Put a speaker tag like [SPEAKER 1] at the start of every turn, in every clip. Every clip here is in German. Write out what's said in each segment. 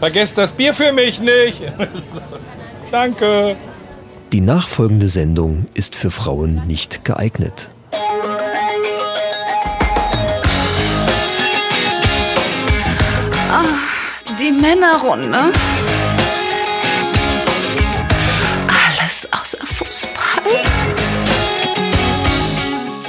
[SPEAKER 1] Vergesst das Bier für mich nicht. Danke.
[SPEAKER 2] Die nachfolgende Sendung ist für Frauen nicht geeignet.
[SPEAKER 3] Ah, die Männerrunde. Alles außer Fußball.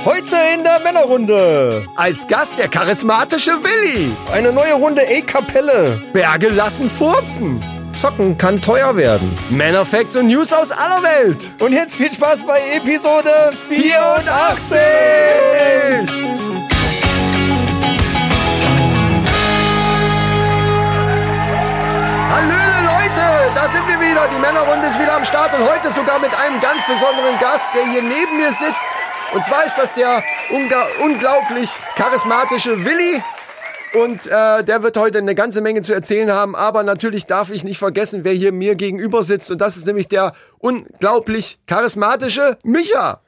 [SPEAKER 4] Heute in der Männerrunde.
[SPEAKER 5] Als Gast der charismatische Willi.
[SPEAKER 4] Eine neue Runde E-Kapelle.
[SPEAKER 5] Berge lassen furzen.
[SPEAKER 4] Zocken kann teuer werden.
[SPEAKER 5] Männerfacts und News aus aller Welt.
[SPEAKER 4] Und jetzt viel Spaß bei Episode 84.
[SPEAKER 5] Hallöle Leute, da sind wir wieder. Die Männerrunde ist wieder am Start und heute sogar mit einem ganz besonderen Gast, der hier neben mir sitzt. Und zwar ist das der unga- unglaublich charismatische Willi. Und äh, der wird heute eine ganze Menge zu erzählen haben. Aber natürlich darf ich nicht vergessen, wer hier mir gegenüber sitzt. Und das ist nämlich der unglaublich charismatische Micha.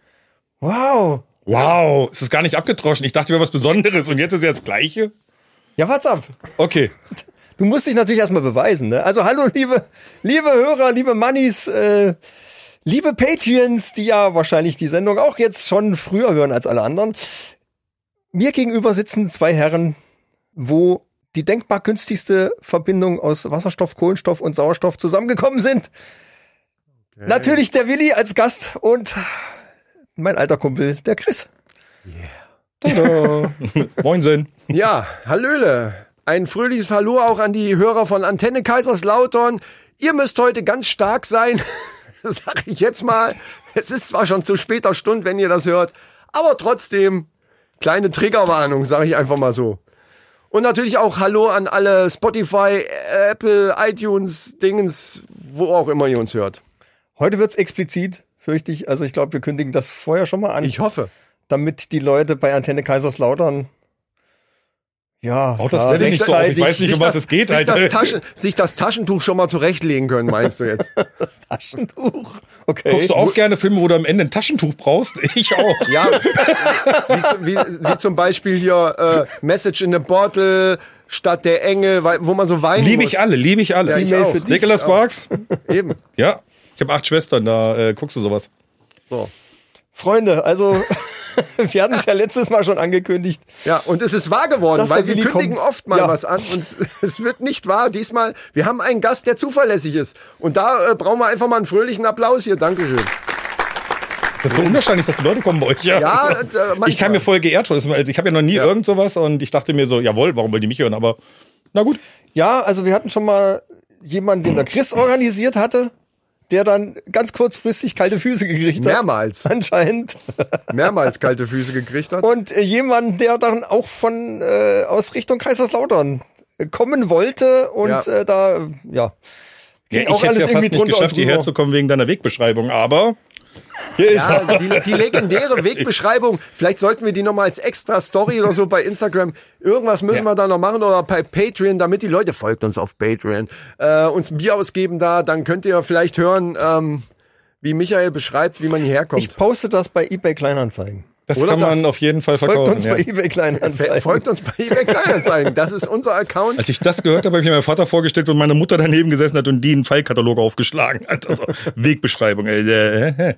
[SPEAKER 4] Wow.
[SPEAKER 1] Wow, es ist gar nicht abgedroschen. Ich dachte, wir haben was Besonderes und jetzt ist ja das Gleiche.
[SPEAKER 4] Ja, what's up?
[SPEAKER 1] Okay.
[SPEAKER 4] Du musst dich natürlich erstmal beweisen. Ne? Also hallo, liebe, liebe Hörer, liebe Mannis, äh, liebe Patreons, die ja wahrscheinlich die Sendung auch jetzt schon früher hören als alle anderen. Mir gegenüber sitzen zwei Herren, wo die denkbar günstigste Verbindung aus Wasserstoff, Kohlenstoff und Sauerstoff zusammengekommen sind. Natürlich der Willi als Gast und mein alter Kumpel, der Chris.
[SPEAKER 1] Moinsen.
[SPEAKER 5] Ja, Hallöle. Ein fröhliches Hallo auch an die Hörer von Antenne Kaiserslautern. Ihr müsst heute ganz stark sein, sag ich jetzt mal. Es ist zwar schon zu später Stunde, wenn ihr das hört, aber trotzdem kleine Triggerwarnung, sag ich einfach mal so. Und natürlich auch Hallo an alle Spotify, Apple, iTunes, Dingens, wo auch immer ihr uns hört.
[SPEAKER 4] Heute wird's explizit, fürchte ich. Also ich glaube, wir kündigen das vorher schon mal an.
[SPEAKER 5] Ich hoffe.
[SPEAKER 4] damit die Leute bei Antenne Kaiserslautern ja,
[SPEAKER 1] Baut das
[SPEAKER 4] klar,
[SPEAKER 1] Rennen nicht so auf. Ich
[SPEAKER 4] rechtzeitig
[SPEAKER 1] weiß nicht,
[SPEAKER 5] Sich
[SPEAKER 1] um was
[SPEAKER 5] das-
[SPEAKER 1] es geht,
[SPEAKER 5] sich
[SPEAKER 1] Alter.
[SPEAKER 5] das, Taschen, sich das Taschentuch schon mal zurechtlegen können, meinst du jetzt?
[SPEAKER 4] das Taschentuch. Okay.
[SPEAKER 1] Guckst du auch gerne Filme, wo du am Ende ein Taschentuch brauchst? Ich auch.
[SPEAKER 5] Ja, wie, zu- wie, wie zum Beispiel hier äh, Message in a Bottle, Stadt der Engel, wei- wo man so weinen
[SPEAKER 1] Liebe
[SPEAKER 5] muss.
[SPEAKER 1] ich alle, liebe ich alle.
[SPEAKER 5] Ja, ich
[SPEAKER 1] E-Mail
[SPEAKER 5] auch.
[SPEAKER 1] für dich. Nicolas
[SPEAKER 5] Ich auch.
[SPEAKER 1] Sparks?
[SPEAKER 5] Eben.
[SPEAKER 1] Ja. Ich habe acht Schwestern, da äh, guckst du sowas.
[SPEAKER 5] So.
[SPEAKER 4] Freunde, also wir hatten es ja letztes Mal schon angekündigt.
[SPEAKER 5] Ja, und es ist wahr geworden,
[SPEAKER 4] Dass
[SPEAKER 5] weil
[SPEAKER 4] der
[SPEAKER 5] wir
[SPEAKER 4] Willi
[SPEAKER 5] kündigen
[SPEAKER 4] kommt.
[SPEAKER 5] oft mal
[SPEAKER 4] Ja.
[SPEAKER 5] was an und es, es wird nicht wahr. Diesmal, wir haben einen Gast, der zuverlässig ist. Und da äh, brauchen wir einfach mal einen fröhlichen Applaus hier. Dankeschön.
[SPEAKER 1] Das ist so unwahrscheinlich, dass die Leute kommen bei euch.
[SPEAKER 5] Ja,
[SPEAKER 1] Das ist-
[SPEAKER 5] äh, manchmal.
[SPEAKER 1] ich kann mir voll geehrt schon. Also ich habe ja noch nie irgend sowas und ich dachte mir so, jawohl, warum wollen die mich hören? Aber na gut.
[SPEAKER 4] Ja, also wir hatten schon mal jemanden, den der Chris organisiert hatte, der dann ganz kurzfristig kalte Füße gekriegt hat.
[SPEAKER 5] Mehrmals.
[SPEAKER 4] Anscheinend.
[SPEAKER 5] Mehrmals kalte Füße gekriegt hat.
[SPEAKER 4] Und äh, jemand, der dann auch von äh, aus Richtung Kaiserslautern äh, kommen wollte und
[SPEAKER 5] Ja.
[SPEAKER 4] äh, da
[SPEAKER 1] Ja,
[SPEAKER 4] ja auch
[SPEAKER 1] ich hätte es
[SPEAKER 4] alles
[SPEAKER 1] ja fast
[SPEAKER 4] irgendwie
[SPEAKER 1] nicht
[SPEAKER 4] drunter und
[SPEAKER 1] geschafft, hierher
[SPEAKER 4] drüber.
[SPEAKER 1] zu kommen wegen deiner Wegbeschreibung, aber hier ist er.
[SPEAKER 5] Ja, die, die legendäre Wegbeschreibung. Vielleicht sollten wir die nochmal als extra Story oder so bei Instagram. Irgendwas müssen wir da noch machen oder bei Patreon, damit die Leute folgt uns auf Patreon, äh, uns ein Bier ausgeben da. Dann könnt ihr vielleicht hören, ähm, wie Michael beschreibt, wie man hierher kommt.
[SPEAKER 4] Ich poste das bei eBay Kleinanzeigen.
[SPEAKER 1] Das
[SPEAKER 5] Oder
[SPEAKER 1] kann man
[SPEAKER 5] das?
[SPEAKER 1] auf jeden Fall
[SPEAKER 4] Folgt
[SPEAKER 1] verkaufen.
[SPEAKER 4] uns
[SPEAKER 1] Ja.
[SPEAKER 4] bei eBay
[SPEAKER 5] Fe-
[SPEAKER 4] Kleinanzeigen.
[SPEAKER 5] Folgt uns bei eBay Kleinanzeigen. Das ist unser Account.
[SPEAKER 1] Als ich das gehört habe, habe ich mir meinen Vater vorgestellt und meine Mutter daneben gesessen hat und die einen Fallkatalog aufgeschlagen hat. Also Wegbeschreibung. Äh, äh, äh.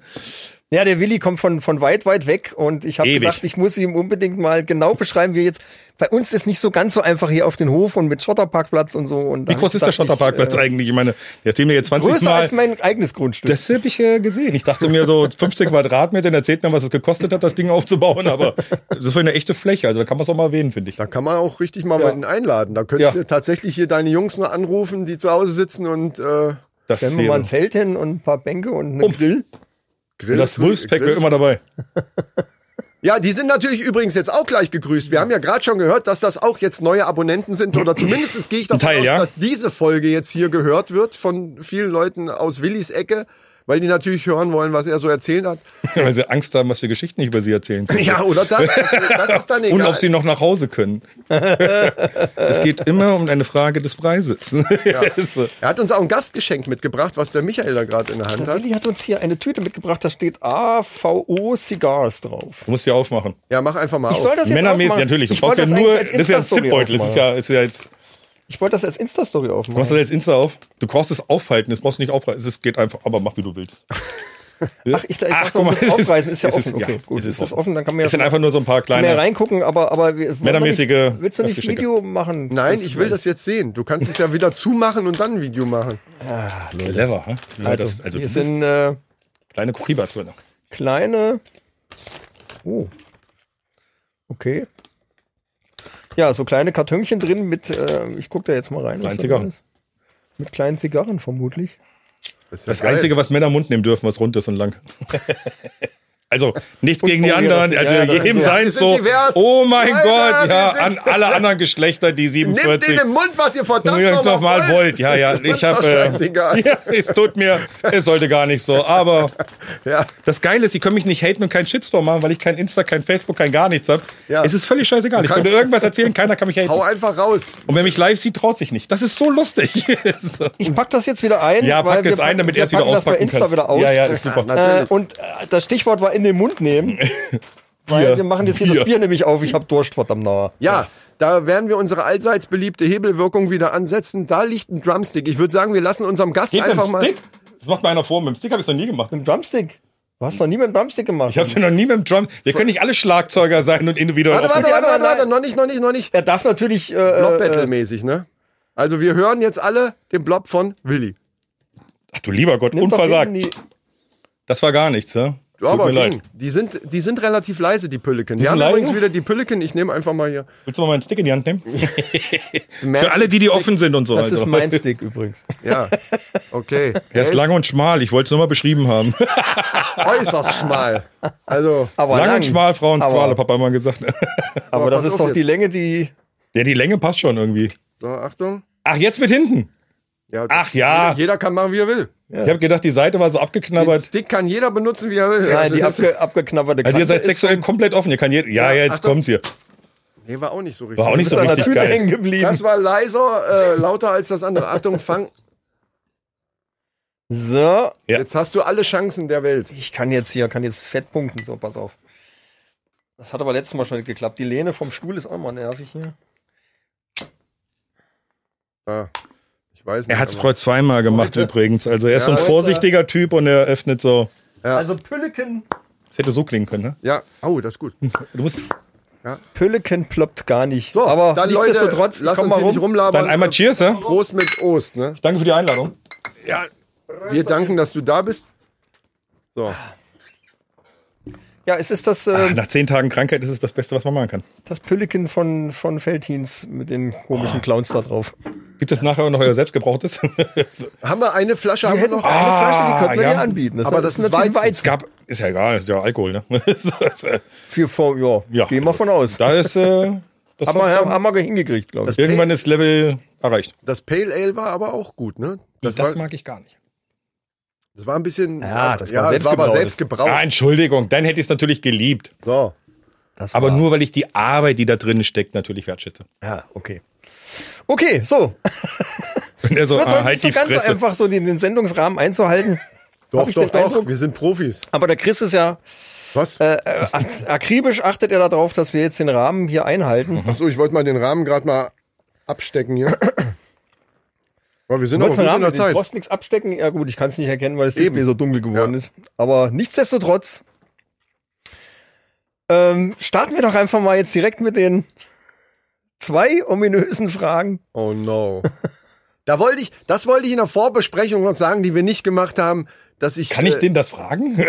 [SPEAKER 4] Ja, der Willi kommt von, von weit, weit weg und ich habe
[SPEAKER 1] Ewig.
[SPEAKER 4] gedacht, ich muss ihm unbedingt mal genau beschreiben, wie jetzt. Bei uns ist nicht so ganz so einfach hier auf den Hof und mit Schotterparkplatz und so. Und da
[SPEAKER 1] Wie
[SPEAKER 4] hab
[SPEAKER 1] groß
[SPEAKER 4] ich
[SPEAKER 1] ist der
[SPEAKER 4] gedacht,
[SPEAKER 1] Schotterparkplatz
[SPEAKER 4] ich,
[SPEAKER 1] eigentlich? Ich meine, nachdem wir jetzt
[SPEAKER 4] Äh,
[SPEAKER 1] 20
[SPEAKER 4] größer
[SPEAKER 1] Mal...
[SPEAKER 4] als mein eigenes Grundstück.
[SPEAKER 1] das habe ich äh, gesehen. Ich dachte mir so 50 Quadratmeter, dann erzählt mir, was es gekostet hat, das Ding aufzubauen. Aber das ist so eine echte Fläche, also da kann man es auch mal erwähnen, finde ich.
[SPEAKER 5] Da kann man auch richtig mal jemanden einladen. Da könntest
[SPEAKER 1] Ja.
[SPEAKER 5] du tatsächlich hier deine Jungs noch anrufen, die zu Hause sitzen und äh,
[SPEAKER 1] Das
[SPEAKER 4] Stellen wir
[SPEAKER 1] wäre-
[SPEAKER 4] mal ein Zelt hin und ein paar Bänke und einen
[SPEAKER 1] Um.
[SPEAKER 4] Grill.
[SPEAKER 5] Grill.
[SPEAKER 1] das Wolfspack wäre
[SPEAKER 5] Grill-
[SPEAKER 1] immer dabei.
[SPEAKER 5] Ja, die sind natürlich übrigens jetzt auch gleich gegrüßt. Wir haben ja gerade schon gehört, dass das auch jetzt neue Abonnenten sind oder zumindest gehe ich davon
[SPEAKER 1] Teil,
[SPEAKER 5] aus,
[SPEAKER 1] ja.
[SPEAKER 5] dass diese Folge jetzt hier gehört wird von vielen Leuten aus Willis Ecke, weil die natürlich hören wollen, was er so erzählt hat.
[SPEAKER 1] Weil sie Angst haben, was wir Geschichten über sie erzählen können.
[SPEAKER 5] Ja, oder das? Das, das ist dann egal.
[SPEAKER 1] Und ob sie noch nach Hause können. es geht immer um eine Frage des Preises. So.
[SPEAKER 5] er hat uns auch ein Gastgeschenk mitgebracht, was der Michael da gerade in der Hand
[SPEAKER 4] Der
[SPEAKER 5] hat.
[SPEAKER 4] Willi hat uns hier eine Tüte mitgebracht, da steht AVO Cigars drauf.
[SPEAKER 1] Du musst ja aufmachen.
[SPEAKER 5] Ja, mach einfach mal
[SPEAKER 4] Ich
[SPEAKER 5] auf.
[SPEAKER 4] soll das jetzt
[SPEAKER 1] Männermäßig,
[SPEAKER 4] aufmachen?
[SPEAKER 1] natürlich. Du
[SPEAKER 4] Ich
[SPEAKER 1] brauchst ja
[SPEAKER 4] wollte
[SPEAKER 1] nur,
[SPEAKER 4] eigentlich als
[SPEAKER 1] das ist ja ein
[SPEAKER 4] Insta-Story
[SPEAKER 1] Zipbeutel. Das ist
[SPEAKER 4] aufmachen.
[SPEAKER 1] ja, ist ja jetzt
[SPEAKER 4] Ich wollte das als Insta-Story
[SPEAKER 1] Du machst
[SPEAKER 4] aufmachen.
[SPEAKER 1] das jetzt Insta auf. Du brauchst es aufhalten, das brauchst du nicht aufreißen. Es ist- geht einfach, aber mach wie du willst.
[SPEAKER 4] Ach, ich, ich dachte, guck mal, das Aufreißen ist ja offen. okay, gut. Ist, das offen, dann kann man ja,
[SPEAKER 1] Es sind
[SPEAKER 4] kann
[SPEAKER 1] einfach nur so ein paar
[SPEAKER 4] man
[SPEAKER 1] kleine.
[SPEAKER 4] ja reingucken, aber, aber wir- wollen wir
[SPEAKER 1] Männermäßige
[SPEAKER 4] nicht- Willst du nicht
[SPEAKER 1] Gastgeschenke.
[SPEAKER 4] Video machen?
[SPEAKER 5] Nein, ich will das jetzt sehen. Du kannst es ja wieder zumachen und dann ein Video machen.
[SPEAKER 1] Clever, hä? Ja,
[SPEAKER 4] Also,
[SPEAKER 1] das, also
[SPEAKER 4] hier
[SPEAKER 1] du bist
[SPEAKER 4] sind äh,
[SPEAKER 1] kleine ne? Kuribas drin.
[SPEAKER 4] kleine. Oh. Okay. Ja, so kleine Kartönchen drin mit, äh, ich gucke da jetzt mal rein. was
[SPEAKER 1] Kleinen
[SPEAKER 4] da
[SPEAKER 1] Zigarren.
[SPEAKER 4] drin ist. Mit kleinen Zigarren vermutlich.
[SPEAKER 5] ist ja
[SPEAKER 1] Das
[SPEAKER 5] geil.
[SPEAKER 1] Einzige, was Männer Mund nehmen dürfen, was rund ist und lang. Also, nichts
[SPEAKER 5] oh
[SPEAKER 1] gegen die
[SPEAKER 4] Punkt, Punkt,
[SPEAKER 1] anderen.
[SPEAKER 4] das-
[SPEAKER 1] Also,
[SPEAKER 4] ja, das-
[SPEAKER 1] jedem
[SPEAKER 4] ja.
[SPEAKER 1] sein
[SPEAKER 5] Wir sind
[SPEAKER 1] so.
[SPEAKER 5] divers.
[SPEAKER 1] Oh mein
[SPEAKER 5] Alter,
[SPEAKER 1] Gott,
[SPEAKER 5] wir
[SPEAKER 1] ja, an
[SPEAKER 5] sind-
[SPEAKER 1] alle anderen Geschlechter, die
[SPEAKER 5] Nehmt
[SPEAKER 1] 47.
[SPEAKER 5] den im Mund, was ihr verdammt
[SPEAKER 1] Wenn ihr
[SPEAKER 5] nochmal
[SPEAKER 1] noch mal wollt. Ja, ja,
[SPEAKER 5] Ist uns
[SPEAKER 1] ich habe.
[SPEAKER 5] doch scheißegal.
[SPEAKER 1] ja, es tut mir, es sollte gar nicht so. Aber
[SPEAKER 5] Ja.
[SPEAKER 1] das Geile ist, ich kann mich nicht haten und keinen Shitstorm machen, weil ich kein Insta, kein Facebook, kein gar nichts habe.
[SPEAKER 5] Ja.
[SPEAKER 1] Es ist völlig scheißegal. Ich
[SPEAKER 5] kannst-
[SPEAKER 1] könnte irgendwas erzählen, keiner kann mich haten.
[SPEAKER 5] Hau einfach raus.
[SPEAKER 1] Und wer mich live sieht, traut sich nicht. Das ist so lustig. so.
[SPEAKER 4] Ich pack das jetzt wieder ein.
[SPEAKER 1] Ja, pack
[SPEAKER 4] wir
[SPEAKER 1] es ein, damit
[SPEAKER 4] wir
[SPEAKER 1] er es wieder
[SPEAKER 4] packen das bei
[SPEAKER 1] auspacken
[SPEAKER 4] Insta
[SPEAKER 1] kann.
[SPEAKER 4] wieder aus.
[SPEAKER 1] Ja, ja, ist super.
[SPEAKER 4] Äh,
[SPEAKER 5] Natürlich.
[SPEAKER 4] und äh, das Stichwort war in den Mund nehmen. Weil
[SPEAKER 1] Bier.
[SPEAKER 4] wir machen jetzt hier
[SPEAKER 1] Bier.
[SPEAKER 4] das Bier nämlich auf. Ich habe Durst, verdammt nochmal.
[SPEAKER 5] Ja, da werden wir unsere allseits beliebte Hebelwirkung wieder ansetzen. Da liegt ein Drumstick. Ich würde sagen, wir lassen unserem Gast
[SPEAKER 1] Geht mit
[SPEAKER 5] einfach
[SPEAKER 1] dem
[SPEAKER 5] mal.
[SPEAKER 1] Stick? Das macht mir einer vor. Mit dem Stick habe ich noch nie gemacht.
[SPEAKER 4] Mit dem Drumstick. Du hast noch nie mit dem Drumstick gemacht.
[SPEAKER 1] Ich habe ja noch nie mit dem Drum. Wir können nicht alle Schlagzeuger sein und individuell.
[SPEAKER 5] Warte,
[SPEAKER 1] offen-
[SPEAKER 5] warte, warte, warte,
[SPEAKER 4] Nein,
[SPEAKER 5] warte,
[SPEAKER 4] nein.
[SPEAKER 5] noch nicht, noch nicht, noch nicht.
[SPEAKER 4] er darf natürlich. Äh,
[SPEAKER 5] Blob
[SPEAKER 4] äh,
[SPEAKER 5] Battle mäßig, ne? Also wir hören jetzt alle den Blob von Willi.
[SPEAKER 1] Ach du lieber Gott,
[SPEAKER 4] nimmt doch
[SPEAKER 1] unversagt.
[SPEAKER 4] hinten die-
[SPEAKER 1] Das war gar nichts, ja?
[SPEAKER 5] Ja,
[SPEAKER 1] Tut
[SPEAKER 5] aber
[SPEAKER 1] mir leid.
[SPEAKER 5] ging. die sind, die sind relativ leise, die Pülliken. Die,
[SPEAKER 1] sind
[SPEAKER 5] haben
[SPEAKER 1] leise?
[SPEAKER 5] übrigens wieder die Pülliken. Ich nehme einfach mal hier.
[SPEAKER 1] Willst du mal meinen Stick in die Hand nehmen? Für alle, die, die offen sind und so.
[SPEAKER 4] Das
[SPEAKER 1] also.
[SPEAKER 4] ist mein Stick übrigens.
[SPEAKER 5] Ja. Okay.
[SPEAKER 1] Er ist lang und schmal, ich wollte es nochmal beschrieben haben.
[SPEAKER 5] äußerst schmal. Also,
[SPEAKER 4] Aber
[SPEAKER 1] lang und schmal, Frauen Squale,
[SPEAKER 4] aber,
[SPEAKER 1] Papa immer gesagt.
[SPEAKER 4] aber das
[SPEAKER 5] Pass
[SPEAKER 4] ist
[SPEAKER 5] auf
[SPEAKER 4] doch die
[SPEAKER 5] jetzt.
[SPEAKER 4] Länge, die.
[SPEAKER 1] ja, die Länge passt schon irgendwie.
[SPEAKER 5] so, Achtung.
[SPEAKER 1] Ach, jetzt mit hinten.
[SPEAKER 5] Ja,
[SPEAKER 1] Ach ja.
[SPEAKER 5] Jeder, jeder kann machen, wie er will.
[SPEAKER 1] Ich habe gedacht, die Seite war so
[SPEAKER 5] Den
[SPEAKER 1] abgeknabbert.
[SPEAKER 5] Stick kann jeder benutzen, wie er will.
[SPEAKER 4] Nein,
[SPEAKER 5] Also
[SPEAKER 4] die
[SPEAKER 5] das-
[SPEAKER 4] abge, abgeknabberte
[SPEAKER 1] Also ihr seid
[SPEAKER 4] ist-
[SPEAKER 1] sexuell komplett offen. Ihr kann je, ja, ja, jetzt
[SPEAKER 5] Achtung.
[SPEAKER 1] kommt's hier.
[SPEAKER 5] Nee, war auch nicht so richtig.
[SPEAKER 1] War auch nicht
[SPEAKER 4] Bist
[SPEAKER 1] so
[SPEAKER 4] an der
[SPEAKER 1] richtig
[SPEAKER 4] Tüte
[SPEAKER 1] geil.
[SPEAKER 4] hängen geblieben.
[SPEAKER 5] Das war leiser, äh, lauter als das andere. Achtung, fang.
[SPEAKER 4] So,
[SPEAKER 1] Ja.
[SPEAKER 5] Jetzt hast du alle Chancen der Welt.
[SPEAKER 4] ich kann jetzt hier, kann jetzt fett punkten. So, pass auf. Das hat aber letztes Mal schon nicht geklappt. Die Lehne vom Stuhl ist auch mal nervig hier.
[SPEAKER 5] Ah, ich weiß nicht.
[SPEAKER 1] Er hat's
[SPEAKER 5] aber-
[SPEAKER 1] Frau zweimal gemacht übrigens. Also er ist so ein vorsichtiger Typ und er öffnet so.
[SPEAKER 4] Also Pülleken.
[SPEAKER 1] Es hätte so klingen können, ne?
[SPEAKER 5] Ja, oh, das ist gut.
[SPEAKER 1] Du musst
[SPEAKER 4] Pülleken ploppt gar nicht.
[SPEAKER 5] So,
[SPEAKER 4] aber
[SPEAKER 5] dann
[SPEAKER 4] nichtsdestotrotz,
[SPEAKER 5] Leute, lass
[SPEAKER 4] ich komm
[SPEAKER 5] uns
[SPEAKER 4] mal
[SPEAKER 5] hier nicht
[SPEAKER 4] rum.
[SPEAKER 5] rumlabern.
[SPEAKER 1] dann einmal Cheers, ja?
[SPEAKER 5] Prost mit Ost, ne?
[SPEAKER 1] Danke für die Einladung.
[SPEAKER 5] Ja. Wir danken, dass du da bist. So.
[SPEAKER 4] Ja, es ist das, äh,
[SPEAKER 1] Nach zehn Tagen Krankheit ist es das Beste, was man machen kann.
[SPEAKER 4] das Pülleken von, von Feltins mit den
[SPEAKER 1] Ah.
[SPEAKER 4] komischen Clowns da drauf.
[SPEAKER 1] Gibt es nachher noch euer selbstgebrauchtes?
[SPEAKER 5] Haben wir eine Flasche haben wir noch?
[SPEAKER 1] Ah.
[SPEAKER 4] Flasche, die könnten wir
[SPEAKER 1] ja.
[SPEAKER 4] dir anbieten.
[SPEAKER 5] Aber das ist Weizen.
[SPEAKER 1] es gab, ist ja egal, ist ja Alkohol, ne?
[SPEAKER 4] Für vor, ja,
[SPEAKER 1] Ja,
[SPEAKER 4] gehen wir
[SPEAKER 1] also,
[SPEAKER 4] von aus.
[SPEAKER 1] da ist, äh, das
[SPEAKER 4] haben,
[SPEAKER 1] war
[SPEAKER 4] wir,
[SPEAKER 1] schon-
[SPEAKER 4] haben wir hingekriegt, glaube ich.
[SPEAKER 1] irgendwann ist Level erreicht.
[SPEAKER 5] Das Pale Ale war aber auch gut, ne? Das, war,
[SPEAKER 1] mag ich gar nicht.
[SPEAKER 5] das war ein bisschen.
[SPEAKER 4] Ja, das war
[SPEAKER 5] es war aber selbst gebraut.
[SPEAKER 1] Ah, Entschuldigung, dann hätte ich es natürlich geliebt.
[SPEAKER 5] So.
[SPEAKER 4] Das
[SPEAKER 1] Aber
[SPEAKER 4] war-
[SPEAKER 1] nur, weil ich die Arbeit, die da drin steckt, natürlich wertschätze.
[SPEAKER 4] Ja, okay. Okay, so.
[SPEAKER 1] Und er so,
[SPEAKER 4] Wird
[SPEAKER 1] ah,
[SPEAKER 4] heute
[SPEAKER 1] halt
[SPEAKER 4] nicht so
[SPEAKER 1] die
[SPEAKER 4] ganz so
[SPEAKER 1] Fresse.
[SPEAKER 4] einfach, so den, den Sendungsrahmen einzuhalten. Hab
[SPEAKER 5] Doch,
[SPEAKER 4] ich
[SPEAKER 5] doch,
[SPEAKER 4] den
[SPEAKER 5] doch.
[SPEAKER 4] Eindruck?
[SPEAKER 5] Wir sind Profis.
[SPEAKER 4] Aber der Chris ist ja
[SPEAKER 5] Was?
[SPEAKER 4] äh, äh, akribisch achtet er darauf, dass wir jetzt den Rahmen hier einhalten.
[SPEAKER 5] Achso, ich wollte mal den Rahmen gerade mal abstecken hier. Aber Genau, wir sind noch gut
[SPEAKER 4] Kurzen
[SPEAKER 5] in
[SPEAKER 4] Rahmen,
[SPEAKER 5] der
[SPEAKER 4] du
[SPEAKER 5] Zeit.
[SPEAKER 4] brauchst nichts abstecken. Ja gut, ich kann es nicht erkennen, weil das Display
[SPEAKER 5] Eben.
[SPEAKER 4] so dunkel geworden
[SPEAKER 5] Ja.
[SPEAKER 4] ist. Aber nichtsdestotrotz ähm, starten wir doch einfach mal jetzt direkt mit den zwei ominösen Fragen.
[SPEAKER 5] Oh no. Da wollte ich, das wollte ich in der Vorbesprechung noch sagen, die wir nicht gemacht haben, dass ich,
[SPEAKER 1] Kann ich
[SPEAKER 5] äh,
[SPEAKER 1] den das fragen?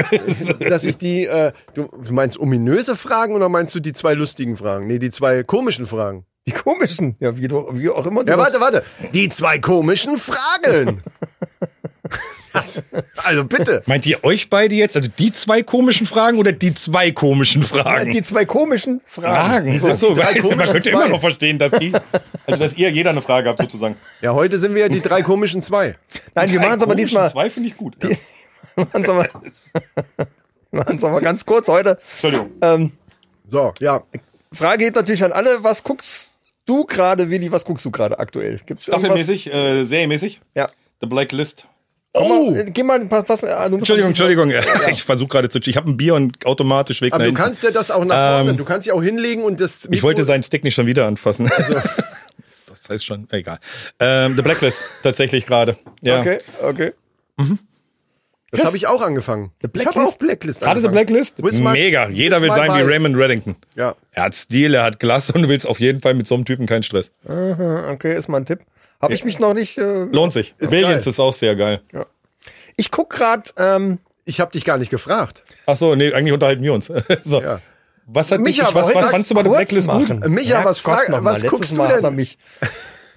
[SPEAKER 5] dass ich die, äh, du meinst ominöse Fragen oder meinst du die zwei lustigen Fragen? Nee, die zwei komischen Fragen.
[SPEAKER 4] Die komischen, ja wie, du- wie auch immer. du
[SPEAKER 5] Ja,
[SPEAKER 4] das-
[SPEAKER 5] warte, warte. Die zwei komischen Fragen. Das, also bitte.
[SPEAKER 1] Meint ihr euch beide jetzt, also die zwei komischen Fragen oder die zwei komischen Fragen?
[SPEAKER 4] Die zwei komischen Fragen.
[SPEAKER 1] Fragen.
[SPEAKER 5] So,
[SPEAKER 1] Ach so,
[SPEAKER 5] die drei
[SPEAKER 1] weißt du, man
[SPEAKER 5] komischen
[SPEAKER 1] könnte
[SPEAKER 5] zwei.
[SPEAKER 1] immer noch verstehen, dass die, also dass ihr jeder eine Frage habt sozusagen.
[SPEAKER 5] Ja, heute sind wir ja die drei komischen zwei.
[SPEAKER 4] Nein, wir machen es aber
[SPEAKER 1] Komischen
[SPEAKER 4] diesmal.
[SPEAKER 1] Zwei finde ich gut.
[SPEAKER 4] Machen's aber, machen's aber ganz kurz heute.
[SPEAKER 1] Entschuldigung.
[SPEAKER 4] Ähm,
[SPEAKER 5] So, ja.
[SPEAKER 4] Frage geht natürlich an alle. Was guckst du gerade, Willi? Was guckst du gerade aktuell? Gibt's irgendwas?
[SPEAKER 1] Staffelmäßig, äh, serienmäßig.
[SPEAKER 4] Ja.
[SPEAKER 1] The Blacklist.
[SPEAKER 4] Oh! Geh mal, pass, pass, ah, du musst
[SPEAKER 1] Entschuldigung, Entschuldigung. Ich versuche gerade zu. Ich habe ein Bier und automatisch weg.
[SPEAKER 5] Aber
[SPEAKER 1] nach hinten.
[SPEAKER 5] du kannst Ähm, ja das auch nach vorne. du kannst dich auch hinlegen und das. Also-
[SPEAKER 1] ich wollte seinen Stick nicht schon wieder anfassen. Das heißt schon, egal. Ähm, The Blacklist tatsächlich gerade. Ja.
[SPEAKER 4] Okay, okay.
[SPEAKER 5] Das habe ich auch angefangen. The
[SPEAKER 4] Ich hab
[SPEAKER 5] Blacklist,
[SPEAKER 4] auch-
[SPEAKER 5] Blacklist.
[SPEAKER 1] Gerade The
[SPEAKER 5] angefangen.
[SPEAKER 1] Blacklist?
[SPEAKER 5] With my-
[SPEAKER 1] Mega. Jeder
[SPEAKER 5] with
[SPEAKER 1] will
[SPEAKER 5] my
[SPEAKER 1] sein wie
[SPEAKER 5] wife.
[SPEAKER 1] Raymond Reddington.
[SPEAKER 5] Ja.
[SPEAKER 1] Er hat Stil, er hat Glas und du willst auf jeden Fall mit so einem Typen keinen Stress.
[SPEAKER 4] Aha, Okay, ist mal ein Tipp. Habe ich mich noch nicht. Äh,
[SPEAKER 1] Lohnt sich.
[SPEAKER 5] Ist
[SPEAKER 1] Billions
[SPEAKER 5] geil.
[SPEAKER 1] ist auch sehr geil.
[SPEAKER 4] ich guck gerade. Ähm,
[SPEAKER 5] Ich habe dich gar nicht gefragt.
[SPEAKER 1] Ach so, nee, eigentlich unterhalten wir uns. so.
[SPEAKER 5] Ja.
[SPEAKER 1] Was hat
[SPEAKER 5] Micha,
[SPEAKER 1] dich, was,
[SPEAKER 5] wollen wir
[SPEAKER 1] was
[SPEAKER 5] das
[SPEAKER 1] fandst du bei The
[SPEAKER 4] kurz
[SPEAKER 1] Blacklist
[SPEAKER 4] machen?
[SPEAKER 1] gut?
[SPEAKER 5] Micha, was
[SPEAKER 4] Gott
[SPEAKER 5] frag-
[SPEAKER 4] noch mal.
[SPEAKER 5] was
[SPEAKER 4] Letztes
[SPEAKER 5] guckst du
[SPEAKER 4] Mal
[SPEAKER 5] denn?
[SPEAKER 4] Hat er mich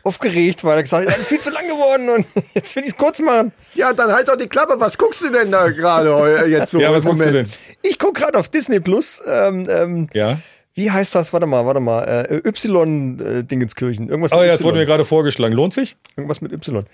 [SPEAKER 4] aufgeregt, weil er gesagt hat, das ist viel zu lang geworden und jetzt will ich es kurz machen.
[SPEAKER 5] Ja, dann halt doch die Klappe. Was guckst du denn da gerade heu- äh, jetzt so?
[SPEAKER 1] Ja, was
[SPEAKER 5] im
[SPEAKER 1] guckst du denn?
[SPEAKER 5] Moment?
[SPEAKER 4] Ich guck gerade auf Disney Plus. Ähm, ähm,
[SPEAKER 1] Ja.
[SPEAKER 4] Wie heißt das? Warte mal, warte mal. Äh, Y-Dingenskirchen. Irgendwas,
[SPEAKER 1] Oh
[SPEAKER 4] mit
[SPEAKER 1] ja, das wurde mir
[SPEAKER 4] y.
[SPEAKER 1] gerade vorgeschlagen. Lohnt sich?
[SPEAKER 4] Irgendwas mit Y.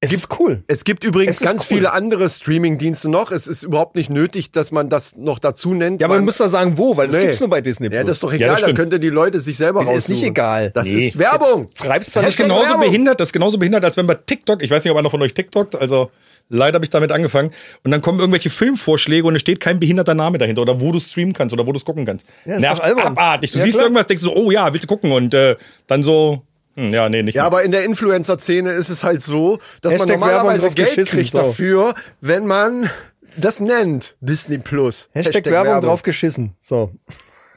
[SPEAKER 4] Es ist cool.
[SPEAKER 5] Es gibt übrigens
[SPEAKER 4] Es ist
[SPEAKER 5] ganz
[SPEAKER 4] cool.
[SPEAKER 5] viele andere Streaming-Dienste noch. Es ist überhaupt nicht nötig, dass man das noch dazu nennt.
[SPEAKER 4] Ja, aber man muss da sagen, wo, weil das
[SPEAKER 5] Nee.
[SPEAKER 4] gibt's nur bei Disney
[SPEAKER 5] ja, das ist doch
[SPEAKER 1] das
[SPEAKER 5] egal. da
[SPEAKER 1] stimmt.
[SPEAKER 5] könnten die Leute sich selber
[SPEAKER 4] Mir
[SPEAKER 5] raussuchen.
[SPEAKER 4] ist nicht egal.
[SPEAKER 5] Das
[SPEAKER 4] Nee.
[SPEAKER 5] ist Werbung.
[SPEAKER 4] Jetzt treibt's
[SPEAKER 1] Das,
[SPEAKER 4] das
[SPEAKER 1] ist
[SPEAKER 5] Hashtag
[SPEAKER 1] genauso
[SPEAKER 5] Werbung.
[SPEAKER 1] behindert, das ist genauso behindert, als wenn bei TikTok, ich weiß nicht, ob einer von euch TikTokt, also leider habe ich damit angefangen, und dann kommen irgendwelche Filmvorschläge und es steht kein behinderter Name dahinter oder wo du streamen kannst oder wo du es gucken kannst.
[SPEAKER 4] Ja, ist
[SPEAKER 1] Nervt
[SPEAKER 4] doch albern.
[SPEAKER 1] abartig. Du
[SPEAKER 4] Ja,
[SPEAKER 1] siehst
[SPEAKER 4] klar.
[SPEAKER 1] irgendwas, denkst so, oh ja, willst du gucken und äh, dann so, hm, ja, nee, nicht.
[SPEAKER 5] Ja, aber in der Influencer-Szene ist es halt so, dass
[SPEAKER 4] Hashtag
[SPEAKER 5] man normalerweise
[SPEAKER 4] Werbung drauf
[SPEAKER 5] Geld
[SPEAKER 4] geschissen,
[SPEAKER 5] kriegt
[SPEAKER 4] so.
[SPEAKER 5] dafür, wenn man das nennt. Disney Plus.
[SPEAKER 4] Hashtag, Werbung, drauf geschissen. So.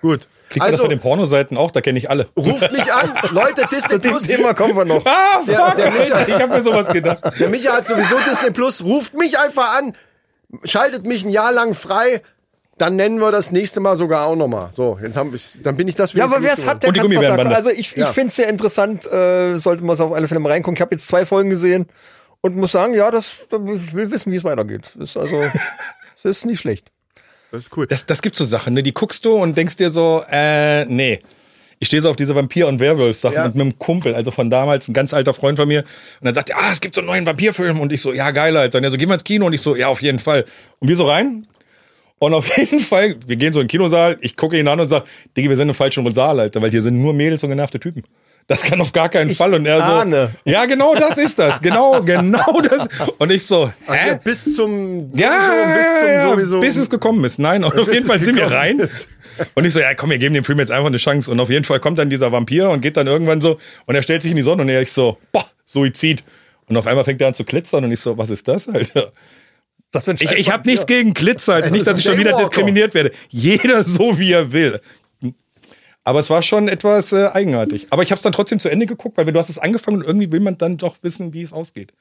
[SPEAKER 5] Gut.
[SPEAKER 1] Kriegt also, das
[SPEAKER 5] Also,
[SPEAKER 1] bei den Pornoseiten auch, da kenne ich alle.
[SPEAKER 5] ruft mich an. Leute, Disney
[SPEAKER 4] Dem
[SPEAKER 5] Plus.
[SPEAKER 4] Thema kommen wir noch.
[SPEAKER 1] Ah, fuck,
[SPEAKER 5] Der- der Micha-
[SPEAKER 1] Alter, ich habe mir sowas gedacht.
[SPEAKER 5] Der Micha hat sowieso Disney Plus. Ruft mich einfach an. Schaltet mich ein Jahr lang frei. Dann nennen wir das nächste Mal sogar auch nochmal. So, jetzt haben ich, dann bin ich das
[SPEAKER 4] Ja,
[SPEAKER 5] wenigstens
[SPEAKER 4] aber wer es
[SPEAKER 5] losgeworden.
[SPEAKER 4] hat, der
[SPEAKER 1] Und die
[SPEAKER 4] kann's doch da
[SPEAKER 1] Gummibärenbande.
[SPEAKER 4] Also ich, ich
[SPEAKER 5] Ja.
[SPEAKER 4] finde es sehr interessant, äh, sollte man es auf alle Fälle mal reingucken. Ich habe jetzt zwei Folgen gesehen und muss sagen, ja, das ich will wissen, wie es weitergeht. Ist also, es ist nicht schlecht.
[SPEAKER 5] Das ist cool.
[SPEAKER 1] Das, das gibt so Sachen, ne? die guckst du und denkst dir so, äh, nee. Ich stehe so auf diese Vampir- und Werwolf-Sachen
[SPEAKER 5] Ja.
[SPEAKER 1] mit einem Kumpel, also von damals, ein ganz alter Freund von mir. Und dann sagt er, ah, es gibt so einen neuen Vampirfilm. Und ich so, ja, geil, Alter. Und er so, gehen wir ins Kino? Und ich so, ja, auf jeden Fall. Und wir so rein. Und auf jeden Fall, wir gehen so in den Kinosaal, ich gucke ihn an und sage, Digga, wir sind im falschen Saal, Alter, weil hier sind nur Mädels und genervte Typen. Das kann auf gar keinen Fall. Und er
[SPEAKER 4] ahne.
[SPEAKER 1] so, ja, genau das ist das. Genau, genau das. Und ich so,
[SPEAKER 5] Ach ja,
[SPEAKER 1] hä?
[SPEAKER 5] bis zum
[SPEAKER 1] Ja,
[SPEAKER 5] sowieso, bis zum
[SPEAKER 1] ja, ja,
[SPEAKER 5] sowieso.
[SPEAKER 1] bis es gekommen ist. Nein, und auf
[SPEAKER 5] Bis
[SPEAKER 1] jeden
[SPEAKER 5] es
[SPEAKER 1] Fall sind wir
[SPEAKER 5] gekommen
[SPEAKER 1] rein.
[SPEAKER 5] ist.
[SPEAKER 1] Und ich so, ja komm, wir geben dem Film jetzt einfach eine Chance. Und auf jeden Fall kommt dann dieser Vampir und geht dann irgendwann so, und er stellt sich in die Sonne und er ist so, boah, Suizid. Und auf einmal fängt er an zu glitzern und ich so, was ist das, Alter?
[SPEAKER 4] Das für ein
[SPEAKER 1] Ich,
[SPEAKER 4] Scheiß-
[SPEAKER 1] ich habe nichts gegen Glitzer, also
[SPEAKER 5] Es
[SPEAKER 1] nicht,
[SPEAKER 5] ist
[SPEAKER 1] dass
[SPEAKER 5] ein
[SPEAKER 1] ich schon wieder
[SPEAKER 5] Daywalker.
[SPEAKER 1] diskriminiert werde. Jeder so, wie er will. Aber es war schon etwas äh, eigenartig. Aber ich habe es dann trotzdem zu Ende geguckt, weil du hast es angefangen und irgendwie will man dann doch wissen, wie es ausgeht.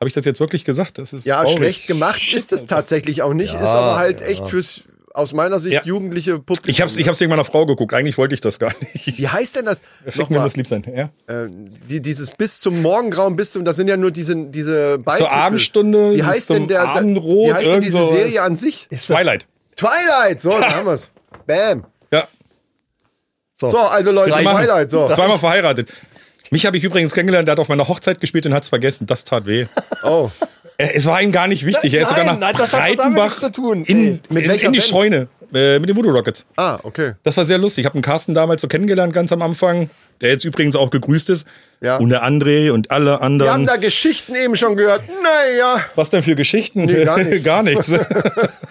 [SPEAKER 1] Habe ich das jetzt wirklich gesagt? Das ist
[SPEAKER 5] Ja,
[SPEAKER 1] traurig.
[SPEAKER 5] schlecht gemacht ist es tatsächlich auch nicht, ist aber halt echt fürs aus meiner Sicht
[SPEAKER 1] Ja.
[SPEAKER 5] jugendliche Publikum.
[SPEAKER 1] Ich hab's, ich hab's wegen meiner Frau geguckt. Eigentlich wollte ich das gar nicht.
[SPEAKER 5] Wie heißt denn das?
[SPEAKER 1] Fick mir
[SPEAKER 5] Nochmal,
[SPEAKER 1] muss lieb sein. Ja.
[SPEAKER 5] äh, die, dieses bis zum Morgengrauen, bis zum, das sind ja nur diese, diese Beititel.
[SPEAKER 1] Abendstunde,
[SPEAKER 5] Wie
[SPEAKER 1] bis
[SPEAKER 5] heißt denn
[SPEAKER 1] zum
[SPEAKER 5] der,
[SPEAKER 1] Abendrot,
[SPEAKER 5] wie heißt denn
[SPEAKER 1] irgend
[SPEAKER 5] diese
[SPEAKER 1] sowas.
[SPEAKER 5] Serie an sich?
[SPEAKER 1] Twilight.
[SPEAKER 5] Twilight, so, da haben wir's. Bam.
[SPEAKER 1] Ja.
[SPEAKER 5] So, also Leute,
[SPEAKER 1] Machen.
[SPEAKER 5] Twilight, so.
[SPEAKER 1] Zweimal verheiratet. Mich habe ich übrigens kennengelernt, der hat auf meiner Hochzeit gespielt und hat's vergessen. Das tat weh.
[SPEAKER 5] Oh.
[SPEAKER 1] Äh, es war ihm gar nicht wichtig. er ist
[SPEAKER 4] Nein,
[SPEAKER 1] sogar nach
[SPEAKER 4] nein, das hat doch damit
[SPEAKER 1] Breitenbach
[SPEAKER 4] nichts zu tun.
[SPEAKER 1] in,
[SPEAKER 5] Mit
[SPEAKER 1] in,
[SPEAKER 5] welcher
[SPEAKER 1] in die
[SPEAKER 5] Band?
[SPEAKER 1] Scheune äh, mit den Voodoo Rockets.
[SPEAKER 5] Ah, okay.
[SPEAKER 1] Das war sehr lustig. Ich habe den Carsten damals so kennengelernt, ganz am Anfang, der jetzt übrigens auch gegrüßt ist.
[SPEAKER 5] Ja.
[SPEAKER 1] Und der André und alle
[SPEAKER 5] Wir
[SPEAKER 1] anderen.
[SPEAKER 5] haben da Geschichten eben schon gehört. Naja.
[SPEAKER 1] Was denn für Geschichten?
[SPEAKER 5] Nee, gar nichts.
[SPEAKER 1] gar nichts.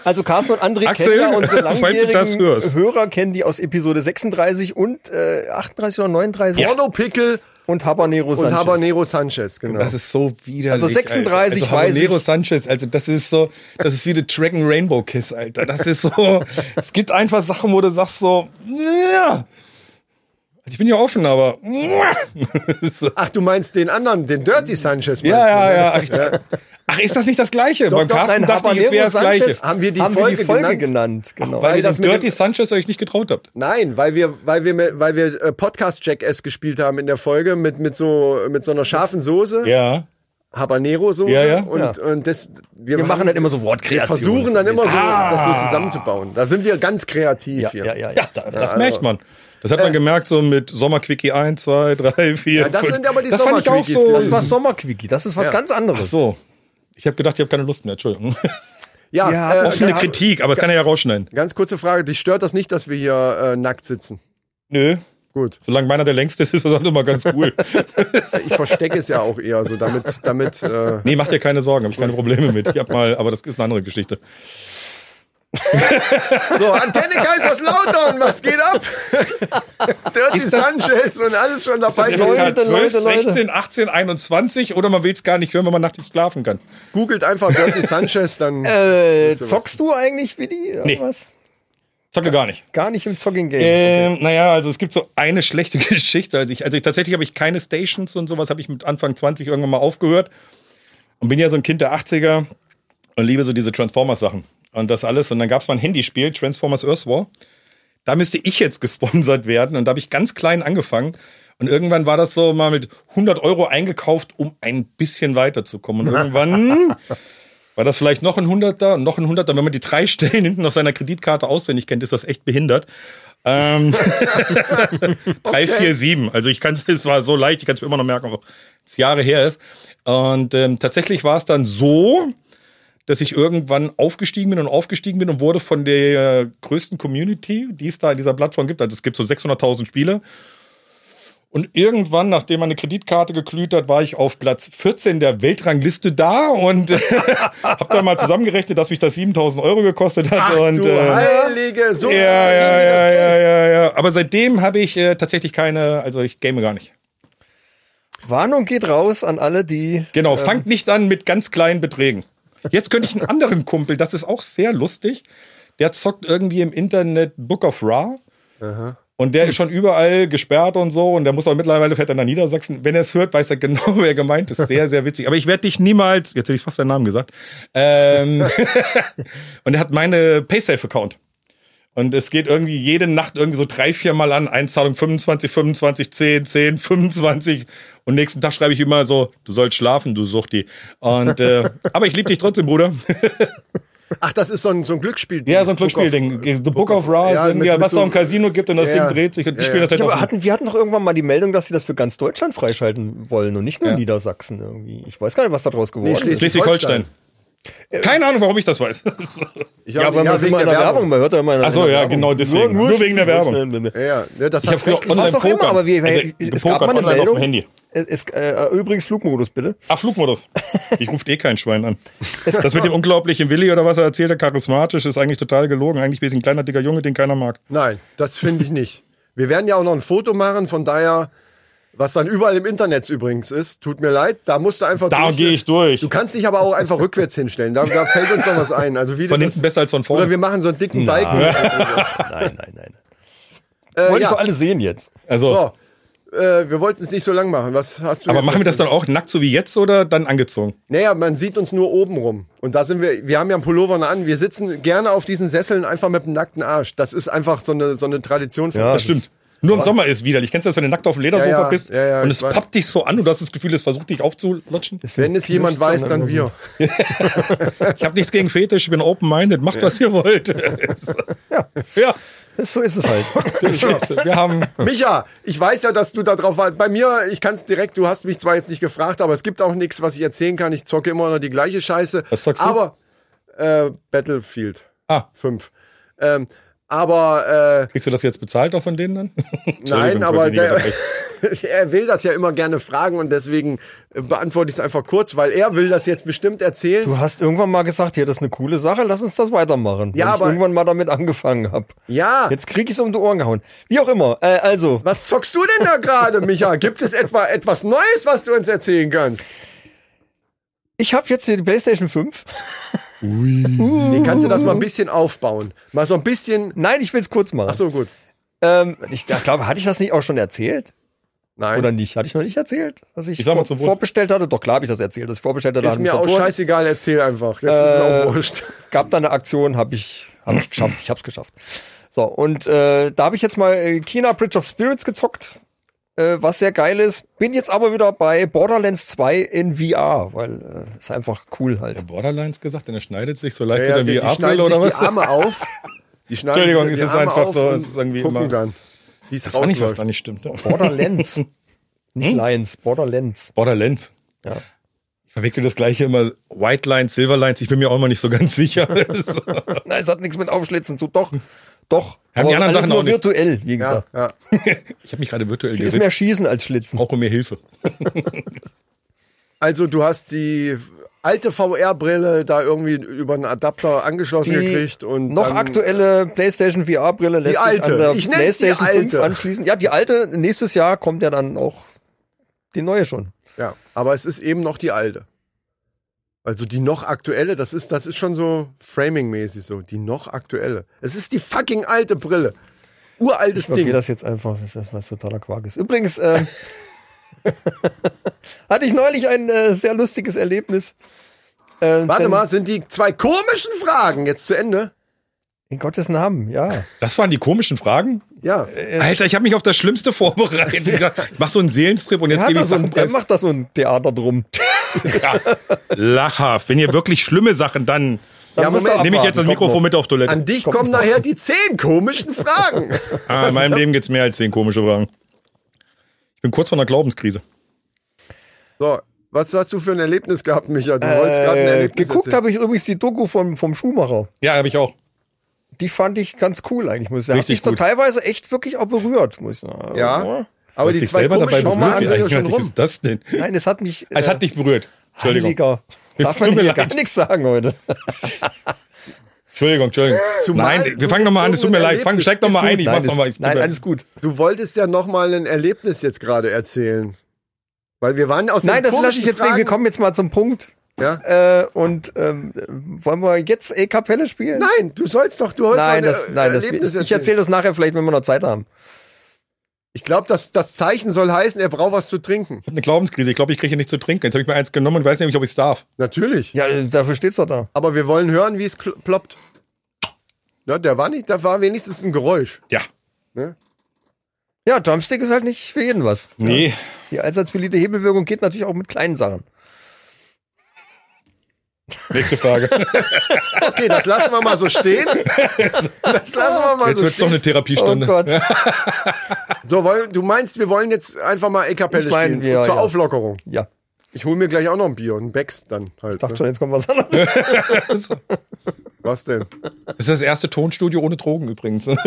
[SPEAKER 4] Also Carsten und André
[SPEAKER 1] Axel,
[SPEAKER 4] kennen ja unsere
[SPEAKER 1] falls du das
[SPEAKER 4] langjährigen
[SPEAKER 1] hörst.
[SPEAKER 4] Hörer kennen die aus Episode 36 und äh, 38 oder 39
[SPEAKER 5] Porno Pickel
[SPEAKER 4] und Habanero
[SPEAKER 5] und
[SPEAKER 4] Sanchez.
[SPEAKER 5] Habanero Sanchez, genau.
[SPEAKER 1] Das ist so widerlich.
[SPEAKER 4] Also 36
[SPEAKER 1] Alter.
[SPEAKER 4] weiß ich-
[SPEAKER 1] Habanero Sanchez, also das ist so, das ist wie The Dragon Rainbow Kiss, Alter. Das ist so, es gibt einfach Sachen, wo du sagst so, ja. Also ich bin ja offen, aber.
[SPEAKER 5] Ach, du meinst den anderen, den Dirty Sanchez? meinst
[SPEAKER 1] Ja, ja,
[SPEAKER 5] du, ne?
[SPEAKER 1] ja. Ach, da- Ach, ist das nicht das Gleiche? Beim
[SPEAKER 4] Doch,
[SPEAKER 1] Carsten
[SPEAKER 4] nein,
[SPEAKER 1] dachte ich, es wäre
[SPEAKER 4] Habanero
[SPEAKER 1] das Gleiche.
[SPEAKER 4] Sanchez
[SPEAKER 5] Haben wir die
[SPEAKER 4] haben
[SPEAKER 5] Folge
[SPEAKER 4] wir die Folge genannt.
[SPEAKER 5] genannt?
[SPEAKER 4] genau.
[SPEAKER 1] Weil,
[SPEAKER 5] weil
[SPEAKER 1] ihr
[SPEAKER 5] das
[SPEAKER 1] das
[SPEAKER 5] mit
[SPEAKER 1] Dirty
[SPEAKER 5] dem-
[SPEAKER 1] Sanchez euch nicht getraut habt.
[SPEAKER 5] Nein, weil wir, weil wir, weil wir äh, Podcast Jack S gespielt haben in der Folge mit mit so mit so einer scharfen Soße,
[SPEAKER 1] Ja.
[SPEAKER 5] Habanero Soße
[SPEAKER 1] Ja, ja.
[SPEAKER 5] und
[SPEAKER 4] Ja.
[SPEAKER 5] und das
[SPEAKER 4] wir machen dann immer so
[SPEAKER 5] wir
[SPEAKER 4] Wortkreationen.
[SPEAKER 5] versuchen dann immer so
[SPEAKER 1] Ah.
[SPEAKER 5] das so zusammenzubauen. Da sind wir ganz kreativ
[SPEAKER 4] ja,
[SPEAKER 5] hier.
[SPEAKER 4] ja, ja, ja.
[SPEAKER 1] Ja, da, das merkt man. Das hat man gemerkt, so mit Sommerquickie 1, 2, 3, 4.
[SPEAKER 5] Ja, das
[SPEAKER 1] fünf.
[SPEAKER 5] sind aber die
[SPEAKER 1] Das fand ich auch
[SPEAKER 5] Sommerquickies
[SPEAKER 1] so.
[SPEAKER 4] Das war Sommerquickie. Das ist was
[SPEAKER 5] Ja.
[SPEAKER 4] ganz anderes.
[SPEAKER 1] Ach so. Ich habe gedacht, ich habe keine Lust mehr. Entschuldigung.
[SPEAKER 5] Ja,
[SPEAKER 4] Ja, hat
[SPEAKER 1] Offene
[SPEAKER 5] ganz,
[SPEAKER 1] Kritik, aber das kann er ja rausschneiden.
[SPEAKER 5] ganz kurze Frage: Dich stört das nicht, dass wir hier äh, nackt sitzen?
[SPEAKER 1] Nö.
[SPEAKER 5] Gut,
[SPEAKER 1] Solange meiner der längste ist, ist das immer ganz cool.
[SPEAKER 5] ich verstecke es ja auch eher so, damit damit. Äh,
[SPEAKER 1] nee, mach dir keine Sorgen, habe ich keine Probleme mit. Ich hab mal, aber das ist eine andere Geschichte.
[SPEAKER 5] So, Antenne Kaiserslautern, was geht ab? Dirty Sanchez und alles schon dabei.
[SPEAKER 1] FSK
[SPEAKER 4] Leute,
[SPEAKER 1] 12,
[SPEAKER 4] Leute, Leute.
[SPEAKER 1] 16, 18, 21 oder man will es gar nicht hören, wenn man nachts nicht schlafen kann.
[SPEAKER 5] Googelt einfach Dirty Sanchez, dann.
[SPEAKER 4] Äh, zockst du eigentlich wie die?
[SPEAKER 1] Nee.
[SPEAKER 4] Was?
[SPEAKER 1] Zocke gar nicht.
[SPEAKER 4] Gar nicht im Zogging-Game.
[SPEAKER 1] Ähm, Naja, also es gibt so eine schlechte Geschichte. Also ich, also ich, tatsächlich habe ich keine Stations und sowas, habe ich mit Anfang 20 irgendwann mal aufgehört. Und bin ja so ein Kind der 80er und liebe so diese Transformers-Sachen und das alles. Und dann gab es mal ein Handyspiel, Transformers Earth War. Da müsste ich jetzt gesponsert werden und da habe ich ganz klein angefangen. Und irgendwann war das so mal mit 100 Euro eingekauft, um ein bisschen weiterzukommen. Und irgendwann war das vielleicht noch ein Hunderter und noch ein Hunderter. Wenn man die drei Stellen hinten auf seiner Kreditkarte auswendig kennt, ist das echt behindert. Ähm, 347. Also ich kann es, es war so leicht, ich kann es mir immer noch merken, obwohl es Jahre her ist. Und ähm, tatsächlich war es dann so, dass ich irgendwann aufgestiegen bin und aufgestiegen bin und wurde von der äh, größten Community, die es da in dieser Plattform gibt. Also es gibt so 600.000 Spiele. Und irgendwann, nachdem meine Kreditkarte geglüht hat, war ich auf Platz 14 der Weltrangliste da und habe dann mal zusammengerechnet, dass mich das 7000 Euro gekostet hat.
[SPEAKER 5] Ach
[SPEAKER 1] und,
[SPEAKER 5] du
[SPEAKER 1] äh,
[SPEAKER 5] Heilige, so
[SPEAKER 1] ja, ja,
[SPEAKER 5] verdienen
[SPEAKER 1] ja,
[SPEAKER 5] die das
[SPEAKER 1] ja,
[SPEAKER 5] Geld.
[SPEAKER 1] ja, ja. Aber seitdem habe ich äh, tatsächlich keine, also ich game gar nicht.
[SPEAKER 4] Warnung geht raus an alle, die.
[SPEAKER 1] Genau,
[SPEAKER 5] Ähm.
[SPEAKER 1] fangt nicht an mit ganz kleinen Beträgen. Jetzt könnte ich einen anderen Kumpel, das ist auch sehr lustig, der zockt irgendwie im Internet Book of Ra. Und der ist schon überall gesperrt und so. Und der muss auch mittlerweile fährt er nach Niedersachsen. Wenn er es hört, weiß er genau, wer gemeint ist. Sehr, sehr witzig. Aber ich werde dich niemals, jetzt hätte ich fast deinen Namen gesagt. Ähm, und er hat meine Paysafe-Account. Und es geht irgendwie jede Nacht irgendwie so drei, vier Mal an. Einzahlung 25, 25, 10, 10, 25. Und nächsten Tag schreibe ich immer so, du sollst schlafen, du Suchti. Und, äh, aber ich liebe dich trotzdem, Bruder.
[SPEAKER 5] Ach, das ist so ein, so ein Glücksspiel.
[SPEAKER 1] ja, so ein Glücksspielding. The Book of Ra ist
[SPEAKER 5] Ja,
[SPEAKER 1] irgendwie,
[SPEAKER 5] mit- mit
[SPEAKER 1] was
[SPEAKER 5] so-
[SPEAKER 1] da im Casino gibt und das
[SPEAKER 5] Ja,
[SPEAKER 1] Ding
[SPEAKER 5] ja.
[SPEAKER 1] dreht sich. Und ich
[SPEAKER 5] Ja,
[SPEAKER 1] spiele das
[SPEAKER 4] Ich
[SPEAKER 1] halt
[SPEAKER 4] aber
[SPEAKER 1] auch.
[SPEAKER 4] hatten, wir hatten doch irgendwann mal die Meldung, dass sie das für ganz Deutschland freischalten wollen und nicht nur in Niedersachsen irgendwie. Ich weiß gar nicht, was da draus geworden
[SPEAKER 5] Schleswig-
[SPEAKER 4] ist.
[SPEAKER 1] Schleswig-Holstein. Keine
[SPEAKER 5] Äh,
[SPEAKER 1] Ahnung, warum ich das weiß.
[SPEAKER 5] Ich
[SPEAKER 4] Ja, aber man sieht mal in der Werbung, man hört ja immer in der
[SPEAKER 1] Ach so,
[SPEAKER 4] in der
[SPEAKER 1] ja,
[SPEAKER 4] Werbung.
[SPEAKER 1] genau deswegen. Nur wegen der
[SPEAKER 4] Werbung.
[SPEAKER 5] Ja, ja, das
[SPEAKER 1] Ich
[SPEAKER 5] hat
[SPEAKER 1] hab früher
[SPEAKER 5] rechtlich-
[SPEAKER 1] online-
[SPEAKER 4] Was auch immer,
[SPEAKER 1] Pokern.
[SPEAKER 4] aber wir,
[SPEAKER 1] Also,
[SPEAKER 4] es
[SPEAKER 1] gepokert
[SPEAKER 4] gab mal eine
[SPEAKER 1] online auf dem
[SPEAKER 4] Meldung.
[SPEAKER 1] Handy.
[SPEAKER 4] Es, äh, übrigens Flugmodus, bitte.
[SPEAKER 1] Ah, Flugmodus. Ich ruft eh kein Schwein an. Das mit dem unglaublichen Willi oder was er erzählt hat, charismatisch, ist eigentlich total gelogen. Eigentlich bin ich ein kleiner, dicker Junge, den keiner mag.
[SPEAKER 5] Nein, das finde ich nicht. Wir werden ja auch noch ein Foto machen, von daher, was dann überall im Internet übrigens ist. Tut mir leid, da musst du einfach.
[SPEAKER 1] Da gehe ich durch.
[SPEAKER 5] Du kannst dich aber auch einfach rückwärts hinstellen. Da, da fällt uns noch was ein. Also wie du
[SPEAKER 1] Von
[SPEAKER 5] das,
[SPEAKER 1] hinten besser als von
[SPEAKER 5] oder
[SPEAKER 1] vorne.
[SPEAKER 5] wir machen so einen dicken Balken.
[SPEAKER 4] Nein, nein, nein.
[SPEAKER 5] Äh,
[SPEAKER 4] Wollte
[SPEAKER 5] ja.
[SPEAKER 4] ich doch alle sehen jetzt.
[SPEAKER 1] Also,
[SPEAKER 5] So, äh, wir wollten es nicht so lang machen. Was hast du
[SPEAKER 1] aber
[SPEAKER 5] jetzt
[SPEAKER 1] machen wir das
[SPEAKER 5] dazu?
[SPEAKER 1] dann auch nackt so wie jetzt oder dann angezogen?
[SPEAKER 5] Naja, man sieht uns nur oben rum. Und da sind wir, wir haben ja einen Pullover noch an. Wir sitzen gerne auf diesen Sesseln einfach mit dem nackten Arsch. Das ist einfach so eine, so eine Tradition von
[SPEAKER 4] Ja,
[SPEAKER 5] uns.
[SPEAKER 4] das
[SPEAKER 1] Stimmt. Nur im Sommer ist widerlich. Kennst du das, wenn du nackt auf dem Ledersofa
[SPEAKER 5] Ja, ja,
[SPEAKER 1] bist
[SPEAKER 5] ja, ja,
[SPEAKER 1] und
[SPEAKER 5] ich
[SPEAKER 1] es
[SPEAKER 5] weiß.
[SPEAKER 1] pappt dich so an und du hast das Gefühl, es versucht dich aufzulutschen?
[SPEAKER 5] Wenn es jemand weiß, dann wir.
[SPEAKER 1] Ich habe nichts gegen Fetisch, ich bin open-minded, macht, was ihr wollt. ja,
[SPEAKER 4] So ist es halt.
[SPEAKER 1] das ist, wir haben
[SPEAKER 5] Micha, ich weiß ja, dass du da drauf warst. Bei mir, ich kann es direkt, du hast mich zwar jetzt nicht gefragt, aber es gibt auch nichts, was ich erzählen kann. Ich zocke immer noch die gleiche Scheiße.
[SPEAKER 1] Was zockst du?
[SPEAKER 5] Aber äh, Battlefield
[SPEAKER 1] Ah.
[SPEAKER 5] 5. Ähm, aber äh,
[SPEAKER 1] Kriegst du das jetzt bezahlt auch von denen dann?
[SPEAKER 5] nein,
[SPEAKER 1] Entschuldigung,
[SPEAKER 5] aber
[SPEAKER 1] wollte nicht
[SPEAKER 5] der,
[SPEAKER 1] unterbrechen.
[SPEAKER 5] äh, er will das ja immer gerne fragen und deswegen äh, beantworte ich es einfach kurz, weil er will das jetzt bestimmt erzählen.
[SPEAKER 4] Du hast irgendwann mal gesagt, hier, das ist eine coole Sache, lass uns das weitermachen.
[SPEAKER 5] Ja,
[SPEAKER 4] weil
[SPEAKER 5] aber-
[SPEAKER 4] ich irgendwann mal damit angefangen habe.
[SPEAKER 5] Ja.
[SPEAKER 4] Jetzt krieg ich es um die Ohren gehauen. Wie auch immer. Äh, also,
[SPEAKER 5] was zockst du denn da gerade, Micha? Gibt es etwa etwas Neues, was du uns erzählen kannst?
[SPEAKER 4] ich habe jetzt hier die PlayStation 5.
[SPEAKER 5] Nee, kannst du das mal ein bisschen aufbauen? Mal so ein bisschen.
[SPEAKER 4] Nein, ich will es kurz machen.
[SPEAKER 5] Ach so, gut.
[SPEAKER 4] Ähm, ich da- glaube, hatte ich das nicht auch schon erzählt?
[SPEAKER 5] Nein.
[SPEAKER 4] Oder nicht? Hatte ich noch nicht erzählt, dass ich,
[SPEAKER 1] Ich sag mal
[SPEAKER 4] vor,
[SPEAKER 1] zum Wohl.
[SPEAKER 4] vorbestellt hatte? Doch, klar habe ich das erzählt, dass ich vorbestellt hatte.
[SPEAKER 5] Ist
[SPEAKER 4] an
[SPEAKER 5] mir auch
[SPEAKER 4] Saturn.
[SPEAKER 5] scheißegal, erzähl einfach. Jetzt ist es
[SPEAKER 4] Äh,
[SPEAKER 5] auch wurscht.
[SPEAKER 4] Gab da eine Aktion, habe ich, hab ich geschafft. Ich habe es geschafft. So, und äh, da habe ich jetzt mal äh, China Bridge of Spirits gezockt, äh, was sehr geil ist. Bin jetzt aber wieder bei Borderlands 2 in VR, weil äh, ist einfach cool halt.
[SPEAKER 1] Borderlines gesagt, denn er schneidet sich so leicht
[SPEAKER 5] Ja, ja,
[SPEAKER 1] wieder wie April
[SPEAKER 5] schneiden
[SPEAKER 1] oder
[SPEAKER 5] sich
[SPEAKER 1] was?
[SPEAKER 5] die Arme auf. Die schneiden
[SPEAKER 1] Entschuldigung,
[SPEAKER 5] sich
[SPEAKER 1] es
[SPEAKER 5] die
[SPEAKER 1] ist
[SPEAKER 5] Arme
[SPEAKER 1] einfach
[SPEAKER 5] auf
[SPEAKER 1] so,
[SPEAKER 5] und
[SPEAKER 1] es ist irgendwie
[SPEAKER 5] gucken
[SPEAKER 1] immer-
[SPEAKER 5] dann, wie es
[SPEAKER 1] Das war nicht, was
[SPEAKER 5] rausläuft.
[SPEAKER 1] da nicht stimmt.
[SPEAKER 4] Borderlands. Nicht Lions, Borderlands.
[SPEAKER 1] Borderlands.
[SPEAKER 4] Ja.
[SPEAKER 1] Ich verwechsel das gleiche immer. White Lines, Silver Lines, ich bin mir auch immer nicht so ganz sicher. so.
[SPEAKER 4] Nein, es hat nichts mit Aufschlitzen zu. Doch, doch.
[SPEAKER 1] die anderen
[SPEAKER 4] alles
[SPEAKER 1] Sachen
[SPEAKER 4] nur
[SPEAKER 1] auch nicht.
[SPEAKER 4] virtuell, wie
[SPEAKER 5] Ja,
[SPEAKER 4] gesagt.
[SPEAKER 5] ja.
[SPEAKER 1] Ich habe mich gerade virtuell um
[SPEAKER 4] Ist mehr
[SPEAKER 1] gesetzt.
[SPEAKER 4] Schießen als Schlitzen.
[SPEAKER 1] Brauche mir Hilfe.
[SPEAKER 5] Also du hast die alte VR-Brille da irgendwie über einen Adapter angeschlossen gekriegt und
[SPEAKER 4] noch
[SPEAKER 5] dann,
[SPEAKER 4] aktuelle PlayStation VR-Brille lässt
[SPEAKER 5] alte.
[SPEAKER 4] sich an der
[SPEAKER 5] Ich nenn's die
[SPEAKER 4] PlayStation 5
[SPEAKER 5] alte.
[SPEAKER 4] anschließen. Ja, die alte, nächstes Jahr kommt ja dann auch die neue schon.
[SPEAKER 5] Ja, aber es ist eben noch die alte. Also die noch aktuelle, das ist, das ist schon so framing-mäßig so. Die noch aktuelle. Es ist die fucking alte Brille. Uraltes
[SPEAKER 4] Ich probier
[SPEAKER 5] Ding.
[SPEAKER 4] das jetzt einfach, das ist was totaler Quark ist. Übrigens, äh, hatte ich neulich ein äh, sehr lustiges Erlebnis. Äh,
[SPEAKER 5] Warte
[SPEAKER 4] denn-
[SPEAKER 5] mal, sind die zwei komischen Fragen jetzt zu Ende?
[SPEAKER 4] In Gottes Namen, ja.
[SPEAKER 1] Das waren die komischen Fragen?
[SPEAKER 5] Ja.
[SPEAKER 4] Äh,
[SPEAKER 1] Alter, ich habe mich auf das Schlimmste vorbereitet. Ich mach so einen Seelenstrip und
[SPEAKER 4] Er,
[SPEAKER 1] jetzt
[SPEAKER 4] hat
[SPEAKER 1] gebe
[SPEAKER 4] da
[SPEAKER 1] ich
[SPEAKER 4] so ein,
[SPEAKER 1] Sachen
[SPEAKER 4] er
[SPEAKER 1] preis.
[SPEAKER 4] macht da so ein Theater drum.
[SPEAKER 1] Ja. Lachhaft. Wenn ihr wirklich schlimme Sachen, dann
[SPEAKER 5] Ja,
[SPEAKER 4] muss
[SPEAKER 5] Moment.
[SPEAKER 4] er
[SPEAKER 1] nehme ich jetzt das
[SPEAKER 4] abwarten.
[SPEAKER 1] Mikrofon mit auf
[SPEAKER 5] An
[SPEAKER 1] Toilette.
[SPEAKER 5] dich kommen nachher die zehn komischen Fragen.
[SPEAKER 1] Ah, in meinem Leben gibt's mehr als zehn komische Fragen. Ich bin kurz vor einer Glaubenskrise.
[SPEAKER 5] So, was hast du für ein Erlebnis gehabt, Micha? Du wolltest gerade ein
[SPEAKER 4] Äh,
[SPEAKER 5] Erlebnis
[SPEAKER 4] geguckt
[SPEAKER 5] erzählen.
[SPEAKER 4] habe ich übrigens die Doku vom, vom Schumacher.
[SPEAKER 1] Ja, habe ich auch.
[SPEAKER 4] Die fand ich ganz cool eigentlich, muss ich sagen. Hat
[SPEAKER 1] Richtig
[SPEAKER 4] mich so
[SPEAKER 1] gut.
[SPEAKER 4] teilweise echt wirklich auch berührt, muss ich sagen.
[SPEAKER 5] Ja. Aber die zwei komischen
[SPEAKER 1] berührt?
[SPEAKER 5] Fragen
[SPEAKER 1] Wie
[SPEAKER 5] sind ja schon
[SPEAKER 1] eigenartig
[SPEAKER 5] rum.
[SPEAKER 1] ist das denn?
[SPEAKER 4] Nein, es hat mich.
[SPEAKER 1] Es hat dich berührt. Entschuldigung.
[SPEAKER 4] Heiliger. Darf
[SPEAKER 1] Es tut
[SPEAKER 4] man
[SPEAKER 1] mir
[SPEAKER 4] hier gar
[SPEAKER 1] leid.
[SPEAKER 4] nichts sagen heute.
[SPEAKER 1] Entschuldigung, Entschuldigung.
[SPEAKER 5] Äh, Zumal
[SPEAKER 1] Nein,
[SPEAKER 5] du
[SPEAKER 1] wir fangen nochmal
[SPEAKER 5] jetzt
[SPEAKER 1] an. Es tut mir
[SPEAKER 5] irgendein
[SPEAKER 1] leid. Fang,
[SPEAKER 5] Erlebnis-
[SPEAKER 1] steig nochmal
[SPEAKER 5] Ist
[SPEAKER 1] ein. Ich
[SPEAKER 4] nein,
[SPEAKER 1] mach's
[SPEAKER 4] ist-
[SPEAKER 1] nochmal. Ich-
[SPEAKER 4] nein, alles gut.
[SPEAKER 5] Du wolltest ja noch mal ein Erlebnis jetzt gerade erzählen. Weil wir waren aus den
[SPEAKER 4] Nein, das lasse
[SPEAKER 5] komischen
[SPEAKER 4] ich jetzt
[SPEAKER 5] Fragen,
[SPEAKER 4] weg. Wir kommen jetzt mal zum Punkt.
[SPEAKER 5] Ja?
[SPEAKER 4] Äh, und ähm, wollen wir jetzt E Kapelle spielen?
[SPEAKER 5] Nein, du sollst doch, du sollst
[SPEAKER 4] nein,
[SPEAKER 5] doch ein
[SPEAKER 4] das,
[SPEAKER 5] Er-
[SPEAKER 4] nein, das,
[SPEAKER 5] Erlebnis
[SPEAKER 4] ich
[SPEAKER 5] erzählen.
[SPEAKER 4] erzähle das nachher vielleicht, wenn wir noch Zeit haben.
[SPEAKER 5] Ich glaube, das, das Zeichen soll heißen, er braucht was zu trinken.
[SPEAKER 1] Ich habe eine Glaubenskrise. Ich glaube, ich kriege hier nichts zu trinken. Jetzt habe ich mir eins genommen und weiß nicht, ob ich es darf.
[SPEAKER 5] Natürlich.
[SPEAKER 4] Ja, äh, dafür steht's doch da.
[SPEAKER 5] Aber wir wollen hören, wie es kl- ploppt. Ja, der war nicht, da war wenigstens ein Geräusch.
[SPEAKER 1] Ja.
[SPEAKER 4] Ja, Drumstick ist halt nicht für jeden was.
[SPEAKER 1] Nee.
[SPEAKER 4] Die allseits beliebte Hebelwirkung geht natürlich auch mit kleinen Sachen.
[SPEAKER 1] Nächste Frage.
[SPEAKER 5] Also Okay, das lassen wir mal so stehen. Das lassen wir mal
[SPEAKER 1] Jetzt
[SPEAKER 5] so
[SPEAKER 1] wird's doch
[SPEAKER 5] stehen.
[SPEAKER 1] eine
[SPEAKER 4] Oh
[SPEAKER 5] Oh
[SPEAKER 1] Therapiestunde.
[SPEAKER 5] So, wollen- du meinst, wir wollen jetzt einfach mal E-Kapelle
[SPEAKER 4] Ich mein,
[SPEAKER 5] spielen.
[SPEAKER 4] wir-
[SPEAKER 5] zur
[SPEAKER 4] ja.
[SPEAKER 5] Auflockerung.
[SPEAKER 4] Ja,
[SPEAKER 5] Ich hole mir gleich auch noch ein Bier und einen Becks dann halt.
[SPEAKER 4] dachte
[SPEAKER 5] ne?
[SPEAKER 4] schon, jetzt kommt was anderes.
[SPEAKER 5] Was denn?
[SPEAKER 1] Das ist das erste Tonstudio ohne Drogen übrigens.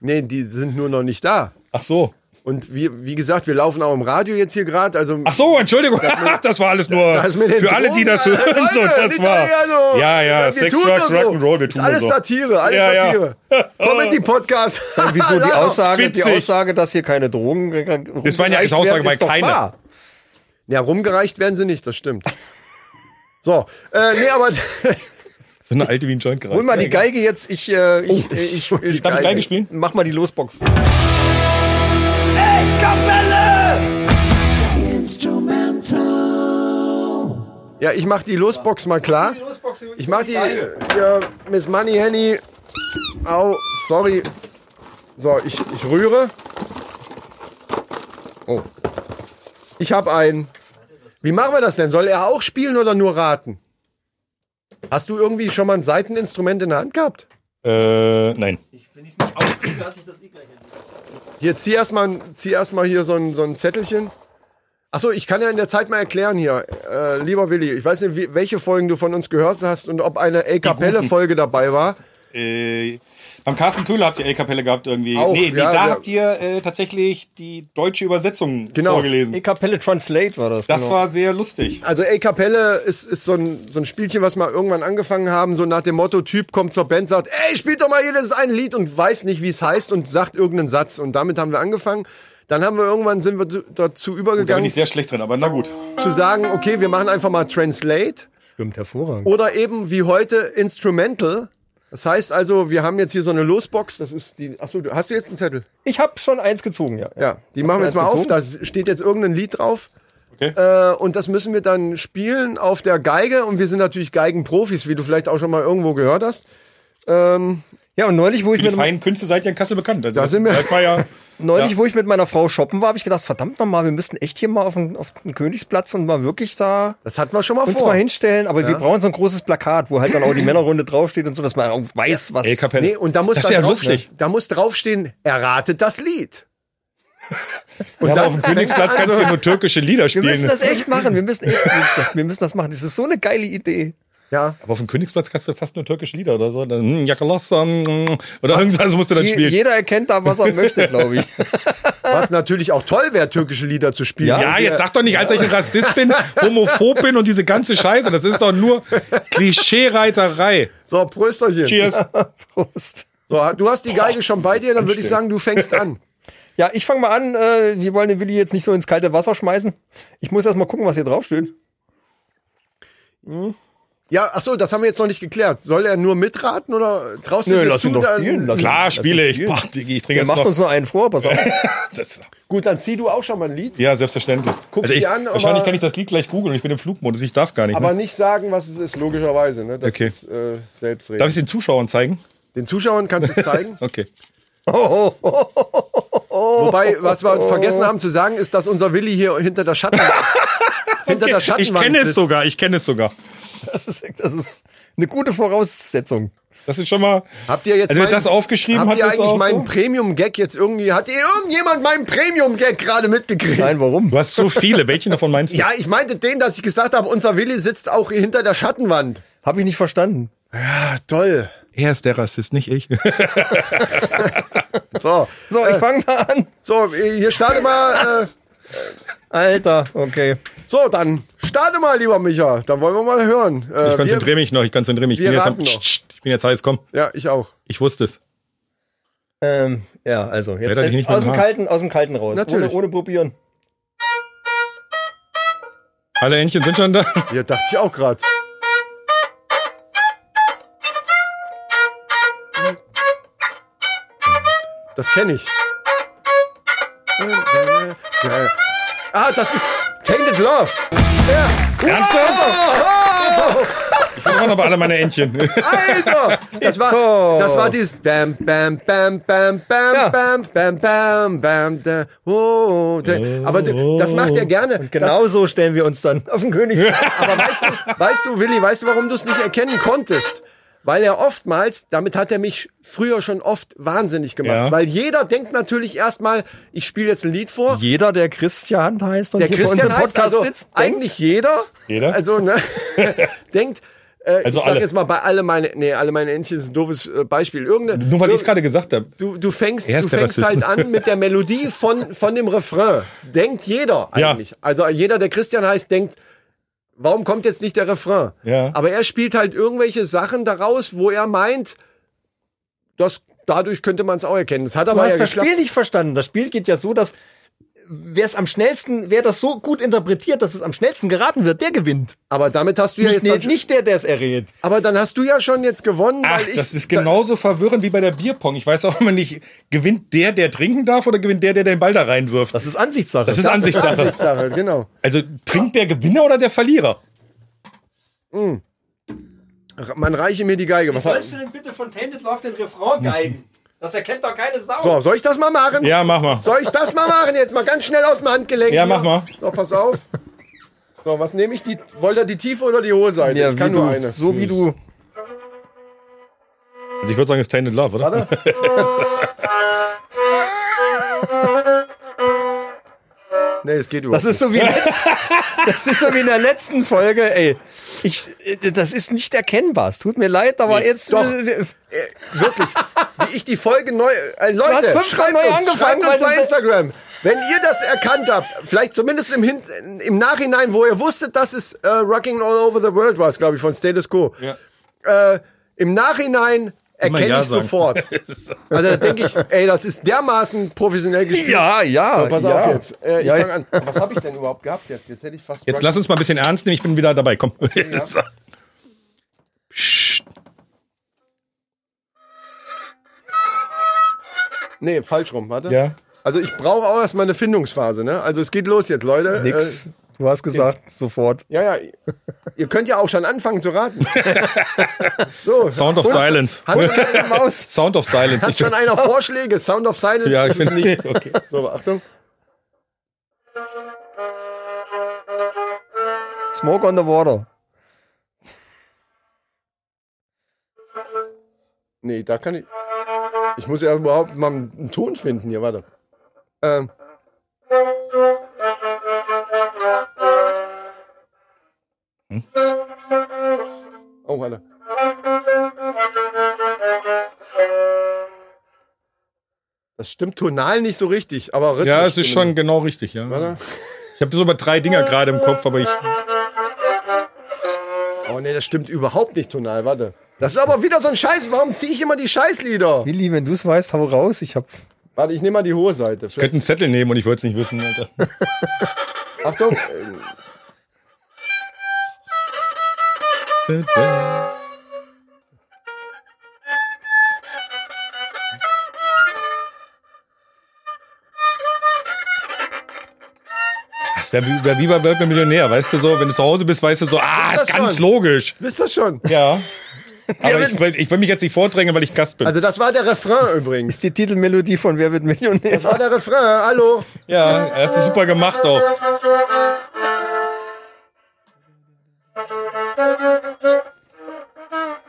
[SPEAKER 5] Nee, die sind nur noch nicht da.
[SPEAKER 1] Ach so.
[SPEAKER 5] Und wie, wie gesagt, wir laufen auch im Radio jetzt hier gerade. Also
[SPEAKER 1] Ach so, Entschuldigung. Das war alles nur
[SPEAKER 5] Das mit den
[SPEAKER 1] für alle, die
[SPEAKER 5] Drogen,
[SPEAKER 1] das hören.
[SPEAKER 5] Alter,
[SPEAKER 1] So,
[SPEAKER 5] Leute,
[SPEAKER 1] das
[SPEAKER 5] nicht
[SPEAKER 1] war.
[SPEAKER 5] alle, also,
[SPEAKER 1] Ja, ja.
[SPEAKER 5] wir
[SPEAKER 1] Sex,
[SPEAKER 5] tun nur
[SPEAKER 1] Drugs,
[SPEAKER 5] so.
[SPEAKER 1] Rock'n'Roll. Wir
[SPEAKER 5] Ist
[SPEAKER 1] tun nur
[SPEAKER 5] alles
[SPEAKER 1] so.
[SPEAKER 5] Satire, alles
[SPEAKER 1] Ja, ja.
[SPEAKER 5] Satire. Comedy-Podcast.
[SPEAKER 4] Wieso die Aussage, die
[SPEAKER 1] witzig.
[SPEAKER 4] Aussage, dass hier keine Drogen
[SPEAKER 1] Das waren ja
[SPEAKER 4] rumgereicht
[SPEAKER 1] jetzt Aussage
[SPEAKER 4] werden,
[SPEAKER 1] bei
[SPEAKER 4] ist doch
[SPEAKER 1] keiner.
[SPEAKER 4] wahr.
[SPEAKER 5] Ja, rumgereicht werden sie nicht, das stimmt. So, äh, nee, aber
[SPEAKER 1] So eine alte wie ein Joint gerade.
[SPEAKER 4] Hol mal die Geige jetzt, ich, äh, ich, äh, ich, ich, ich,
[SPEAKER 1] Oh. Darf ich Geige spielen?
[SPEAKER 4] mach mal die Losbox.
[SPEAKER 5] ja, ich mach die Losbox mal klar. Ich mach die ja, Miss Money Henny. Au, sorry. So, ich, ich rühre. Oh. Ich hab einen. Wie machen wir das denn? Soll er auch spielen oder nur raten? Hast du irgendwie schon mal ein Seiteninstrument in der Hand gehabt?
[SPEAKER 1] Äh, nein.
[SPEAKER 5] Hier, zieh erstmal zieh erstmal hier so ein, so ein Zettelchen. Achso, ich kann ja in der Zeit mal erklären hier. Äh, lieber Willi, ich weiß nicht, wie, welche Folgen du von uns gehört hast und ob eine A Cappelle-Folge dabei war.
[SPEAKER 1] Äh, beim Carsten Köhler habt ihr L-Kapelle gehabt irgendwie.
[SPEAKER 5] Auch,
[SPEAKER 1] nee, nee,
[SPEAKER 5] ja,
[SPEAKER 1] da
[SPEAKER 5] ja.
[SPEAKER 1] habt ihr äh, tatsächlich die deutsche Übersetzung
[SPEAKER 5] Genau.
[SPEAKER 1] vorgelesen.
[SPEAKER 4] Die Kapelle Translate war das.
[SPEAKER 1] Das
[SPEAKER 4] genau.
[SPEAKER 1] war sehr lustig.
[SPEAKER 5] Also A Cappelle ist, ist so, ein, so ein Spielchen, was wir irgendwann angefangen haben, so nach dem Motto, Typ kommt zur Band, sagt, ey, spielt doch mal jedes ein Lied und weiß nicht, wie es heißt und sagt irgendeinen Satz. Und damit haben wir angefangen. Dann haben wir irgendwann, sind wir dazu
[SPEAKER 1] Da bin
[SPEAKER 5] übergegangen,
[SPEAKER 1] ich sehr schlecht drin, aber na gut.
[SPEAKER 5] zu sagen, okay, wir machen einfach mal Translate.
[SPEAKER 4] Stimmt hervorragend.
[SPEAKER 5] Oder eben wie heute Instrumental. Das heißt also, wir haben jetzt hier so eine Losbox. Das ist die. Achso, du- hast du jetzt einen Zettel?
[SPEAKER 4] Ich habe schon eins gezogen, ja.
[SPEAKER 5] Ja, die machen wir jetzt mal auf. Da steht jetzt irgendein Lied drauf.
[SPEAKER 1] Okay.
[SPEAKER 5] Äh, und das müssen wir dann spielen auf der Geige. Und wir sind natürlich Geigenprofis, wie du vielleicht auch schon mal irgendwo gehört hast.
[SPEAKER 4] Ja, und neulich, wo ich
[SPEAKER 1] Für die
[SPEAKER 4] mit,
[SPEAKER 1] feinen Künste seid ihr in Kassel bekannt. Also,
[SPEAKER 5] Da sind wir.
[SPEAKER 1] Das war ja,
[SPEAKER 4] neulich,
[SPEAKER 1] Ja.
[SPEAKER 4] wo ich mit meiner Frau shoppen war, habe ich gedacht, verdammt nochmal, wir müssten echt hier mal auf den, auf den Königsplatz und mal wirklich da
[SPEAKER 5] Das hatten wir schon mal
[SPEAKER 4] uns
[SPEAKER 5] vor.
[SPEAKER 4] mal hinstellen. Aber wir brauchen so ein großes Plakat, wo halt dann auch die Männerrunde draufsteht und so, dass man auch weiß, was...
[SPEAKER 1] L-Kapelle.
[SPEAKER 5] Nee, und da muss
[SPEAKER 1] das
[SPEAKER 5] da
[SPEAKER 1] ist ja
[SPEAKER 5] drauf,
[SPEAKER 1] lustig.
[SPEAKER 5] Da muss draufstehen, erratet das Lied. Und
[SPEAKER 1] Ja, aber auf dem Königsplatz kannst du ja nur türkische Lieder
[SPEAKER 4] wir
[SPEAKER 1] spielen.
[SPEAKER 4] müssen das echt machen, wir müssen, echt, das, wir müssen das machen. Das ist so eine geile Idee.
[SPEAKER 5] Ja.
[SPEAKER 1] Aber auf dem Königsplatz kannst du fast nur türkische Lieder oder so. Dann, hm, Jakalassan, hm, oder irgendwas musst du dann
[SPEAKER 4] Je-
[SPEAKER 1] spielen.
[SPEAKER 4] Jeder erkennt da, was er möchte, glaube ich.
[SPEAKER 5] Was natürlich auch toll wäre, türkische Lieder zu spielen.
[SPEAKER 1] Ja, jetzt sag doch nicht, als ich ein Rassist bin, homophob bin und diese ganze Scheiße. Das ist doch nur Klischeereiterei.
[SPEAKER 5] So, Prösterchen.
[SPEAKER 1] Cheers.
[SPEAKER 4] Prost.
[SPEAKER 5] So, ah, du hast die Geige schon bei dir, dann würde ich sagen, du fängst an.
[SPEAKER 4] Ja, ich fange mal an. Äh, wir wollen den Willi jetzt nicht so ins kalte Wasser schmeißen. Ich muss erst mal gucken, was hier draufsteht.
[SPEAKER 5] Ja, ach so, das haben wir jetzt noch nicht geklärt. Soll er nur mitraten oder traust du
[SPEAKER 4] Nö,
[SPEAKER 5] dir
[SPEAKER 4] lass
[SPEAKER 5] zu?
[SPEAKER 4] ihn doch
[SPEAKER 5] dann-
[SPEAKER 4] spielen, lass ihn.
[SPEAKER 1] Klar, spiele ich. Boah, Digi, ich trinke
[SPEAKER 4] Der
[SPEAKER 1] jetzt
[SPEAKER 4] macht
[SPEAKER 1] noch.
[SPEAKER 4] uns nur einen vor, pass auf.
[SPEAKER 1] Das,
[SPEAKER 5] Gut, dann zieh du auch schon mal ein Lied,
[SPEAKER 1] ja, selbstverständlich. Also
[SPEAKER 5] Guck's
[SPEAKER 1] ich,
[SPEAKER 5] dir an, aber-
[SPEAKER 1] wahrscheinlich kann ich das Lied gleich googeln. Ich bin im Flugmodus. Ich darf gar nicht.
[SPEAKER 5] aber
[SPEAKER 1] Ne?
[SPEAKER 5] nicht sagen, was es ist, logischerweise. Ne? Das
[SPEAKER 1] Okay.
[SPEAKER 5] ist äh,
[SPEAKER 1] Darf
[SPEAKER 5] Selbstredend.
[SPEAKER 1] ich es den Zuschauern zeigen?
[SPEAKER 5] Den Zuschauern kannst du es zeigen.
[SPEAKER 1] Okay. Oh.
[SPEAKER 5] Wobei, was wir vergessen haben zu sagen, ist, dass unser Willi hier hinter der Schatten hinter der
[SPEAKER 1] okay.
[SPEAKER 5] Schattenwand
[SPEAKER 1] Ich kenne es
[SPEAKER 5] sitzt.
[SPEAKER 1] sogar. Ich kenne es sogar.
[SPEAKER 4] Das ist, das ist eine gute Voraussetzung.
[SPEAKER 1] Das ist schon mal.
[SPEAKER 5] Habt ihr jetzt
[SPEAKER 1] also, wer
[SPEAKER 5] meinen-
[SPEAKER 1] das aufgeschrieben
[SPEAKER 5] habt
[SPEAKER 1] hat,
[SPEAKER 5] ihr
[SPEAKER 1] ist
[SPEAKER 5] eigentlich
[SPEAKER 1] auch
[SPEAKER 5] meinen
[SPEAKER 1] so?
[SPEAKER 5] Premium-Gag jetzt irgendwie, hat ihr irgendjemand meinen Premium-Gag gerade mitgekriegt?
[SPEAKER 4] Nein, warum?
[SPEAKER 1] Du hast so viele. Welchen davon meinst du?
[SPEAKER 5] Ja, ich meinte den, dass ich gesagt habe, unser Willi sitzt auch hinter der Schattenwand.
[SPEAKER 4] Habe ich nicht verstanden.
[SPEAKER 5] Ah, toll.
[SPEAKER 1] Er ist der Rassist, nicht ich.
[SPEAKER 5] Äh, So,
[SPEAKER 4] So, ich fange mal an.
[SPEAKER 5] so hier starte mal. Äh,
[SPEAKER 4] Alter, okay.
[SPEAKER 5] so, dann starte mal, lieber Micha. Dann wollen wir mal hören. Äh,
[SPEAKER 1] Ich konzentriere mich noch. Ich konzentriere mich. Ich
[SPEAKER 5] wir
[SPEAKER 1] bin, jetzt am,
[SPEAKER 5] raten noch.
[SPEAKER 1] ich bin jetzt heiß. Komm,
[SPEAKER 5] Wir, ja, ich auch.
[SPEAKER 1] ich wusste es.
[SPEAKER 4] Ähm, ja, also jetzt
[SPEAKER 1] Hätte ich nicht
[SPEAKER 4] aus dem
[SPEAKER 1] mitmachen.
[SPEAKER 4] kalten, aus dem kalten raus.
[SPEAKER 5] Natürlich.
[SPEAKER 4] Ohne, ohne probieren.
[SPEAKER 1] Alle Entchen sind schon da.
[SPEAKER 5] Ja, dachte ich auch gerade. Das kenne ich. Ah, das ist Tainted Love.
[SPEAKER 1] Ernsthaft?
[SPEAKER 5] Oh,
[SPEAKER 1] Ich verbrenne aber alle meine Entchen.
[SPEAKER 5] Alter! Das war, das war dieses Bam, Bam, Bam, Bam, Bam,
[SPEAKER 4] Ja.
[SPEAKER 5] Bam, Bam, Bam, Bam, da, oh, da. Aber d- das macht er gerne.
[SPEAKER 4] Und genau so stellen wir uns dann auf den König.
[SPEAKER 5] Das, aber weißt du, weißt du, Willi, weißt du, warum du es nicht erkennen konntest? Weil er oftmals, damit hat er mich früher schon oft wahnsinnig gemacht.
[SPEAKER 1] Ja.
[SPEAKER 5] Weil jeder denkt natürlich erstmal, ich spiele jetzt ein Lied vor.
[SPEAKER 4] Jeder, der Christian heißt und
[SPEAKER 5] Der
[SPEAKER 4] hier bei uns
[SPEAKER 5] Christian
[SPEAKER 4] im
[SPEAKER 5] heißt
[SPEAKER 4] Podcast
[SPEAKER 5] also
[SPEAKER 4] sitzt, denkt,
[SPEAKER 5] eigentlich jeder.
[SPEAKER 1] Jeder?
[SPEAKER 5] Also, ne? denkt, äh,
[SPEAKER 1] Also
[SPEAKER 5] ich sag
[SPEAKER 1] alle.
[SPEAKER 5] jetzt mal, bei alle meine, nee, alle meine Entchen ist ein doofes äh, Beispiel. Irgendeine,
[SPEAKER 1] Nur weil ich es
[SPEAKER 5] irg-
[SPEAKER 1] gerade gesagt habe.
[SPEAKER 5] du, du fängst,
[SPEAKER 1] Er
[SPEAKER 5] du
[SPEAKER 1] ist der
[SPEAKER 5] fängst halt
[SPEAKER 1] Rassist.
[SPEAKER 5] an mit der Melodie von, von dem Refrain. Denkt jeder
[SPEAKER 1] Ja.
[SPEAKER 5] eigentlich. Also jeder, der Christian heißt, denkt, warum kommt jetzt nicht der Refrain?
[SPEAKER 1] Ja.
[SPEAKER 5] Aber er spielt halt irgendwelche Sachen daraus, wo er meint, dass dadurch könnte man es auch erkennen. Das hat
[SPEAKER 4] du
[SPEAKER 5] aber ja
[SPEAKER 4] hast das
[SPEAKER 5] geklappt.
[SPEAKER 4] Spiel nicht verstanden. Das Spiel geht ja so, dass wer es am schnellsten, wer das so gut interpretiert, dass es am schnellsten geraten wird, der gewinnt.
[SPEAKER 5] Aber damit hast du ja
[SPEAKER 4] Nicht,
[SPEAKER 5] jetzt
[SPEAKER 4] nicht, nicht der, der es errät.
[SPEAKER 5] Aber dann hast du ja schon jetzt gewonnen,
[SPEAKER 1] Ach,
[SPEAKER 5] weil ich
[SPEAKER 1] das ist genau- genauso verwirrend wie bei der Bierpong. Ich weiß auch immer nicht, gewinnt der, der trinken darf oder gewinnt der, der den Ball da reinwirft?
[SPEAKER 4] Das ist Ansichtssache.
[SPEAKER 1] Das ist Ansichtssache.
[SPEAKER 5] Ansichtssache, genau.
[SPEAKER 1] Also trinkt der Gewinner oder der Verlierer?
[SPEAKER 5] Man reiche mir die Geige. Was hat,
[SPEAKER 4] du denn bitte von Tainted Love den Refrain geigen? Das erkennt doch keine Sau.
[SPEAKER 5] so, soll ich das mal machen?
[SPEAKER 1] Ja, mach mal.
[SPEAKER 5] Soll ich das mal machen? Jetzt mal ganz schnell aus dem Handgelenk.
[SPEAKER 1] Ja,
[SPEAKER 5] hier.
[SPEAKER 1] mach mal.
[SPEAKER 5] So, pass auf. So, was nehme ich? Die, wollt ihr die tiefe oder die hohe Seite?
[SPEAKER 4] Ja,
[SPEAKER 5] ich kann
[SPEAKER 4] wie
[SPEAKER 5] nur
[SPEAKER 4] du,
[SPEAKER 5] eine.
[SPEAKER 4] So wie du.
[SPEAKER 1] Also ich würde sagen, es ist Tainted Love, oder?
[SPEAKER 5] Nee, es geht überhaupt
[SPEAKER 4] Das ist so wie das ist so wie in der letzten Folge, ey. Ich, äh, das ist nicht erkennbar. Es tut mir leid, aber jetzt
[SPEAKER 5] doch.
[SPEAKER 4] äh,
[SPEAKER 5] nicht. Wirklich. Wie ich die Folge neu... Äh, Leute,
[SPEAKER 4] hast fünfmal
[SPEAKER 5] schreibt
[SPEAKER 4] neu
[SPEAKER 5] uns,
[SPEAKER 4] angefangen,
[SPEAKER 5] schreibt uns
[SPEAKER 4] weil du
[SPEAKER 5] bei
[SPEAKER 4] so-
[SPEAKER 5] Instagram. Wenn ihr das erkannt habt, vielleicht zumindest im, Hin im Nachhinein, wo ihr wusstet, dass es äh, Rocking All Over the World war, glaube ich, von Status Quo. Äh, Im Nachhinein erkenne
[SPEAKER 1] Ja
[SPEAKER 5] ich
[SPEAKER 1] sagen.
[SPEAKER 5] sofort. Also da denke ich, ey, das ist dermaßen professionell gespielt.
[SPEAKER 4] ja, ja.
[SPEAKER 5] So, pass
[SPEAKER 4] ja.
[SPEAKER 5] auf jetzt. Äh, ich
[SPEAKER 4] Ja,
[SPEAKER 5] fang an. Was habe ich denn überhaupt gehabt jetzt? Jetzt hätte ich fast.
[SPEAKER 1] Jetzt lass uns mal ein bisschen ernst nehmen, ich bin wieder dabei. Komm. So.
[SPEAKER 5] Nee, falsch rum, warte.
[SPEAKER 1] Ja.
[SPEAKER 5] Also ich brauche auch erstmal eine Findungsphase, ne? Also es geht los jetzt, Leute.
[SPEAKER 4] Nix. Du hast gesagt, sofort.
[SPEAKER 5] Äh, ja, ja. Ihr könnt ja auch schon anfangen zu raten. so.
[SPEAKER 1] Sound of Silence.
[SPEAKER 5] Hat schon, einer, Maus,
[SPEAKER 1] Sound of Silence.
[SPEAKER 5] hat schon einer Vorschläge? Sound of Silence
[SPEAKER 1] ja, ich
[SPEAKER 5] ist es
[SPEAKER 1] bin
[SPEAKER 5] nicht.
[SPEAKER 1] nicht. Okay.
[SPEAKER 5] So, Achtung.
[SPEAKER 4] Smoke on the water.
[SPEAKER 5] Nee, da kann ich. Ich muss ja überhaupt mal einen Ton finden hier, warte. Ähm. Hm? Oh, Das stimmt tonal nicht so richtig, aber rhythmisch.
[SPEAKER 1] Ja, es ist schon
[SPEAKER 5] stimmt.
[SPEAKER 1] genau richtig, ja. Ich habe so über drei Dinger gerade im Kopf, aber ich.
[SPEAKER 5] Oh nee, das stimmt überhaupt nicht tonal, warte. Das ist aber wieder so ein Scheiß. Warum ziehe ich immer die Scheißlieder?
[SPEAKER 4] Willi, wenn du es weißt, hau raus. Ich hab.
[SPEAKER 5] Warte, ich nehme mal die hohe Seite.
[SPEAKER 1] Ich könnte einen Zettel nehmen und ich würde es nicht wissen, Alter.
[SPEAKER 5] Achtung. ähm,
[SPEAKER 1] Das wäre wie, wär wie bei Wer wird Millionär, weißt du so, wenn du zu Hause bist, weißt du so, ah,
[SPEAKER 5] Ist
[SPEAKER 1] ist,
[SPEAKER 5] das
[SPEAKER 1] ganz
[SPEAKER 5] schon?
[SPEAKER 1] logisch.
[SPEAKER 5] wisst ihr schon?
[SPEAKER 1] Ja. Aber
[SPEAKER 5] werden-
[SPEAKER 1] ich will, ich will mich jetzt nicht vordrängen, weil ich Gast bin.
[SPEAKER 5] Also das war der Refrain übrigens.
[SPEAKER 4] Ist die Titelmelodie von Wer wird Millionär?
[SPEAKER 5] Das war der Refrain, hallo.
[SPEAKER 1] ja, hast du super gemacht auch.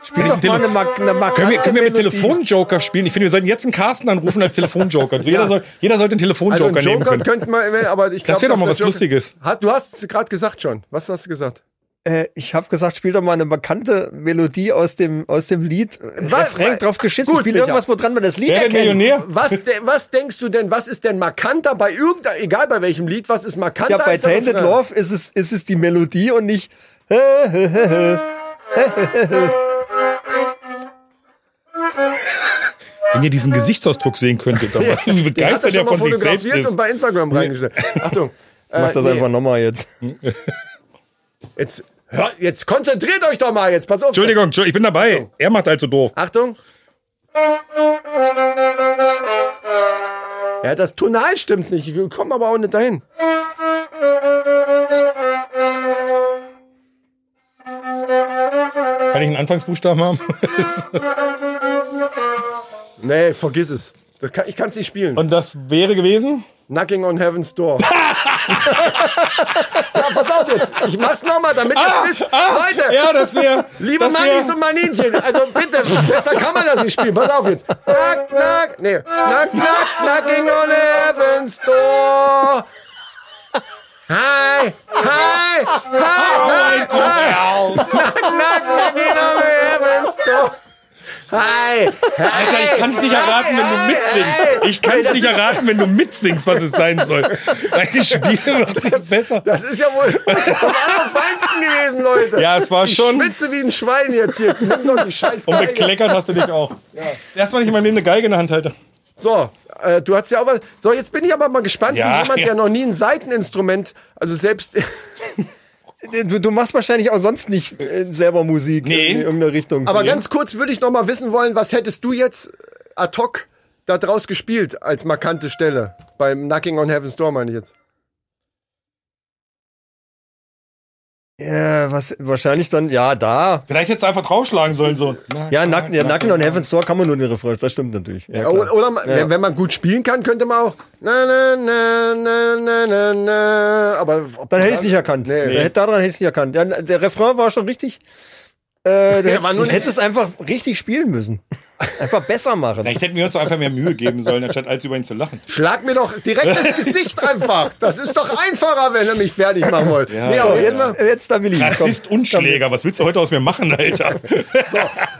[SPEAKER 4] Spiel doch
[SPEAKER 1] Tele-
[SPEAKER 4] mal eine, Mark eine markante
[SPEAKER 1] Können wir, können wir mit
[SPEAKER 4] Melodie.
[SPEAKER 1] Telefonjoker spielen? Ich finde, wir sollten jetzt einen Carsten anrufen als Telefonjoker. Also
[SPEAKER 5] Ja.
[SPEAKER 1] jeder, soll, jeder sollte einen
[SPEAKER 5] Also
[SPEAKER 1] Telefonjoker
[SPEAKER 5] einen
[SPEAKER 1] nehmen
[SPEAKER 5] Joker
[SPEAKER 1] können.
[SPEAKER 5] könnten wir, aber ich glaube,
[SPEAKER 1] Das wär doch mal was Lustiges.
[SPEAKER 5] Du hast es gerade gesagt schon. Was hast du gesagt?
[SPEAKER 4] Äh, ich habe gesagt, spiel doch mal eine markante Melodie aus dem, aus dem Lied. Äh, Refrain drauf geschissen.
[SPEAKER 5] Gut,
[SPEAKER 4] spiel
[SPEAKER 5] Micha.
[SPEAKER 4] irgendwas, wo dran man das Lied
[SPEAKER 1] Wer wird
[SPEAKER 4] erkennt.
[SPEAKER 1] Millionär?
[SPEAKER 5] Was, de was denkst du denn, was ist denn markanter bei irgendeiner, egal bei welchem Lied, was ist markanter
[SPEAKER 4] Ja, bei
[SPEAKER 5] als der
[SPEAKER 4] Tainted
[SPEAKER 5] Refrain?
[SPEAKER 4] Love ist es, ist es die Melodie und nicht.
[SPEAKER 1] Wenn ihr diesen Gesichtsausdruck sehen könntet, dann wie
[SPEAKER 5] Den hat er
[SPEAKER 1] begeistert
[SPEAKER 5] schon
[SPEAKER 1] er
[SPEAKER 5] mal
[SPEAKER 1] von sich selbst
[SPEAKER 5] fotografiert und
[SPEAKER 1] ist.
[SPEAKER 5] bei Instagram reingestellt. Achtung. Äh,
[SPEAKER 4] Mach das
[SPEAKER 5] nee,
[SPEAKER 4] einfach nochmal jetzt.
[SPEAKER 5] Jetzt, hör, jetzt konzentriert euch doch mal jetzt. Pass auf.
[SPEAKER 1] Entschuldigung, Entschuldigung, ich bin dabei. Er macht also doof.
[SPEAKER 5] Achtung. Ja, das Tonal stimmt's nicht. Wir kommen aber auch nicht dahin.
[SPEAKER 1] Kann ich einen Anfangsbuchstaben haben?
[SPEAKER 5] Nee, vergiss es. Das kann, ich kann's nicht spielen.
[SPEAKER 1] Und das wäre gewesen?
[SPEAKER 5] Knocking on Heaven's Door. ja, pass auf jetzt. Ich mach's nochmal, damit ihr's wisst. Leute,
[SPEAKER 1] Ah, Ja, das wäre.
[SPEAKER 5] liebe
[SPEAKER 1] das wär-
[SPEAKER 5] Mannis und Maninchen, also bitte, besser kann man das nicht spielen. Pass auf jetzt. Knock, knock, nee. Knock, knock, knocking on Heaven's Door. Hi, hi,
[SPEAKER 1] Oh
[SPEAKER 5] hi,
[SPEAKER 1] Ah.
[SPEAKER 5] hi, hi. Knock, knock, knocking on Heaven's Door. Hi, hi.
[SPEAKER 1] Alter, ich kann's nicht erraten, wenn du mitsingst. Ich kann's nicht erraten, wenn du mitsingst, was es sein soll. Deine Spiele macht sich besser.
[SPEAKER 5] Das ist ja wohl am allerfeinsten gewesen, Leute.
[SPEAKER 1] Ja, es war
[SPEAKER 5] ich
[SPEAKER 1] schon-
[SPEAKER 5] schwitze wie ein Schwein jetzt hier. Nimm doch die scheiß
[SPEAKER 1] Und
[SPEAKER 5] Geige.
[SPEAKER 1] bekleckert hast du dich auch. Erstmal nicht in meinem Leben eine Geige in der Hand halte.
[SPEAKER 5] So, äh, du hast ja auch was. So, jetzt bin ich aber mal gespannt,
[SPEAKER 1] Ja,
[SPEAKER 5] wie jemand,
[SPEAKER 1] ja.
[SPEAKER 5] der noch nie ein Seiteninstrument, also selbst.
[SPEAKER 4] Du, du machst wahrscheinlich auch sonst nicht äh, selber Musik
[SPEAKER 1] Nee.
[SPEAKER 4] in irgendeiner Richtung.
[SPEAKER 5] Aber ganz kurz würde ich noch mal wissen wollen, was hättest du jetzt äh, ad hoc da draus gespielt als markante Stelle? Beim Knocking on Heaven's Door meine ich jetzt.
[SPEAKER 4] ja, was, wahrscheinlich dann, ja, da.
[SPEAKER 1] Vielleicht hättest du einfach draufschlagen sollen, so. Na,
[SPEAKER 4] Ja, Nacken, ja, Nacken und Heaven's Door kann man nur den Refrain, das stimmt natürlich. Ja,
[SPEAKER 5] Oder,
[SPEAKER 4] klar.
[SPEAKER 5] oder man- wenn, wenn man gut spielen kann, könnte man auch. Na, na, na, na, na, na, na. Aber ob
[SPEAKER 4] Dann
[SPEAKER 5] du
[SPEAKER 4] hätte ich es nicht erkannt.
[SPEAKER 5] Nee.
[SPEAKER 4] Nee. Daran hätte ich es nicht erkannt. Ja, der Refrain war schon richtig. Äh, du
[SPEAKER 5] Ja, war
[SPEAKER 4] hättest,
[SPEAKER 5] nur nicht-
[SPEAKER 4] hättest es einfach richtig spielen müssen. Einfach besser machen.
[SPEAKER 1] Vielleicht hätten wir uns doch einfach mehr Mühe geben sollen, anstatt als über ihn zu lachen.
[SPEAKER 5] Schlag mir doch direkt ins Gesicht einfach. Das ist doch einfacher, wenn er mich fertig machen wollte. Nee,
[SPEAKER 4] So,
[SPEAKER 5] aber jetzt
[SPEAKER 4] jetzt,
[SPEAKER 5] mal,
[SPEAKER 4] jetzt da Willi.
[SPEAKER 1] Rassist und Schläger. Was willst du heute aus mir machen, Alter?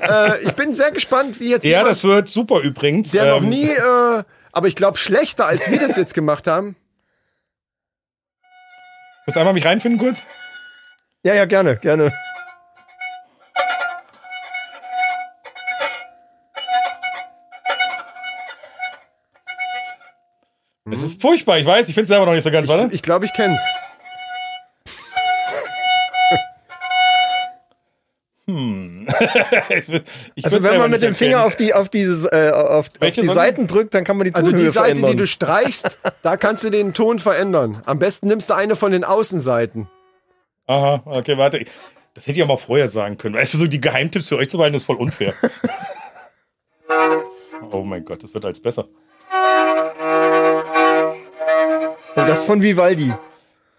[SPEAKER 5] äh, ich bin sehr gespannt, wie jetzt
[SPEAKER 1] Ja,
[SPEAKER 5] jemand,
[SPEAKER 1] das wird super übrigens.
[SPEAKER 5] der noch
[SPEAKER 1] Ähm,
[SPEAKER 5] nie, äh, aber ich glaube schlechter, als wir das jetzt gemacht haben.
[SPEAKER 1] Willst du einfach mich reinfinden kurz?
[SPEAKER 4] Ja, ja, gerne, gerne.
[SPEAKER 1] Es ist furchtbar, ich weiß. Ich finde es selber noch nicht so ganz, oder?
[SPEAKER 5] Ich glaube, ich kenn's.
[SPEAKER 1] Ich würd- ich
[SPEAKER 4] Also
[SPEAKER 1] würd's
[SPEAKER 4] wenn
[SPEAKER 1] selber
[SPEAKER 4] man mit
[SPEAKER 1] nicht
[SPEAKER 4] dem Finger
[SPEAKER 1] erkennen.
[SPEAKER 4] auf die auf dieses äh, auf, auf
[SPEAKER 1] Welche
[SPEAKER 4] die
[SPEAKER 1] Sonne?
[SPEAKER 4] Seiten drückt, dann kann man die
[SPEAKER 5] Also
[SPEAKER 4] Tonhöhe
[SPEAKER 5] die Seite,
[SPEAKER 4] verändern.
[SPEAKER 5] die du streichst, da kannst du den Ton verändern. Am besten nimmst du eine von den Außenseiten.
[SPEAKER 1] Aha, okay, warte. Das hätte ich auch mal vorher sagen können. Weißt du, so die Geheimtipps für euch zu behalten, ist voll unfair. oh mein Gott, das wird als besser.
[SPEAKER 4] Und das von Vivaldi.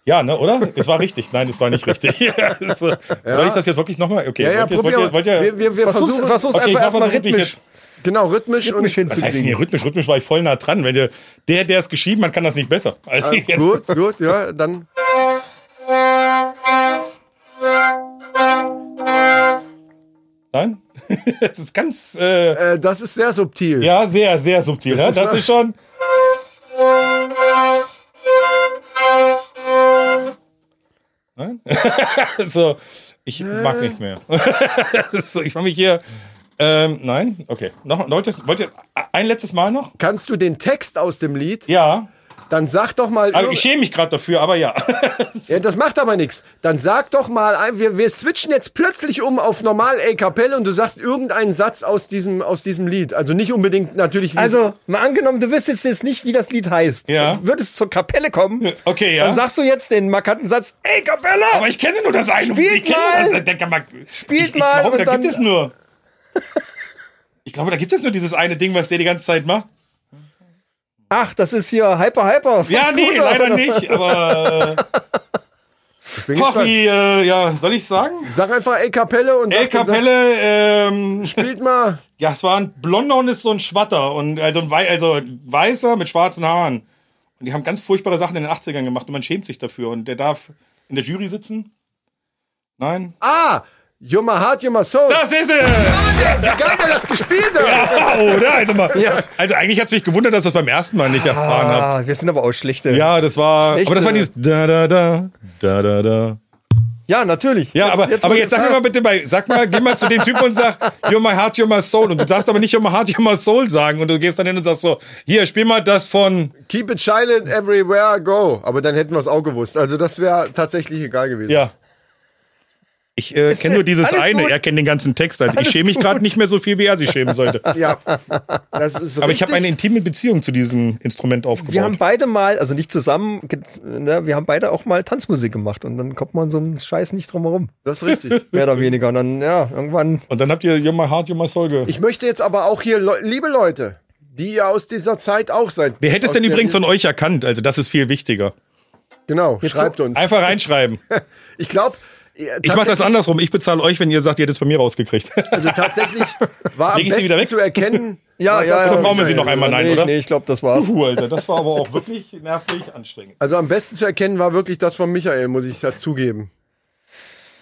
[SPEAKER 1] Ja, ne, oder? Es war richtig. Nein, es war nicht richtig. Ja, das, äh, Soll ich das jetzt wirklich nochmal? Okay,
[SPEAKER 5] Ja, ja,
[SPEAKER 1] wollt ihr, wollt
[SPEAKER 5] probier
[SPEAKER 1] ihr, wollt ihr,
[SPEAKER 5] mal. Wir, wir, wir
[SPEAKER 4] Versuch's,
[SPEAKER 5] versuchen,
[SPEAKER 4] versuch's
[SPEAKER 1] Okay, ich
[SPEAKER 4] einfach
[SPEAKER 1] mach mal
[SPEAKER 4] erstmal
[SPEAKER 1] so richtig
[SPEAKER 4] rhythmisch,
[SPEAKER 1] jetzt.
[SPEAKER 5] genau, rhythmisch,
[SPEAKER 4] rhythmisch
[SPEAKER 5] und...
[SPEAKER 1] was heißt denn
[SPEAKER 4] hinzukriegen.
[SPEAKER 1] hier rhythmisch? Rhythmisch war ich voll nah dran. Wenn der, der, der es geschrieben hat, kann das nicht besser. Also jetzt,
[SPEAKER 5] Ah, Gut, gut, ja, dann...
[SPEAKER 1] Nein? das ist ganz, äh,
[SPEAKER 5] Äh, das ist sehr subtil.
[SPEAKER 1] ja, sehr, sehr subtil.
[SPEAKER 5] Das
[SPEAKER 1] Das,
[SPEAKER 5] ist
[SPEAKER 1] das
[SPEAKER 5] so-
[SPEAKER 1] ist schon. Nein? so, ich mag nicht mehr. das ist so, ich mache mich hier. Ähm, nein? Okay. Noch, wollt, ihr, wollt ihr ein letztes Mal noch?
[SPEAKER 5] Kannst du den Text aus dem Lied?
[SPEAKER 1] Ja.
[SPEAKER 5] Dann sag doch mal.
[SPEAKER 1] Aber
[SPEAKER 5] irg-
[SPEAKER 1] ich schäme mich gerade dafür, aber ja.
[SPEAKER 5] Ja, das macht aber nichts. Dann sag doch mal, ein- wir, wir switchen jetzt plötzlich um auf normal A Kapelle und du sagst irgendeinen Satz aus diesem, aus diesem Lied. Also nicht unbedingt natürlich wie
[SPEAKER 4] Also, mal angenommen, du wüsstest jetzt nicht, wie das Lied heißt.
[SPEAKER 1] Ja.
[SPEAKER 4] Und Würdest zur Kapelle kommen.
[SPEAKER 1] Okay, ja.
[SPEAKER 4] Dann sagst du jetzt den markanten Satz, ey Kapelle!
[SPEAKER 1] aber ich kenne nur das eine.
[SPEAKER 4] Spielt
[SPEAKER 1] ich kenne
[SPEAKER 4] mal!
[SPEAKER 1] nur Das, da kann man,
[SPEAKER 4] Spielt
[SPEAKER 1] ich, ich
[SPEAKER 4] mal
[SPEAKER 1] Glaube,
[SPEAKER 4] und
[SPEAKER 1] da
[SPEAKER 4] dann-
[SPEAKER 1] gibt es nur. Ich glaube, da gibt es nur dieses eine Ding, was der die ganze Zeit macht.
[SPEAKER 4] Ach, das ist hier Hyper Hyper. von
[SPEAKER 1] Ja, nee,
[SPEAKER 4] Scooter.
[SPEAKER 1] leider nicht. Aber
[SPEAKER 5] Ich bin
[SPEAKER 1] äh,
[SPEAKER 5] gespannt.
[SPEAKER 1] Kochi, äh, ja, soll ich sagen?
[SPEAKER 5] Sag einfach A Kapelle und
[SPEAKER 1] El
[SPEAKER 5] sag den Satz.
[SPEAKER 1] Capelle, ähm,
[SPEAKER 5] Spielt mal.
[SPEAKER 1] ja, es war ein Blonder und ist so ein Schwatter. Und also ein, Wei- also ein Weißer mit schwarzen Haaren. Und die haben ganz furchtbare Sachen in den 80ern gemacht und man schämt sich dafür. Und der darf in der Jury sitzen? Nein.
[SPEAKER 5] Ah! You're my heart, you're my soul.
[SPEAKER 1] Das ist es!
[SPEAKER 5] Wie geil der das gespielt hat!
[SPEAKER 1] Ah, oder? Also, mal, also eigentlich hat es mich gewundert, dass das beim ersten Mal nicht erfahren habe.
[SPEAKER 4] Ah, wir sind aber auch schlechte.
[SPEAKER 1] Ja, das war.
[SPEAKER 4] Echt,
[SPEAKER 1] aber das war
[SPEAKER 4] äh?
[SPEAKER 1] dieses da da da da da da.
[SPEAKER 4] Ja, natürlich.
[SPEAKER 1] Ja, aber jetzt, aber
[SPEAKER 4] wo
[SPEAKER 1] jetzt
[SPEAKER 4] du
[SPEAKER 1] sag mir
[SPEAKER 4] das
[SPEAKER 1] mal bitte bei, sag mal, geh mal zu dem Typen und sag, you're my heart, you're my soul. Und du darfst aber nicht you're my heart, you're my soul sagen. Und du gehst dann hin und sagst so, hier, spiel mal das von.
[SPEAKER 5] Keep it silent everywhere I go. Aber dann hätten wir es auch gewusst. Also das wäre tatsächlich egal gewesen.
[SPEAKER 1] Ja. Ich äh, kenne nur dieses
[SPEAKER 4] alles
[SPEAKER 1] eine,
[SPEAKER 4] gut.
[SPEAKER 1] er kennt den ganzen Text. Also ich
[SPEAKER 4] Alles
[SPEAKER 1] schäme mich gerade
[SPEAKER 4] gut.
[SPEAKER 1] nicht mehr so viel, wie er sich schämen sollte.
[SPEAKER 5] Ja. Das ist
[SPEAKER 1] Aber ich habe
[SPEAKER 5] richtig.
[SPEAKER 1] eine intime Beziehung zu diesem Instrument aufgebaut.
[SPEAKER 4] Wir haben beide mal, also nicht zusammen, ge- ne, wir haben beide auch mal Tanzmusik gemacht und dann kommt man so einen Scheiß nicht drum herum.
[SPEAKER 5] Das ist richtig.
[SPEAKER 4] Mehr oder weniger. Und dann, ja, irgendwann.
[SPEAKER 1] und dann habt ihr You're my heart, you're my soul gehört.
[SPEAKER 5] Ich möchte jetzt aber auch hier, Leu- liebe Leute, die ihr aus dieser Zeit auch seid.
[SPEAKER 1] Wer hätte es
[SPEAKER 5] aus
[SPEAKER 1] denn
[SPEAKER 5] der-
[SPEAKER 1] übrigens von euch erkannt? Also das ist viel wichtiger.
[SPEAKER 5] Genau, schreibt uns.
[SPEAKER 1] Einfach reinschreiben.
[SPEAKER 5] Ich äh, glaube,
[SPEAKER 1] Ich mache das andersrum. Ich bezahle euch, wenn ihr sagt, ihr hättet es bei mir rausgekriegt.
[SPEAKER 5] Also tatsächlich war am
[SPEAKER 1] Leg ich sie
[SPEAKER 5] besten
[SPEAKER 1] wieder weg?
[SPEAKER 5] zu erkennen.
[SPEAKER 4] Ja,
[SPEAKER 5] war
[SPEAKER 4] ja,
[SPEAKER 5] das
[SPEAKER 4] ja.
[SPEAKER 5] von
[SPEAKER 1] Verbrauchen wir sie
[SPEAKER 5] Michael.
[SPEAKER 1] noch einmal, nein,
[SPEAKER 4] nee,
[SPEAKER 1] oder?
[SPEAKER 4] Nee, ich glaube, das war's.
[SPEAKER 1] Puh, Alter, das war aber auch wirklich nervig anstrengend.
[SPEAKER 5] Also am besten zu erkennen war wirklich das von Michael, muss ich dazugeben.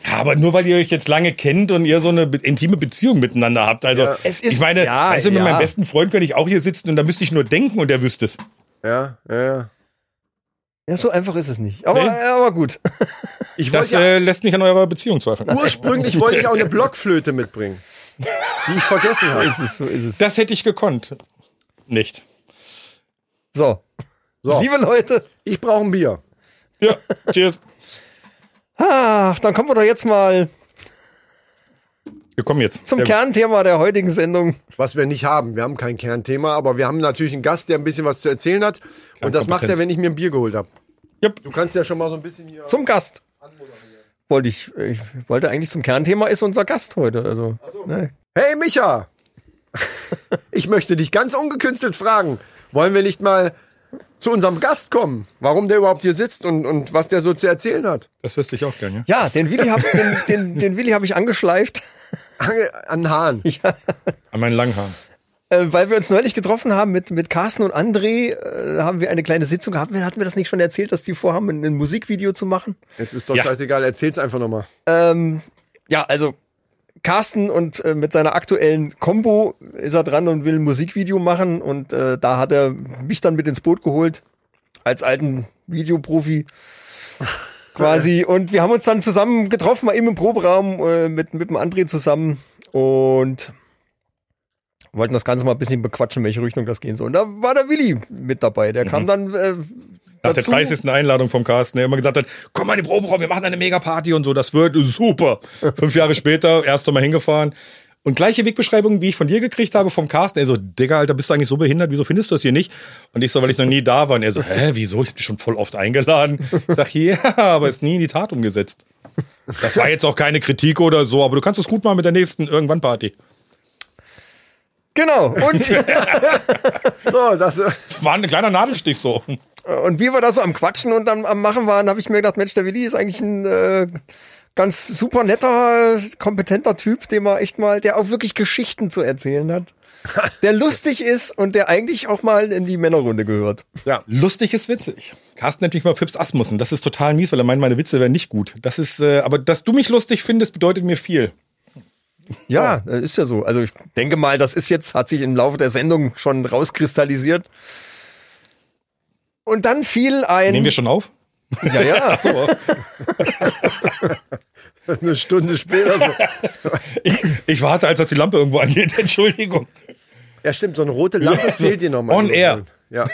[SPEAKER 1] Ja, aber nur weil ihr euch jetzt lange kennt und ihr so eine be- intime Beziehung miteinander habt. Also,
[SPEAKER 4] Es ist-
[SPEAKER 1] ich meine,
[SPEAKER 4] ja,
[SPEAKER 1] weißt du, mit
[SPEAKER 4] ja.
[SPEAKER 1] meinem besten Freund könnte ich auch hier sitzen und da müsste ich nur denken und er wüsste es.
[SPEAKER 5] Ja, ja, ja.
[SPEAKER 4] Ja, so einfach ist es nicht. Aber,
[SPEAKER 1] Nee.
[SPEAKER 4] aber gut.
[SPEAKER 5] Ich
[SPEAKER 1] Das
[SPEAKER 5] wollte ja,
[SPEAKER 1] äh, lässt mich an eurer Beziehung zweifeln.
[SPEAKER 5] ursprünglich wollte ich auch eine Blockflöte mitbringen, die ich vergessen habe.
[SPEAKER 4] ist es, so ist es.
[SPEAKER 1] Das hätte ich gekonnt. Nicht.
[SPEAKER 4] So.
[SPEAKER 5] So.
[SPEAKER 4] Liebe Leute,
[SPEAKER 5] Ich brauche ein Bier.
[SPEAKER 1] Ja, cheers.
[SPEAKER 4] ach, dann kommen wir doch jetzt mal
[SPEAKER 1] Wir kommen jetzt.
[SPEAKER 4] zum
[SPEAKER 1] Sehr gut.
[SPEAKER 4] Kernthema der heutigen Sendung.
[SPEAKER 5] Was wir nicht haben. Wir haben kein Kernthema, aber wir haben natürlich einen Gast, der ein bisschen was zu erzählen hat. Und das macht er, wenn ich mir ein Bier geholt habe.
[SPEAKER 1] Jupp.
[SPEAKER 5] Du kannst ja schon mal so ein bisschen hier.
[SPEAKER 4] Zum Gast. Wollte ich, ich wollte eigentlich zum Kernthema ist unser Gast heute. Also, ne.
[SPEAKER 5] Hey Micha! Ich möchte dich ganz ungekünstelt fragen. Wollen wir nicht mal zu unserem Gast kommen? Warum der überhaupt hier sitzt und, und was der so zu erzählen hat?
[SPEAKER 1] Das wüsste ich auch gerne, ja?
[SPEAKER 4] Ja, den Willi habe den, den, den Willi hab ich angeschleift.
[SPEAKER 5] Angel an Hahn.
[SPEAKER 1] An meinen Langhaaren.
[SPEAKER 4] Äh, weil wir uns neulich getroffen haben mit, mit Carsten und André, äh, haben wir eine kleine Sitzung gehabt. Hatten wir das nicht schon erzählt, dass die vorhaben, ein, ein Musikvideo zu machen?
[SPEAKER 5] Es ist doch
[SPEAKER 1] Ja.
[SPEAKER 5] scheißegal, erzähl's einfach nochmal.
[SPEAKER 4] Ja, also Carsten und äh, mit seiner aktuellen Combo ist er dran und will ein Musikvideo machen. Und äh, da hat er mich dann mit ins Boot geholt, als alten Videoprofi quasi. Und wir haben uns dann zusammen getroffen, mal eben im Proberaum äh, mit, mit dem André zusammen. Und wollten das Ganze mal ein bisschen bequatschen, in welche Richtung das gehen soll. Und da war der Willi mit dabei. Der kam dann äh,
[SPEAKER 1] Mhm. Nach
[SPEAKER 4] dazu.
[SPEAKER 1] der 30. Einladung vom Carsten, der immer gesagt hat, komm mal in den Proberaum, wir machen eine Mega-Party und so, das wird super. Fünf Jahre später, erst einmal hingefahren. Und gleiche Wegbeschreibung, wie ich von dir gekriegt habe, vom Carsten. Er so, Digga, Alter, bist du eigentlich so behindert? Wieso findest du das hier nicht? Und ich so, weil ich noch nie da war. Und er so, hä, wieso? Ich bin schon voll oft eingeladen. Ich sag, ja, aber ist nie in die Tat umgesetzt. Das war jetzt auch keine Kritik oder so, aber du kannst es gut machen mit der nächsten irgendwann Party.
[SPEAKER 4] Genau. Und
[SPEAKER 5] So, das, äh,
[SPEAKER 1] Das war ein kleiner Nadelstich so.
[SPEAKER 4] Und wie wir da so am Quatschen und am, am Machen waren, habe ich mir gedacht, Mensch, der Willi ist eigentlich ein äh, ganz super netter, kompetenter Typ, dem man echt mal, der auch wirklich Geschichten zu erzählen hat. Der lustig ist und der eigentlich auch mal in die Männerrunde gehört.
[SPEAKER 1] Lustig ist witzig. Carsten nennt mich mal Fips Asmussen. Das ist total mies, weil er meint, meine Witze wären nicht gut. Das ist, äh, aber dass du mich lustig findest, bedeutet mir viel.
[SPEAKER 4] Ja, äh, ist ja so. Also ich denke mal, das ist jetzt, hat sich im Laufe der Sendung schon rauskristallisiert. Und dann fiel ein.
[SPEAKER 1] Nehmen wir schon auf?
[SPEAKER 4] ja, ja.
[SPEAKER 1] So.
[SPEAKER 5] Eine Stunde später so.
[SPEAKER 1] Ich, ich warte, als dass die Lampe irgendwo angeht. Entschuldigung.
[SPEAKER 5] Ja, stimmt, so eine rote Lampe fehlt dir nochmal.
[SPEAKER 1] On air.
[SPEAKER 5] Ja.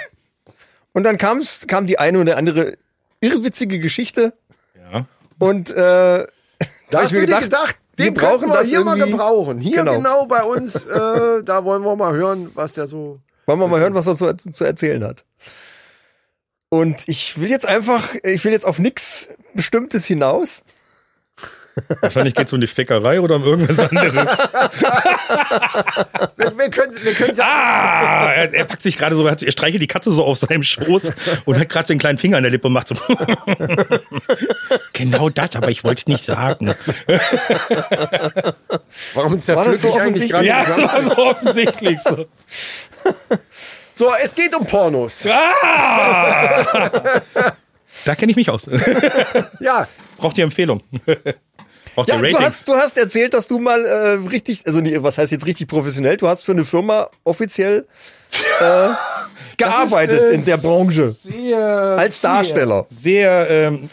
[SPEAKER 4] Und dann kam's, kam die eine oder andere irrwitzige Geschichte.
[SPEAKER 1] Ja.
[SPEAKER 4] Und äh,
[SPEAKER 5] Da
[SPEAKER 4] hab
[SPEAKER 5] hast du dir gedacht,
[SPEAKER 4] wir
[SPEAKER 5] den
[SPEAKER 4] brauchen
[SPEAKER 5] brauchen wir
[SPEAKER 4] das
[SPEAKER 5] hier mal
[SPEAKER 4] irgendwie.
[SPEAKER 5] gebrauchen. Hier
[SPEAKER 4] Genau.
[SPEAKER 5] genau, bei uns, äh, da wollen wir mal hören, was der so.
[SPEAKER 4] Wollen wir mal hören, was er zu, zu erzählen hat. Und ich will jetzt einfach, ich will jetzt auf nichts Bestimmtes hinaus.
[SPEAKER 1] Wahrscheinlich geht es um die Fickerei oder um irgendwas anderes.
[SPEAKER 5] Wir, wir können wir können's ja.
[SPEAKER 1] Ah, er, er packt sich gerade so, er hat- er streichelt die Katze so auf seinem Schoß und hat gerade den kleinen Finger an der Lippe und macht so. genau das, aber ich wollte es nicht sagen.
[SPEAKER 5] Warum ist der
[SPEAKER 4] War das so
[SPEAKER 5] Flüssig eigentlich
[SPEAKER 4] offensichtlich?
[SPEAKER 5] gerade
[SPEAKER 1] Ja,
[SPEAKER 5] gesagt?
[SPEAKER 1] das war so offensichtlich so.
[SPEAKER 5] So, es geht um Pornos.
[SPEAKER 1] Ah! Da kenne ich mich aus.
[SPEAKER 5] Ja,
[SPEAKER 1] Braucht die Empfehlung. Braucht
[SPEAKER 4] Ja,
[SPEAKER 1] die
[SPEAKER 4] du
[SPEAKER 1] Ratings.
[SPEAKER 4] hast, du hast erzählt, dass du mal äh, richtig, also nee, was heißt jetzt richtig professionell, du hast für eine Firma offiziell äh, gearbeitet
[SPEAKER 1] äh,
[SPEAKER 4] in der Branche. als Darsteller.
[SPEAKER 1] sehr. Ähm,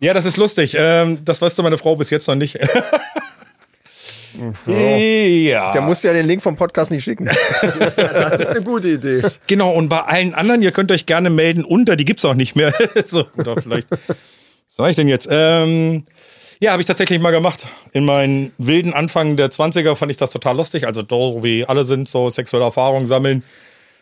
[SPEAKER 1] ja, das ist lustig. Ähm, das weißt du, meine Frau bis jetzt noch nicht. ja.
[SPEAKER 4] Der muss ja den Link vom Podcast nicht schicken.
[SPEAKER 5] das ist eine gute Idee.
[SPEAKER 1] Genau, und bei allen anderen, ihr könnt euch gerne melden unter, die gibt's auch nicht mehr. so, oder vielleicht. Was sag ich denn jetzt? Ähm, ja, habe ich tatsächlich mal gemacht. In meinen wilden Anfang der 20er fand ich das total lustig. Also, so wie alle sind, so sexuelle Erfahrungen sammeln.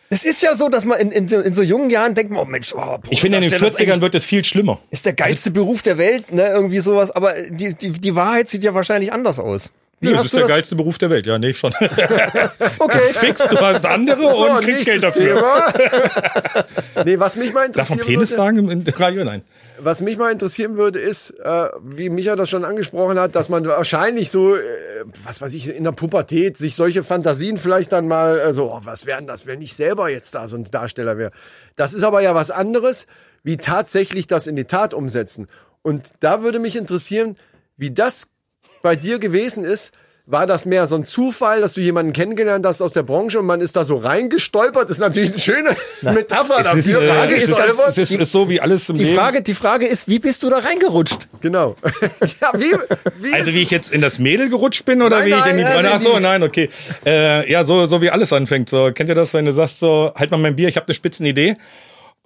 [SPEAKER 4] es ist ja so, dass man in, in, so, in so jungen Jahren denkt, man, oh Mensch, oh,
[SPEAKER 1] Ich finde, in den
[SPEAKER 4] Darsteller ist eigentlich
[SPEAKER 1] 40ern wird Also- es viel schlimmer.
[SPEAKER 4] ist der geilste Beruf der Welt, ne, irgendwie sowas, aber die, die, die Wahrheit sieht ja wahrscheinlich anders aus. Wie
[SPEAKER 1] Nö,
[SPEAKER 4] hast
[SPEAKER 1] das ist
[SPEAKER 4] du
[SPEAKER 1] der
[SPEAKER 4] das-
[SPEAKER 1] geilste Beruf der Welt. Ja, nee, schon.
[SPEAKER 4] Okay.
[SPEAKER 1] Fix, du hast andere und kriegst
[SPEAKER 5] nächstes
[SPEAKER 1] Geld dafür.
[SPEAKER 5] Thema. nee, was mich mal
[SPEAKER 1] Darf man
[SPEAKER 5] interessieren
[SPEAKER 1] Penis
[SPEAKER 5] würde,
[SPEAKER 1] sagen im im Radio? Nein.
[SPEAKER 5] was mich mal interessieren würde, ist, äh, wie Micha das schon angesprochen hat, dass man wahrscheinlich so, äh, was weiß ich, in der Pubertät sich solche Fantasien vielleicht dann mal äh, so, oh, was wären das, wenn ich selber jetzt da so ein Darsteller wäre. Das ist aber ja was anderes, wie tatsächlich das in die Tat umsetzen. Und da würde mich interessieren, wie das bei dir gewesen ist, war das mehr so ein Zufall, dass du jemanden kennengelernt hast aus der Branche und man ist da so reingestolpert? Ist natürlich eine schöne Metapher
[SPEAKER 1] Es ist,
[SPEAKER 5] dafür.
[SPEAKER 1] äh, es ist,
[SPEAKER 5] reingestolpert.
[SPEAKER 1] es ist, es ist so wie alles im
[SPEAKER 4] Die
[SPEAKER 1] Leben.
[SPEAKER 4] Frage, die Frage ist, wie bist du da reingerutscht?
[SPEAKER 5] Genau. ja, wie, wie
[SPEAKER 1] Also
[SPEAKER 5] ist-
[SPEAKER 1] wie ich jetzt in das Mädel gerutscht bin oder
[SPEAKER 5] Nein,
[SPEAKER 1] wie ich in die
[SPEAKER 5] nein, äh, nein,
[SPEAKER 1] Brille? Ach so,
[SPEAKER 5] die-
[SPEAKER 1] nein, okay. Äh, ja, so, so wie alles anfängt. So, kennt ihr das, wenn du sagst so, halt mal mein Bier, ich habe eine spitzen Idee.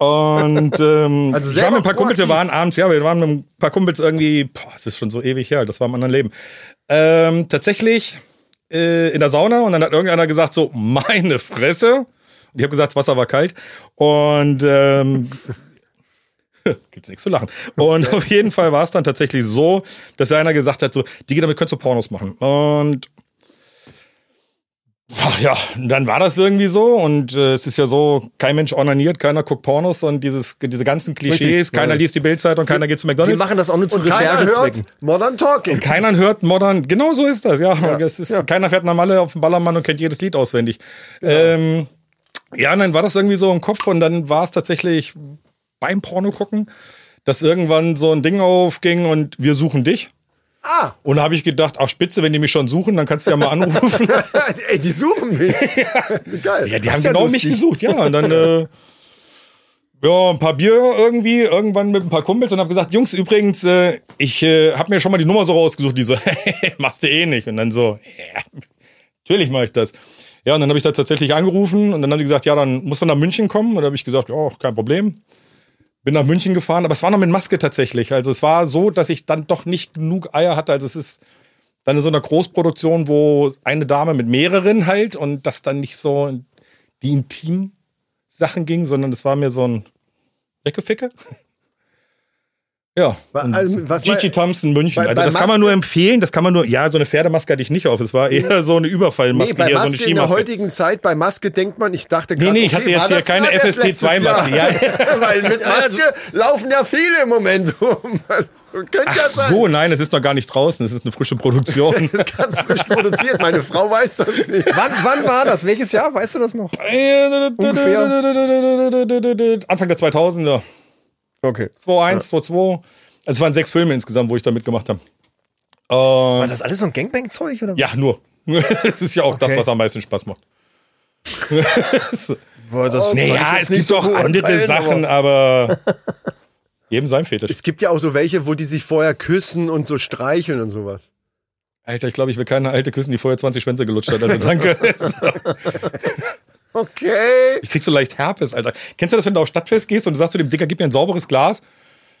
[SPEAKER 1] Und ähm,
[SPEAKER 5] Also
[SPEAKER 1] ich war
[SPEAKER 5] selber
[SPEAKER 1] mit ein paar Kumpels, wir waren
[SPEAKER 5] proaktiv.
[SPEAKER 1] abends, ja, wir waren mit ein paar Kumpels irgendwie, boah, es ist schon so ewig her, das war im anderen Leben. Ähm, tatsächlich äh, in der Sauna und dann hat irgendeiner gesagt so, meine Fresse. Und ich habe gesagt, das Wasser war kalt. Und ähm, gibt's nichts zu lachen. Und auf jeden Fall war es dann tatsächlich so, dass einer gesagt hat, so, Digi, damit könntest du Pornos machen. Und ach ja, dann war das irgendwie so. Und äh, es ist ja so, kein Mensch onaniert, keiner guckt Pornos und dieses, diese ganzen Klischees,
[SPEAKER 4] Richtig,
[SPEAKER 1] keiner
[SPEAKER 4] ja.
[SPEAKER 1] liest die Bildzeitung, keiner geht zu
[SPEAKER 4] Wir
[SPEAKER 1] McDonalds.
[SPEAKER 4] machen das auch nur zu
[SPEAKER 5] und keiner
[SPEAKER 4] Recherchezwecken.
[SPEAKER 5] hört Modern Talking.
[SPEAKER 1] Keiner hört modern, genau so ist das, ja. es ist, Keiner fährt nach Malle auf den Ballermann und kennt jedes Lied auswendig. Ähm, ja, und dann war das irgendwie so im Kopf und dann war es tatsächlich beim Porno gucken, dass irgendwann so ein Ding aufging und wir suchen dich.
[SPEAKER 5] Ah,
[SPEAKER 1] Und da habe ich gedacht, ach Spitze, wenn die mich schon suchen, dann kannst du ja mal anrufen.
[SPEAKER 5] ey, die suchen mich. Geil.
[SPEAKER 1] ja, die
[SPEAKER 5] Das
[SPEAKER 1] haben
[SPEAKER 5] ist ja
[SPEAKER 1] genau mich
[SPEAKER 5] lustig.
[SPEAKER 1] gesucht, ja. Und dann, äh, ja, ein paar Bier irgendwie, irgendwann mit ein paar Kumpels und habe gesagt, Jungs, übrigens, äh, ich äh, habe mir schon mal die Nummer so rausgesucht, die so, machst du eh nicht. Und dann so, ja, natürlich mache ich das. Ja, und dann habe ich da tatsächlich angerufen und dann haben die gesagt, ja, dann musst du nach München kommen. Und dann habe ich gesagt, ja, kein Problem. Bin nach München gefahren, aber es war noch mit Maske tatsächlich. Also es war so, dass ich dann doch nicht genug Eier hatte. Also es ist dann in so einer Großproduktion, wo eine Dame mit mehreren halt und das dann nicht so die intimen Sachen ging, sondern es war mir so ein Weckeficke. Ja.
[SPEAKER 5] Wa- also, was war-
[SPEAKER 1] Gigi Thompson München.
[SPEAKER 5] bei-
[SPEAKER 1] also
[SPEAKER 5] bei
[SPEAKER 1] das kann
[SPEAKER 5] Maske-
[SPEAKER 1] man nur empfehlen, das kann man nur, ja, so eine Pferdemaske hatte ich nicht auf. Es war eher so eine Überfallmaske,
[SPEAKER 5] Nee, bei
[SPEAKER 1] eher so
[SPEAKER 5] Maske
[SPEAKER 1] eine
[SPEAKER 5] in der
[SPEAKER 1] Skimaske.
[SPEAKER 5] heutigen Zeit, bei Maske denkt man, ich dachte
[SPEAKER 1] Nee,
[SPEAKER 5] gerade,
[SPEAKER 1] nee, ich
[SPEAKER 5] okay,
[SPEAKER 1] hatte jetzt
[SPEAKER 5] war
[SPEAKER 1] hier
[SPEAKER 5] das
[SPEAKER 1] keine
[SPEAKER 5] gerade erst
[SPEAKER 1] FFP2-Maske.
[SPEAKER 5] letztes
[SPEAKER 1] Ja. also
[SPEAKER 5] Jahr? Weil mit Maske laufen ja viele im Moment rum. Das könnte ja
[SPEAKER 1] Ach
[SPEAKER 5] sein.
[SPEAKER 1] so, nein, es ist noch gar nicht draußen, es ist eine frische Produktion.
[SPEAKER 5] Das ist ganz frisch produziert. Meine Frau weiß das nicht.
[SPEAKER 4] Wann, wann war das? Welches Jahr? Weißt du das noch?
[SPEAKER 1] Ungefähr. Anfang der 2000er.
[SPEAKER 4] Okay.
[SPEAKER 1] 2-1, 2-2. Also es waren sechs Filme insgesamt, wo ich da mitgemacht habe.
[SPEAKER 4] War das alles so ein Gangbang-Zeug? Oder?
[SPEAKER 1] Ja, nur. Es ist ja auch das,
[SPEAKER 4] Okay.
[SPEAKER 1] was am meisten Spaß macht.
[SPEAKER 4] War das
[SPEAKER 1] naja, es gibt doch andere Sachen, aber jedem sein Fetisch.
[SPEAKER 5] Es gibt ja auch so welche, wo die sich vorher küssen und so streicheln und sowas.
[SPEAKER 1] Alter, ich glaube, ich will keine alte küssen, die vorher 20 Schwänze gelutscht hat. Also danke.
[SPEAKER 5] Okay.
[SPEAKER 1] ich krieg so leicht Herpes, Alter. Kennst du das, wenn du auf Stadtfest gehst und du sagst zu dem Dicker, gib mir ein sauberes Glas?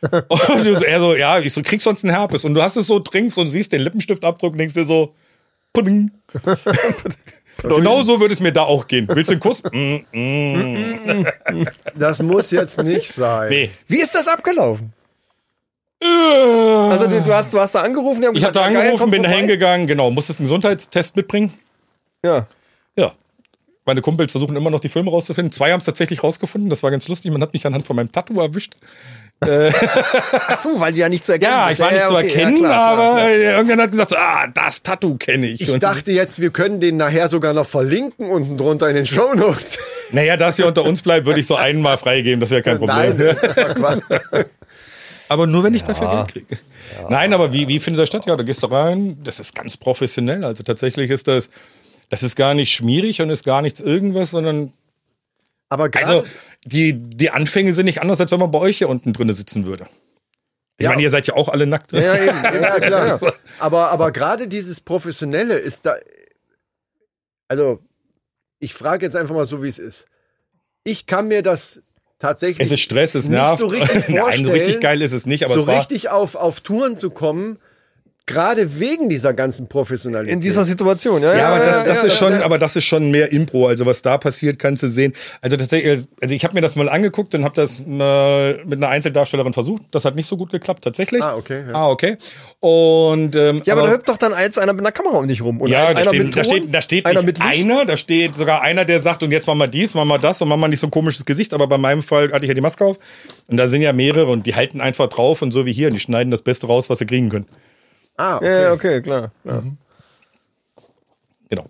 [SPEAKER 1] Und du so, er so, ja, ich so, krieg sonst einen Herpes. Und du hast es so, trinkst und siehst den Lippenstiftabdruck und denkst dir so, pudding. genau so würde es mir da auch gehen. Willst du einen Kuss? Mm, mm,
[SPEAKER 5] Das muss jetzt nicht sein.
[SPEAKER 1] nee.
[SPEAKER 4] Wie ist das abgelaufen? Also du, du, hast, du hast da angerufen, die haben
[SPEAKER 1] Ich habe
[SPEAKER 4] gesagt,
[SPEAKER 1] da
[SPEAKER 4] Äh, ja, geil,
[SPEAKER 1] angerufen,
[SPEAKER 4] komm
[SPEAKER 1] bin da
[SPEAKER 4] vorbei.
[SPEAKER 1] hingegangen, genau. Musstest einen Gesundheitstest mitbringen?
[SPEAKER 4] Ja.
[SPEAKER 1] Ja. Meine Kumpels versuchen immer noch die Filme rauszufinden. Zwei haben es tatsächlich rausgefunden. Das war ganz lustig. Man hat mich anhand von meinem Tattoo erwischt.
[SPEAKER 4] Ach so, weil die ja nicht zu erkennen
[SPEAKER 1] Ja,
[SPEAKER 4] bist.
[SPEAKER 1] ich war nicht
[SPEAKER 4] ja,
[SPEAKER 1] zu
[SPEAKER 4] okay, ja,
[SPEAKER 1] erkennen,
[SPEAKER 4] klar, klar,
[SPEAKER 1] aber
[SPEAKER 4] klar.
[SPEAKER 1] irgendjemand hat gesagt, ah, das Tattoo kenne ich.
[SPEAKER 5] Ich
[SPEAKER 1] Und-
[SPEAKER 5] dachte jetzt, wir können den nachher sogar noch verlinken unten drunter in den Shownotes.
[SPEAKER 1] naja, dass ihr unter uns bleibt, würde ich so einmal freigeben. Das wäre kein Problem.
[SPEAKER 5] Nein,
[SPEAKER 4] ne?
[SPEAKER 5] das war Quatsch.
[SPEAKER 1] Aber nur, wenn ich dafür Geld kriege. Nein, aber wie, wie findet das statt? Ja, da gehst du rein. Das ist ganz professionell. Also tatsächlich ist das, das ist gar nicht schmierig und ist gar nichts irgendwas, sondern
[SPEAKER 5] Aber gerade,
[SPEAKER 1] Also die, die Anfänge sind nicht anders, als wenn man bei euch hier unten drinne sitzen würde. Ich
[SPEAKER 5] Ja.
[SPEAKER 1] meine, ihr seid ja auch alle nackt.
[SPEAKER 4] Ja, eben, eben.
[SPEAKER 5] ja klar. Aber, aber gerade dieses Professionelle ist da, also ich frage jetzt einfach mal so, wie es ist. Ich kann mir das tatsächlich
[SPEAKER 1] Es ist Stress, es
[SPEAKER 5] Nicht
[SPEAKER 1] nervt.
[SPEAKER 5] so richtig
[SPEAKER 1] Nein, so richtig
[SPEAKER 5] vorstellen.
[SPEAKER 1] geil ist es nicht, aber
[SPEAKER 5] so
[SPEAKER 1] es war,
[SPEAKER 5] richtig auf, auf Touren zu kommen, gerade wegen dieser ganzen Professionalität.
[SPEAKER 4] In dieser Situation, ja.
[SPEAKER 1] Ja, aber das, das
[SPEAKER 4] ja,
[SPEAKER 1] ist schon, aber das ist schon mehr Impro. Also was da passiert, kannst du sehen. Also tatsächlich, also ich habe mir das mal angeguckt und habe das mal mit einer Einzeldarstellerin versucht. Das hat nicht so gut geklappt, tatsächlich.
[SPEAKER 5] Ah, okay, ja.
[SPEAKER 1] Ah, okay. Und ähm,
[SPEAKER 4] Ja, aber, da hüpft doch dann eins einer mit einer Kamera um dich rum. Oder
[SPEAKER 1] ja,
[SPEAKER 4] ein-
[SPEAKER 1] da
[SPEAKER 4] einer
[SPEAKER 1] steht,
[SPEAKER 4] mit
[SPEAKER 1] da
[SPEAKER 4] Ton,
[SPEAKER 1] steht, da steht
[SPEAKER 4] einer
[SPEAKER 1] nicht
[SPEAKER 4] mit Licht.
[SPEAKER 1] einer, da steht sogar einer, der sagt, und jetzt machen wir dies, machen wir das und machen wir nicht so ein komisches Gesicht, aber bei meinem Fall hatte ich ja die Maske auf und da sind ja mehrere und die halten einfach drauf und so wie hier und die schneiden das Beste raus, was sie kriegen können.
[SPEAKER 5] ah, okay.
[SPEAKER 4] Ja, okay, klar. klar.
[SPEAKER 1] Genau.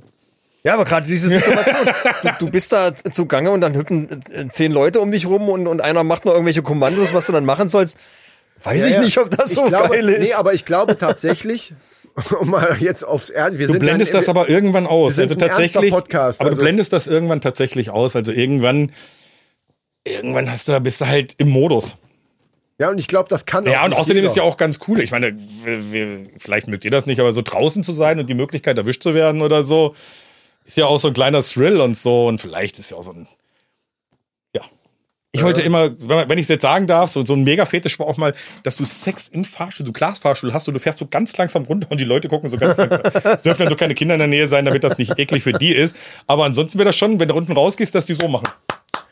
[SPEAKER 4] Ja, aber gerade diese Situation. du, du bist da zugange und dann hüpfen äh, zehn Leute um dich rum und, und einer macht noch irgendwelche Kommandos, was du dann machen sollst. Weiß ich
[SPEAKER 5] Ja, ja.
[SPEAKER 4] nicht, ob das
[SPEAKER 5] Ich
[SPEAKER 4] so
[SPEAKER 5] glaube,
[SPEAKER 4] geil ist.
[SPEAKER 5] Nee, aber ich glaube tatsächlich, um mal jetzt aufs Ernst, wir
[SPEAKER 1] Du
[SPEAKER 5] sind
[SPEAKER 1] blendest
[SPEAKER 5] dann,
[SPEAKER 1] das aber irgendwann aus.
[SPEAKER 5] sind
[SPEAKER 1] also
[SPEAKER 5] ein ernster
[SPEAKER 1] tatsächlich.
[SPEAKER 5] Podcast,
[SPEAKER 1] aber
[SPEAKER 5] also-
[SPEAKER 1] du blendest das irgendwann tatsächlich aus. Also irgendwann, irgendwann hast du, bist du halt im Modus.
[SPEAKER 5] Ja, und Genau, ich glaube, das kann
[SPEAKER 1] Ja, und
[SPEAKER 5] nicht
[SPEAKER 1] außerdem
[SPEAKER 5] jeder.
[SPEAKER 1] ist ja auch ganz cool. Ich meine, wir, wir, vielleicht mögt ihr das nicht, aber so draußen zu sein und die Möglichkeit erwischt zu werden oder so, ist ja auch so ein kleiner Thrill und so. Und vielleicht ist ja auch so ein. Ja. Ich wollte immer, wenn man- wenn ich es jetzt sagen darf, so, so ein Mega-Fetisch war auch mal, dass du Sex im Fahrstuhl, du Glasfahrstuhl hast und du fährst so ganz langsam runter und die Leute gucken so ganz langsam. Es dürfen ja nur keine Kinder in der Nähe sein, damit das nicht eklig für die ist. Aber ansonsten wäre das schon, wenn du unten rausgehst, dass die so machen.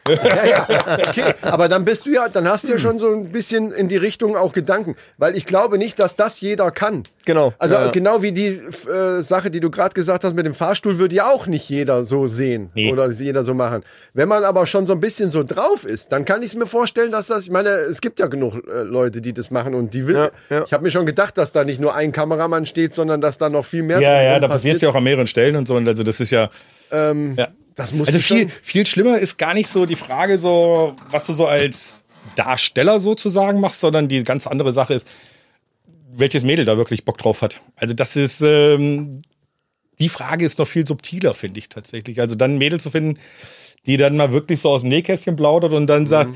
[SPEAKER 5] Ja, ja. Okay, aber dann bist du ja, dann hast du ja schon so ein bisschen in die Richtung auch Gedanken, weil ich glaube nicht, dass das jeder kann.
[SPEAKER 4] Genau,
[SPEAKER 5] Also
[SPEAKER 4] ja, ja.
[SPEAKER 5] genau wie die äh, Sache, die du gerade gesagt hast mit dem Fahrstuhl, würde ja auch nicht jeder so sehen
[SPEAKER 1] Nee.
[SPEAKER 5] oder jeder so machen. Wenn man aber schon so ein bisschen so drauf ist, dann kann ich mir vorstellen, dass das, ich meine, es gibt ja genug äh, Leute, die das machen und die will.
[SPEAKER 4] Ja, ja.
[SPEAKER 5] Ich habe mir schon gedacht, dass da nicht nur ein Kameramann steht, sondern dass da noch viel mehr.
[SPEAKER 1] Ja, ja,
[SPEAKER 5] drumherum
[SPEAKER 1] da passiert es ja auch an mehreren Stellen und so. Und also das ist ja. ja.
[SPEAKER 5] Ähm, das muss
[SPEAKER 1] also
[SPEAKER 5] ich
[SPEAKER 1] viel,
[SPEAKER 5] schon-
[SPEAKER 1] viel schlimmer ist gar nicht so die Frage, so, was du so als Darsteller sozusagen machst, sondern die ganz andere Sache ist, welches Mädel da wirklich Bock drauf hat. Also das ist, ähm, die Frage ist noch viel subtiler, finde ich tatsächlich. Also dann ein Mädel zu finden, die dann mal wirklich so aus dem Nähkästchen plaudert und dann sagt,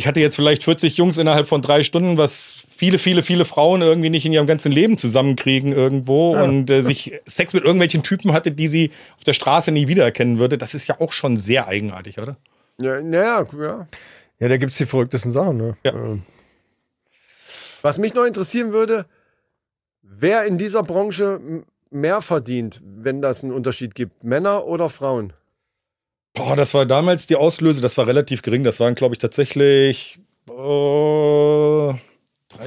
[SPEAKER 1] ich hatte jetzt vielleicht 40 Jungs innerhalb von drei Stunden, was viele, viele, viele Frauen irgendwie nicht in ihrem ganzen Leben zusammenkriegen irgendwo und äh, sich Sex mit irgendwelchen Typen hatte, die sie auf der Straße nie wiedererkennen würde. Das ist ja auch schon sehr eigenartig, oder?
[SPEAKER 5] Ja, naja, ja.
[SPEAKER 4] ja, da gibt's die verrücktesten Sachen. Ne?
[SPEAKER 1] Ja.
[SPEAKER 4] Ähm,
[SPEAKER 5] Was mich noch interessieren würde, wer in dieser Branche m- mehr verdient, wenn das einen Unterschied gibt, Männer oder Frauen?
[SPEAKER 1] Boah, das war damals die Auslöse, das war relativ gering. Das waren, glaube ich, tatsächlich äh, 300,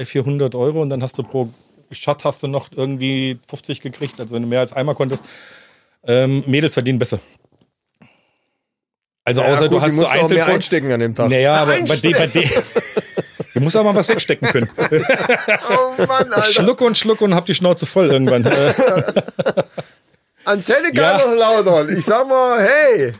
[SPEAKER 1] 400 Euro und dann hast du pro Shot hast du noch irgendwie 50 gekriegt, also wenn du mehr als einmal konntest. Ähm, Mädels verdienen besser. Also
[SPEAKER 4] ja,
[SPEAKER 1] außer
[SPEAKER 4] gut,
[SPEAKER 1] du hast
[SPEAKER 4] die
[SPEAKER 1] so
[SPEAKER 4] musst auch mehr
[SPEAKER 1] Einzelpro-
[SPEAKER 4] einstecken an dem Tag.
[SPEAKER 1] Naja, aber bei dem, bei
[SPEAKER 5] Einstecken.
[SPEAKER 1] dem. Du musst aber mal was wegstecken können.
[SPEAKER 5] Oh Mann, Alter.
[SPEAKER 1] Schlucke und schlucke und hab die Schnauze voll irgendwann. Äh,
[SPEAKER 5] Antenne
[SPEAKER 1] Ja.
[SPEAKER 5] kann doch lautern. Ich sag mal, hey,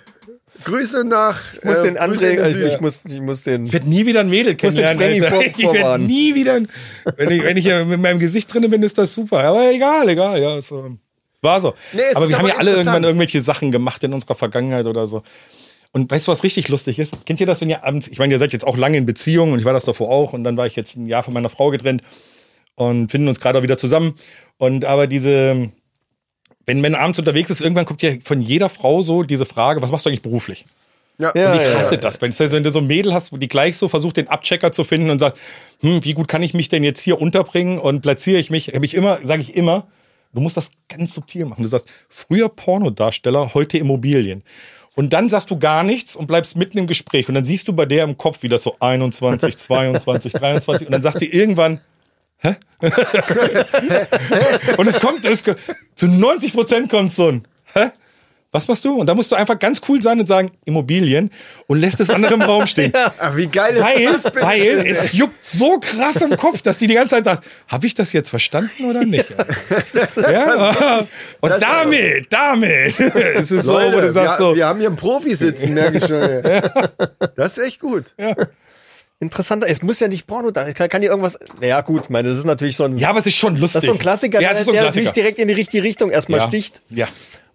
[SPEAKER 5] Grüße nach. äh,
[SPEAKER 4] Ich muss den
[SPEAKER 5] Grüße in
[SPEAKER 4] André,
[SPEAKER 5] den
[SPEAKER 4] also
[SPEAKER 5] Süden.
[SPEAKER 4] ich muss, ich muss den.
[SPEAKER 1] Ich werde nie wieder ein Mädel
[SPEAKER 4] Muss den
[SPEAKER 1] kennenlernen.
[SPEAKER 4] Sprenny
[SPEAKER 1] Alter.
[SPEAKER 4] vor-
[SPEAKER 1] ich werde
[SPEAKER 4] vorwarnen.
[SPEAKER 1] nie wieder. ein- Wenn ich, wenn ich hier mit meinem Gesicht drin bin, ist das super. Aber egal, egal. Ja, ist, ähm, war so.
[SPEAKER 5] Nee, es
[SPEAKER 1] aber
[SPEAKER 5] ist
[SPEAKER 1] wir haben
[SPEAKER 5] aber
[SPEAKER 1] ja alle irgendwann
[SPEAKER 5] interessant.
[SPEAKER 1] irgendwelche Sachen gemacht in unserer Vergangenheit oder so. Und weißt du, was richtig lustig ist? Kennt ihr das, wenn ihr abends, ich meine, ihr seid jetzt auch lange in Beziehung und ich war das davor auch und dann war ich jetzt ein Jahr von meiner Frau getrennt und finden uns gerade auch wieder zusammen. Und aber diese, wenn man abends unterwegs ist, irgendwann kommt ja von jeder Frau so diese Frage, was machst du eigentlich beruflich?
[SPEAKER 5] Ja.
[SPEAKER 4] Ja,
[SPEAKER 5] Und ich-
[SPEAKER 1] Ich hasse das. Wenn, wenn du so ein Mädel hast, die gleich so versucht, den Abchecker zu finden und sagt, hm, wie gut kann ich mich denn jetzt hier unterbringen und platziere ich mich, habe ich immer, sage ich immer, du musst das ganz subtil machen. Du sagst, früher Pornodarsteller, heute Immobilien. Und dann sagst du gar nichts und bleibst mitten im Gespräch. Und dann siehst du bei der im Kopf, wie das so 21, 22, 23. Und dann sagt sie irgendwann, hä? und es kommt, es, zu 90 Prozent kommt so ein, hä? Was machst du? Und da musst du einfach ganz cool sein und sagen, Immobilien und lässt das andere im Raum stehen.
[SPEAKER 5] Ach, wie geil ist
[SPEAKER 1] Weil,
[SPEAKER 5] das bitte?
[SPEAKER 1] weil es juckt so krass im Kopf, dass die die ganze Zeit sagt, habe ich das jetzt verstanden oder nicht? ja? Und
[SPEAKER 5] das-
[SPEAKER 1] damit, damit. es ist so, wo
[SPEAKER 5] Leute,
[SPEAKER 1] du sagst
[SPEAKER 5] wir,
[SPEAKER 1] so,
[SPEAKER 5] wir haben hier einen Profi sitzen, merke ich schon. ey. Das ist echt gut.
[SPEAKER 4] Interessanter, es muss ja nicht Porno da. Es kann, kann dir irgendwas. Naja, gut, meine, das ist natürlich so ein.
[SPEAKER 1] ja, aber es ist schon lustig.
[SPEAKER 4] das ist so ein Klassiker,
[SPEAKER 1] Ja, es ist so ein
[SPEAKER 4] der
[SPEAKER 1] Klassiker.
[SPEAKER 4] natürlich direkt in die richtige Richtung erstmal
[SPEAKER 1] ja.
[SPEAKER 4] sticht
[SPEAKER 1] Ja.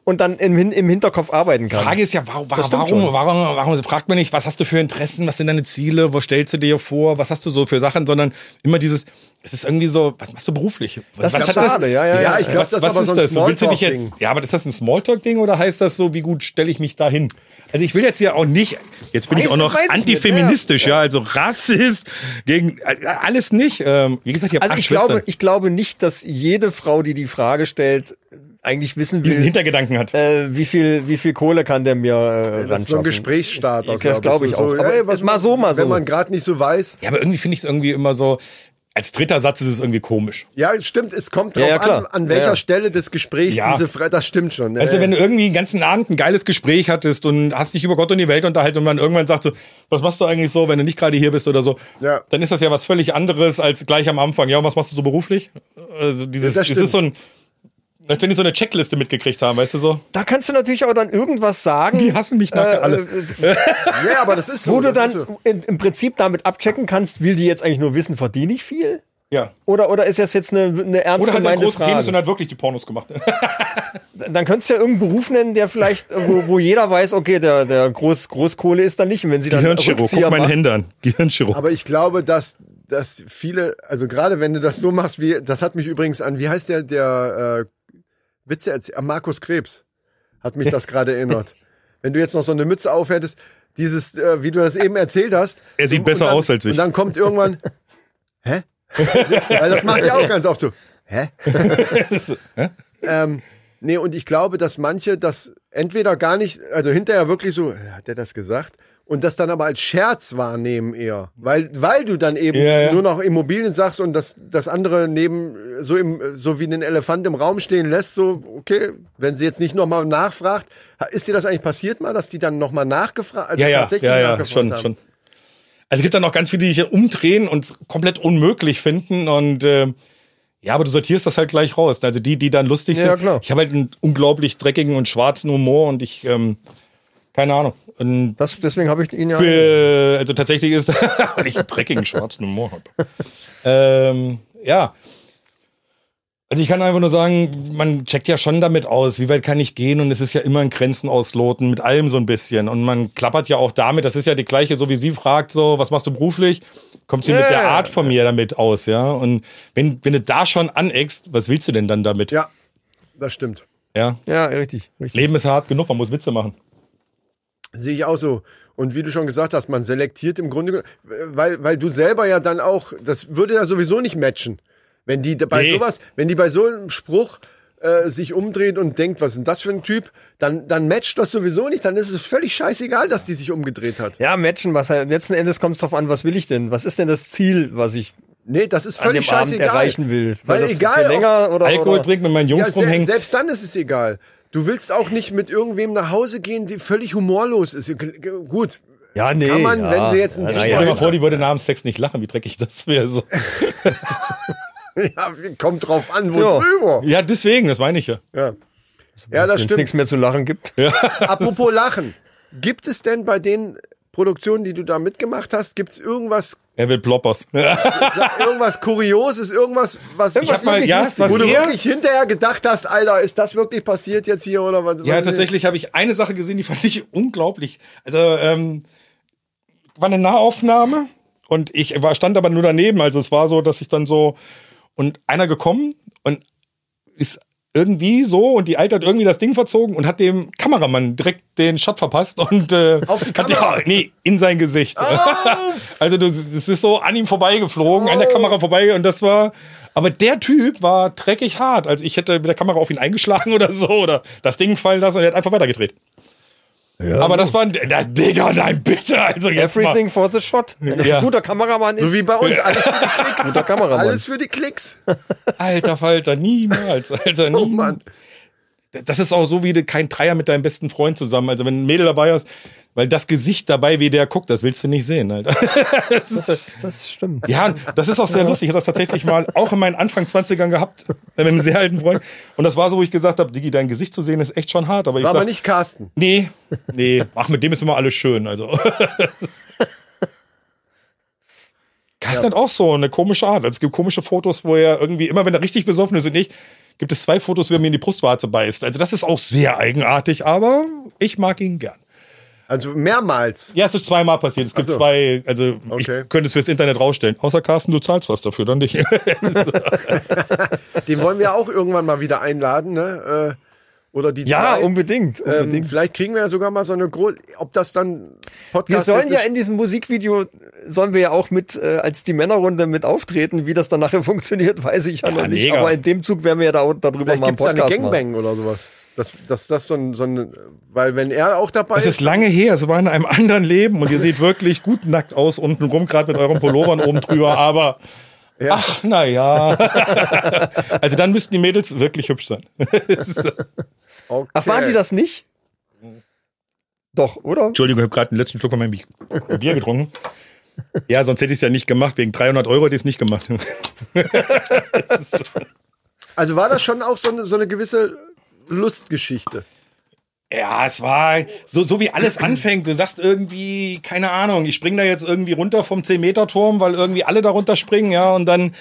[SPEAKER 4] und dann im, Hin- im Hinterkopf arbeiten kann.
[SPEAKER 1] Die Frage ist ja, warum, warum,
[SPEAKER 4] stimmt
[SPEAKER 1] warum, warum, warum fragt man nicht, was hast du für Interessen, was sind deine Ziele, wo stellst du dir vor, was hast du so für Sachen, sondern immer dieses, es ist irgendwie so, was machst du beruflich? Was,
[SPEAKER 4] Das ist
[SPEAKER 1] was
[SPEAKER 4] schade, ja, ja, ja.
[SPEAKER 5] Ja, ich glaub,
[SPEAKER 1] was,
[SPEAKER 5] das ist
[SPEAKER 1] was
[SPEAKER 5] aber
[SPEAKER 1] ist
[SPEAKER 5] so ein
[SPEAKER 1] das? So, willst du dich jetzt,
[SPEAKER 5] Smalltalk-Ding.
[SPEAKER 1] ja, aber ist das ein Smalltalk-Ding oder heißt das so, wie gut stelle ich mich da hin? Also ich will jetzt hier auch nicht, jetzt bin ich
[SPEAKER 4] Weiß-
[SPEAKER 1] auch noch
[SPEAKER 4] weiß ich nicht,
[SPEAKER 1] antifeministisch, ja. also Rassist, gegen, äh, alles nicht. Ähm, wie gesagt, ich habe
[SPEAKER 4] Also
[SPEAKER 1] acht
[SPEAKER 4] ich glaube,
[SPEAKER 1] Schwestern,
[SPEAKER 4] ich glaube nicht, dass jede Frau, die die Frage stellt, eigentlich wissen
[SPEAKER 1] diesen
[SPEAKER 4] will,
[SPEAKER 1] Hintergedanken hat.
[SPEAKER 4] äh, wie viel, wie viel Kohle kann der mir äh,
[SPEAKER 5] Das ist so ein
[SPEAKER 4] ranschaffen.
[SPEAKER 5] Gesprächsstarter.
[SPEAKER 4] Ja, das glaub ich
[SPEAKER 5] So,
[SPEAKER 4] auch.
[SPEAKER 5] So,
[SPEAKER 4] Aber
[SPEAKER 5] ey, was,
[SPEAKER 4] ist mal so, mal so.
[SPEAKER 5] Wenn man gerade nicht so weiß.
[SPEAKER 1] Ja, aber irgendwie finde ich es irgendwie immer so, als dritter Satz ist es irgendwie komisch.
[SPEAKER 5] Ja, stimmt, es kommt drauf
[SPEAKER 4] Ja, ja,
[SPEAKER 5] an,
[SPEAKER 4] klar.
[SPEAKER 5] an welcher
[SPEAKER 4] Ja, ja.
[SPEAKER 5] Stelle des Gesprächs
[SPEAKER 1] Ja.
[SPEAKER 5] diese Fre Das stimmt schon. ne?
[SPEAKER 1] Weißt du,
[SPEAKER 5] ey.
[SPEAKER 1] Also wenn du irgendwie den ganzen Abend ein geiles Gespräch hattest und hast dich über Gott und die Welt unterhalten und man irgendwann sagt so, was machst du eigentlich so, wenn du nicht gerade hier bist oder so,
[SPEAKER 5] Ja.
[SPEAKER 1] dann ist das ja was völlig anderes als gleich am Anfang. Ja, und was machst du so beruflich? Also dieses,
[SPEAKER 5] Ja, das
[SPEAKER 1] es
[SPEAKER 5] stimmt.
[SPEAKER 1] ist so ein, als wenn die so eine Checkliste mitgekriegt haben, weißt du so?
[SPEAKER 4] Da kannst du natürlich auch dann irgendwas sagen.
[SPEAKER 1] Die hassen mich nachher alle.
[SPEAKER 4] äh,
[SPEAKER 5] ja, aber das ist so.
[SPEAKER 4] Wo du
[SPEAKER 5] das
[SPEAKER 4] dann
[SPEAKER 5] ist so.
[SPEAKER 4] in, im Prinzip damit abchecken kannst, will die jetzt eigentlich nur wissen, verdiene ich viel?
[SPEAKER 1] Ja.
[SPEAKER 4] Oder, oder ist das jetzt eine, eine ernst
[SPEAKER 1] Oder hat er einen
[SPEAKER 4] gemeinte
[SPEAKER 1] großen Penis und
[SPEAKER 4] Frage?
[SPEAKER 1] hat wirklich die Pornos gemacht.
[SPEAKER 4] Dann könntest du ja irgendeinen Beruf nennen, der vielleicht, wo, wo jeder weiß, okay, der, der Groß, Großkohle ist dann nicht. Und wenn sie dann
[SPEAKER 1] Gehirnchirurg,
[SPEAKER 4] Rückzieher
[SPEAKER 1] guck meine
[SPEAKER 4] macht-
[SPEAKER 1] Hände an. Gehirnchirurg.
[SPEAKER 5] Aber ich glaube, dass, dass viele, also gerade wenn du das so machst, wie, das hat mich übrigens an, wie heißt der, der äh, Witze erzählt, Markus Krebs hat mich das gerade erinnert. Wenn du jetzt noch so eine Mütze aufhättest, dieses, äh, wie du das eben erzählt hast.
[SPEAKER 1] Er sieht
[SPEAKER 5] Und
[SPEAKER 1] besser
[SPEAKER 5] dann,
[SPEAKER 1] aus als ich.
[SPEAKER 5] Und dann kommt irgendwann, hä? Weil das macht ja auch ganz oft so, hä? ähm, nee, und ich glaube, dass manche das entweder gar nicht, also hinterher wirklich so, hat der das gesagt? Und das dann aber als Scherz wahrnehmen eher. Weil, weil du dann eben
[SPEAKER 1] Ja, ja.
[SPEAKER 5] nur noch Immobilien sagst und das, das andere neben, so im, so wie einen Elefant im Raum stehen lässt, so, okay, wenn sie jetzt nicht nochmal nachfragt, ist dir das eigentlich passiert mal, dass die dann nochmal nachgefragt, also
[SPEAKER 1] ja, ja,
[SPEAKER 5] tatsächlich
[SPEAKER 1] ja, ja,
[SPEAKER 5] nachgefragt
[SPEAKER 1] schon,
[SPEAKER 5] haben?
[SPEAKER 1] schon. Also es gibt dann auch ganz viele, die sich umdrehen und es komplett unmöglich finden und ähm, ja, aber du sortierst das halt gleich raus. Also die, die dann lustig
[SPEAKER 4] Ja,
[SPEAKER 1] sind.
[SPEAKER 4] ja, klar.
[SPEAKER 1] Ich habe halt einen unglaublich dreckigen und schwarzen Humor und ich, ähm, keine Ahnung. Und
[SPEAKER 4] Das, deswegen habe ich ihn ja.
[SPEAKER 1] äh, also tatsächlich ist, weil ich einen dreckigen schwarzen Humor habe. Ähm, ja. Also ich kann einfach nur sagen, man checkt ja schon damit aus, wie weit kann ich gehen und es ist ja immer ein Grenzen ausloten, mit allem so ein bisschen. Und man klappert ja auch damit, das ist ja die gleiche, so wie sie fragt, so, was machst du beruflich? Kommt sie mit
[SPEAKER 4] Ja,
[SPEAKER 1] der
[SPEAKER 4] ja,
[SPEAKER 1] Art von mir damit aus, ja? Und wenn, wenn du da schon aneckst, was willst du denn dann damit?
[SPEAKER 5] Ja, das stimmt.
[SPEAKER 1] ja?
[SPEAKER 4] Ja, richtig, richtig.
[SPEAKER 1] Leben ist hart genug, man muss Witze machen.
[SPEAKER 5] Sehe ich auch so. Und wie du schon gesagt hast, man selektiert im Grunde, genommen, weil, weil du selber ja dann auch, das würde ja sowieso nicht matchen. Wenn die bei
[SPEAKER 1] Nee.
[SPEAKER 5] sowas, wenn die bei so einem Spruch äh, sich umdreht und denkt, was ist denn das für ein Typ, dann, dann matcht das sowieso nicht, dann ist es völlig scheißegal, dass die sich umgedreht hat.
[SPEAKER 4] Ja, matchen, was halt, letzten Endes kommt es drauf an, was will ich denn? Was ist denn das Ziel, was ich
[SPEAKER 5] Nee, das ist
[SPEAKER 4] an
[SPEAKER 5] völlig
[SPEAKER 4] dem Abend
[SPEAKER 5] scheißegal.
[SPEAKER 4] erreichen will?
[SPEAKER 5] Weil,
[SPEAKER 4] das
[SPEAKER 5] egal,
[SPEAKER 4] für
[SPEAKER 5] ob-
[SPEAKER 4] länger oder,
[SPEAKER 1] Alkohol
[SPEAKER 4] oder
[SPEAKER 1] trinken, mit meinen Jungs
[SPEAKER 5] ja, se
[SPEAKER 1] rumhängen.
[SPEAKER 5] selbst dann ist es egal. Du willst auch nicht mit irgendwem nach Hause gehen, die völlig humorlos ist. Gut.
[SPEAKER 4] Ja, nee,
[SPEAKER 5] Kann man,
[SPEAKER 4] ja.
[SPEAKER 5] wenn sie jetzt einen
[SPEAKER 4] Ja,
[SPEAKER 1] Stell dir mal vor, die würde namens Sex nicht lachen, wie dreckig das wäre. So.
[SPEAKER 5] Ja, kommt drauf an, wo
[SPEAKER 4] Ja.
[SPEAKER 5] drüber.
[SPEAKER 1] Ja, deswegen, das meine ich ja.
[SPEAKER 5] Ja, ja das
[SPEAKER 4] Wenn es Also nichts
[SPEAKER 5] stimmt.
[SPEAKER 4] mehr zu lachen gibt.
[SPEAKER 5] Apropos Lachen. Gibt es denn bei den Produktionen, die du da mitgemacht hast, gibt es irgendwas,
[SPEAKER 1] Er will Ploppers.
[SPEAKER 5] irgendwas Kurioses, irgendwas, was
[SPEAKER 1] hab mal-
[SPEAKER 4] wirklich
[SPEAKER 1] ja,
[SPEAKER 4] lustig.
[SPEAKER 1] was
[SPEAKER 5] wo du
[SPEAKER 1] sehr-
[SPEAKER 5] wirklich hinterher gedacht hast, Alter, ist das wirklich passiert jetzt hier oder was?
[SPEAKER 1] Ja,
[SPEAKER 5] was-
[SPEAKER 1] tatsächlich habe ich eine Sache gesehen, die fand ich unglaublich. Also, ähm, war eine Nahaufnahme und ich war, stand aber nur daneben. Also, es war so, dass ich dann so. Und einer gekommen und ist irgendwie so und die Alte hat irgendwie das Ding verzogen und hat dem Kameramann direkt den Shot verpasst und äh,
[SPEAKER 5] Auf die
[SPEAKER 1] hat,
[SPEAKER 5] Kamera?
[SPEAKER 1] ja, nee, in sein Gesicht. also du, es ist so an ihm vorbeigeflogen, an der Kamera vorbei und das war aber der Typ war dreckig hart, also ich hätte mit der Kamera auf ihn eingeschlagen oder so oder das Ding fallen lassen und er hat einfach weitergedreht. aber das war ein das, Digga, nein, bitte, also jetzt
[SPEAKER 4] Everything for the shot. Wenn das
[SPEAKER 1] Ja.
[SPEAKER 4] ein guter Kameramann ist.
[SPEAKER 5] So wie bei uns, alles für die Klicks.
[SPEAKER 4] Guter Kameramann.
[SPEAKER 5] Alles für die Klicks.
[SPEAKER 1] mal. Alter Falter, niemals, Alter, niemals.
[SPEAKER 5] Oh Mann.
[SPEAKER 1] das ist auch so wie du- kein Dreier mit deinem besten Freund zusammen. Also wenn ein Mädel dabei ist, weil das Gesicht dabei, wie der guckt, das willst du nicht sehen, Alter. Das ist-
[SPEAKER 4] das, das stimmt.
[SPEAKER 1] ja, das ist auch sehr lustig. Ich habe das tatsächlich mal auch in meinen Anfang 20ern gehabt, mit einem sehr alten Freund. Und das war so, wo ich gesagt habe, Digi, dein Gesicht zu sehen ist echt schon hart. Aber ich
[SPEAKER 5] War
[SPEAKER 1] sag,
[SPEAKER 5] aber nicht Carsten.
[SPEAKER 1] Nee, nee. Ach, mit dem ist immer alles schön. Also. Carsten hat auch so eine komische Art. Also, es gibt komische Fotos, wo er irgendwie, immer wenn er richtig besoffen ist und ich, gibt es zwei Fotos, wie er mir in die Brustwarze beißt. Also das ist auch sehr eigenartig, aber ich mag ihn gern.
[SPEAKER 5] Also mehrmals.
[SPEAKER 1] Ja, es ist zweimal passiert. Es gibt
[SPEAKER 5] Ach so.
[SPEAKER 1] zwei, also
[SPEAKER 5] Okay.
[SPEAKER 1] ich könnte es fürs Internet rausstellen. Außer Carsten, du zahlst was dafür, dann nicht.
[SPEAKER 5] Den wollen wir auch irgendwann mal wieder einladen, ne? Äh, Oder die
[SPEAKER 4] Ja,
[SPEAKER 5] zwei.
[SPEAKER 4] unbedingt.
[SPEAKER 5] Ähm,
[SPEAKER 4] unbedingt.
[SPEAKER 5] vielleicht kriegen wir ja sogar mal so eine große, ob das dann Podcast
[SPEAKER 4] wir sollen ja in diesem Musikvideo, sollen wir ja auch mit, äh, als die Männerrunde mit auftreten. Wie das dann nachher funktioniert, weiß ich ja,
[SPEAKER 1] Ja,
[SPEAKER 4] noch nicht.
[SPEAKER 1] mega.
[SPEAKER 4] Aber in dem Zug werden wir ja da, darüber
[SPEAKER 5] vielleicht
[SPEAKER 4] mal einen
[SPEAKER 5] gibt's da
[SPEAKER 4] Podcast
[SPEAKER 5] eine
[SPEAKER 4] machen.
[SPEAKER 5] Gangbang oder sowas. Dass das, das so ein, so ein, weil wenn er auch dabei
[SPEAKER 1] Das ist lange her, es war in einem anderen Leben und ihr seht wirklich gut nackt aus unten rum, gerade mit euren Pullovern oben drüber, aber ach, naja. also dann müssten die Mädels wirklich hübsch sein.
[SPEAKER 5] okay.
[SPEAKER 4] Ach, waren die das nicht? Doch, oder?
[SPEAKER 1] Entschuldigung, ich habe gerade den letzten Schluck von meinem Bi- Bier getrunken. Ja, sonst hätte ich es ja nicht gemacht. Wegen 300 Euro hätte ich es nicht gemacht.
[SPEAKER 5] Also war das schon auch so eine, so eine gewisse Lustgeschichte.
[SPEAKER 1] Ja, es war so, so wie alles anfängt. Du sagst irgendwie, keine Ahnung, ich spring da jetzt irgendwie runter vom 10-Meter-Turm, weil irgendwie alle da runter springen, ja, und dann,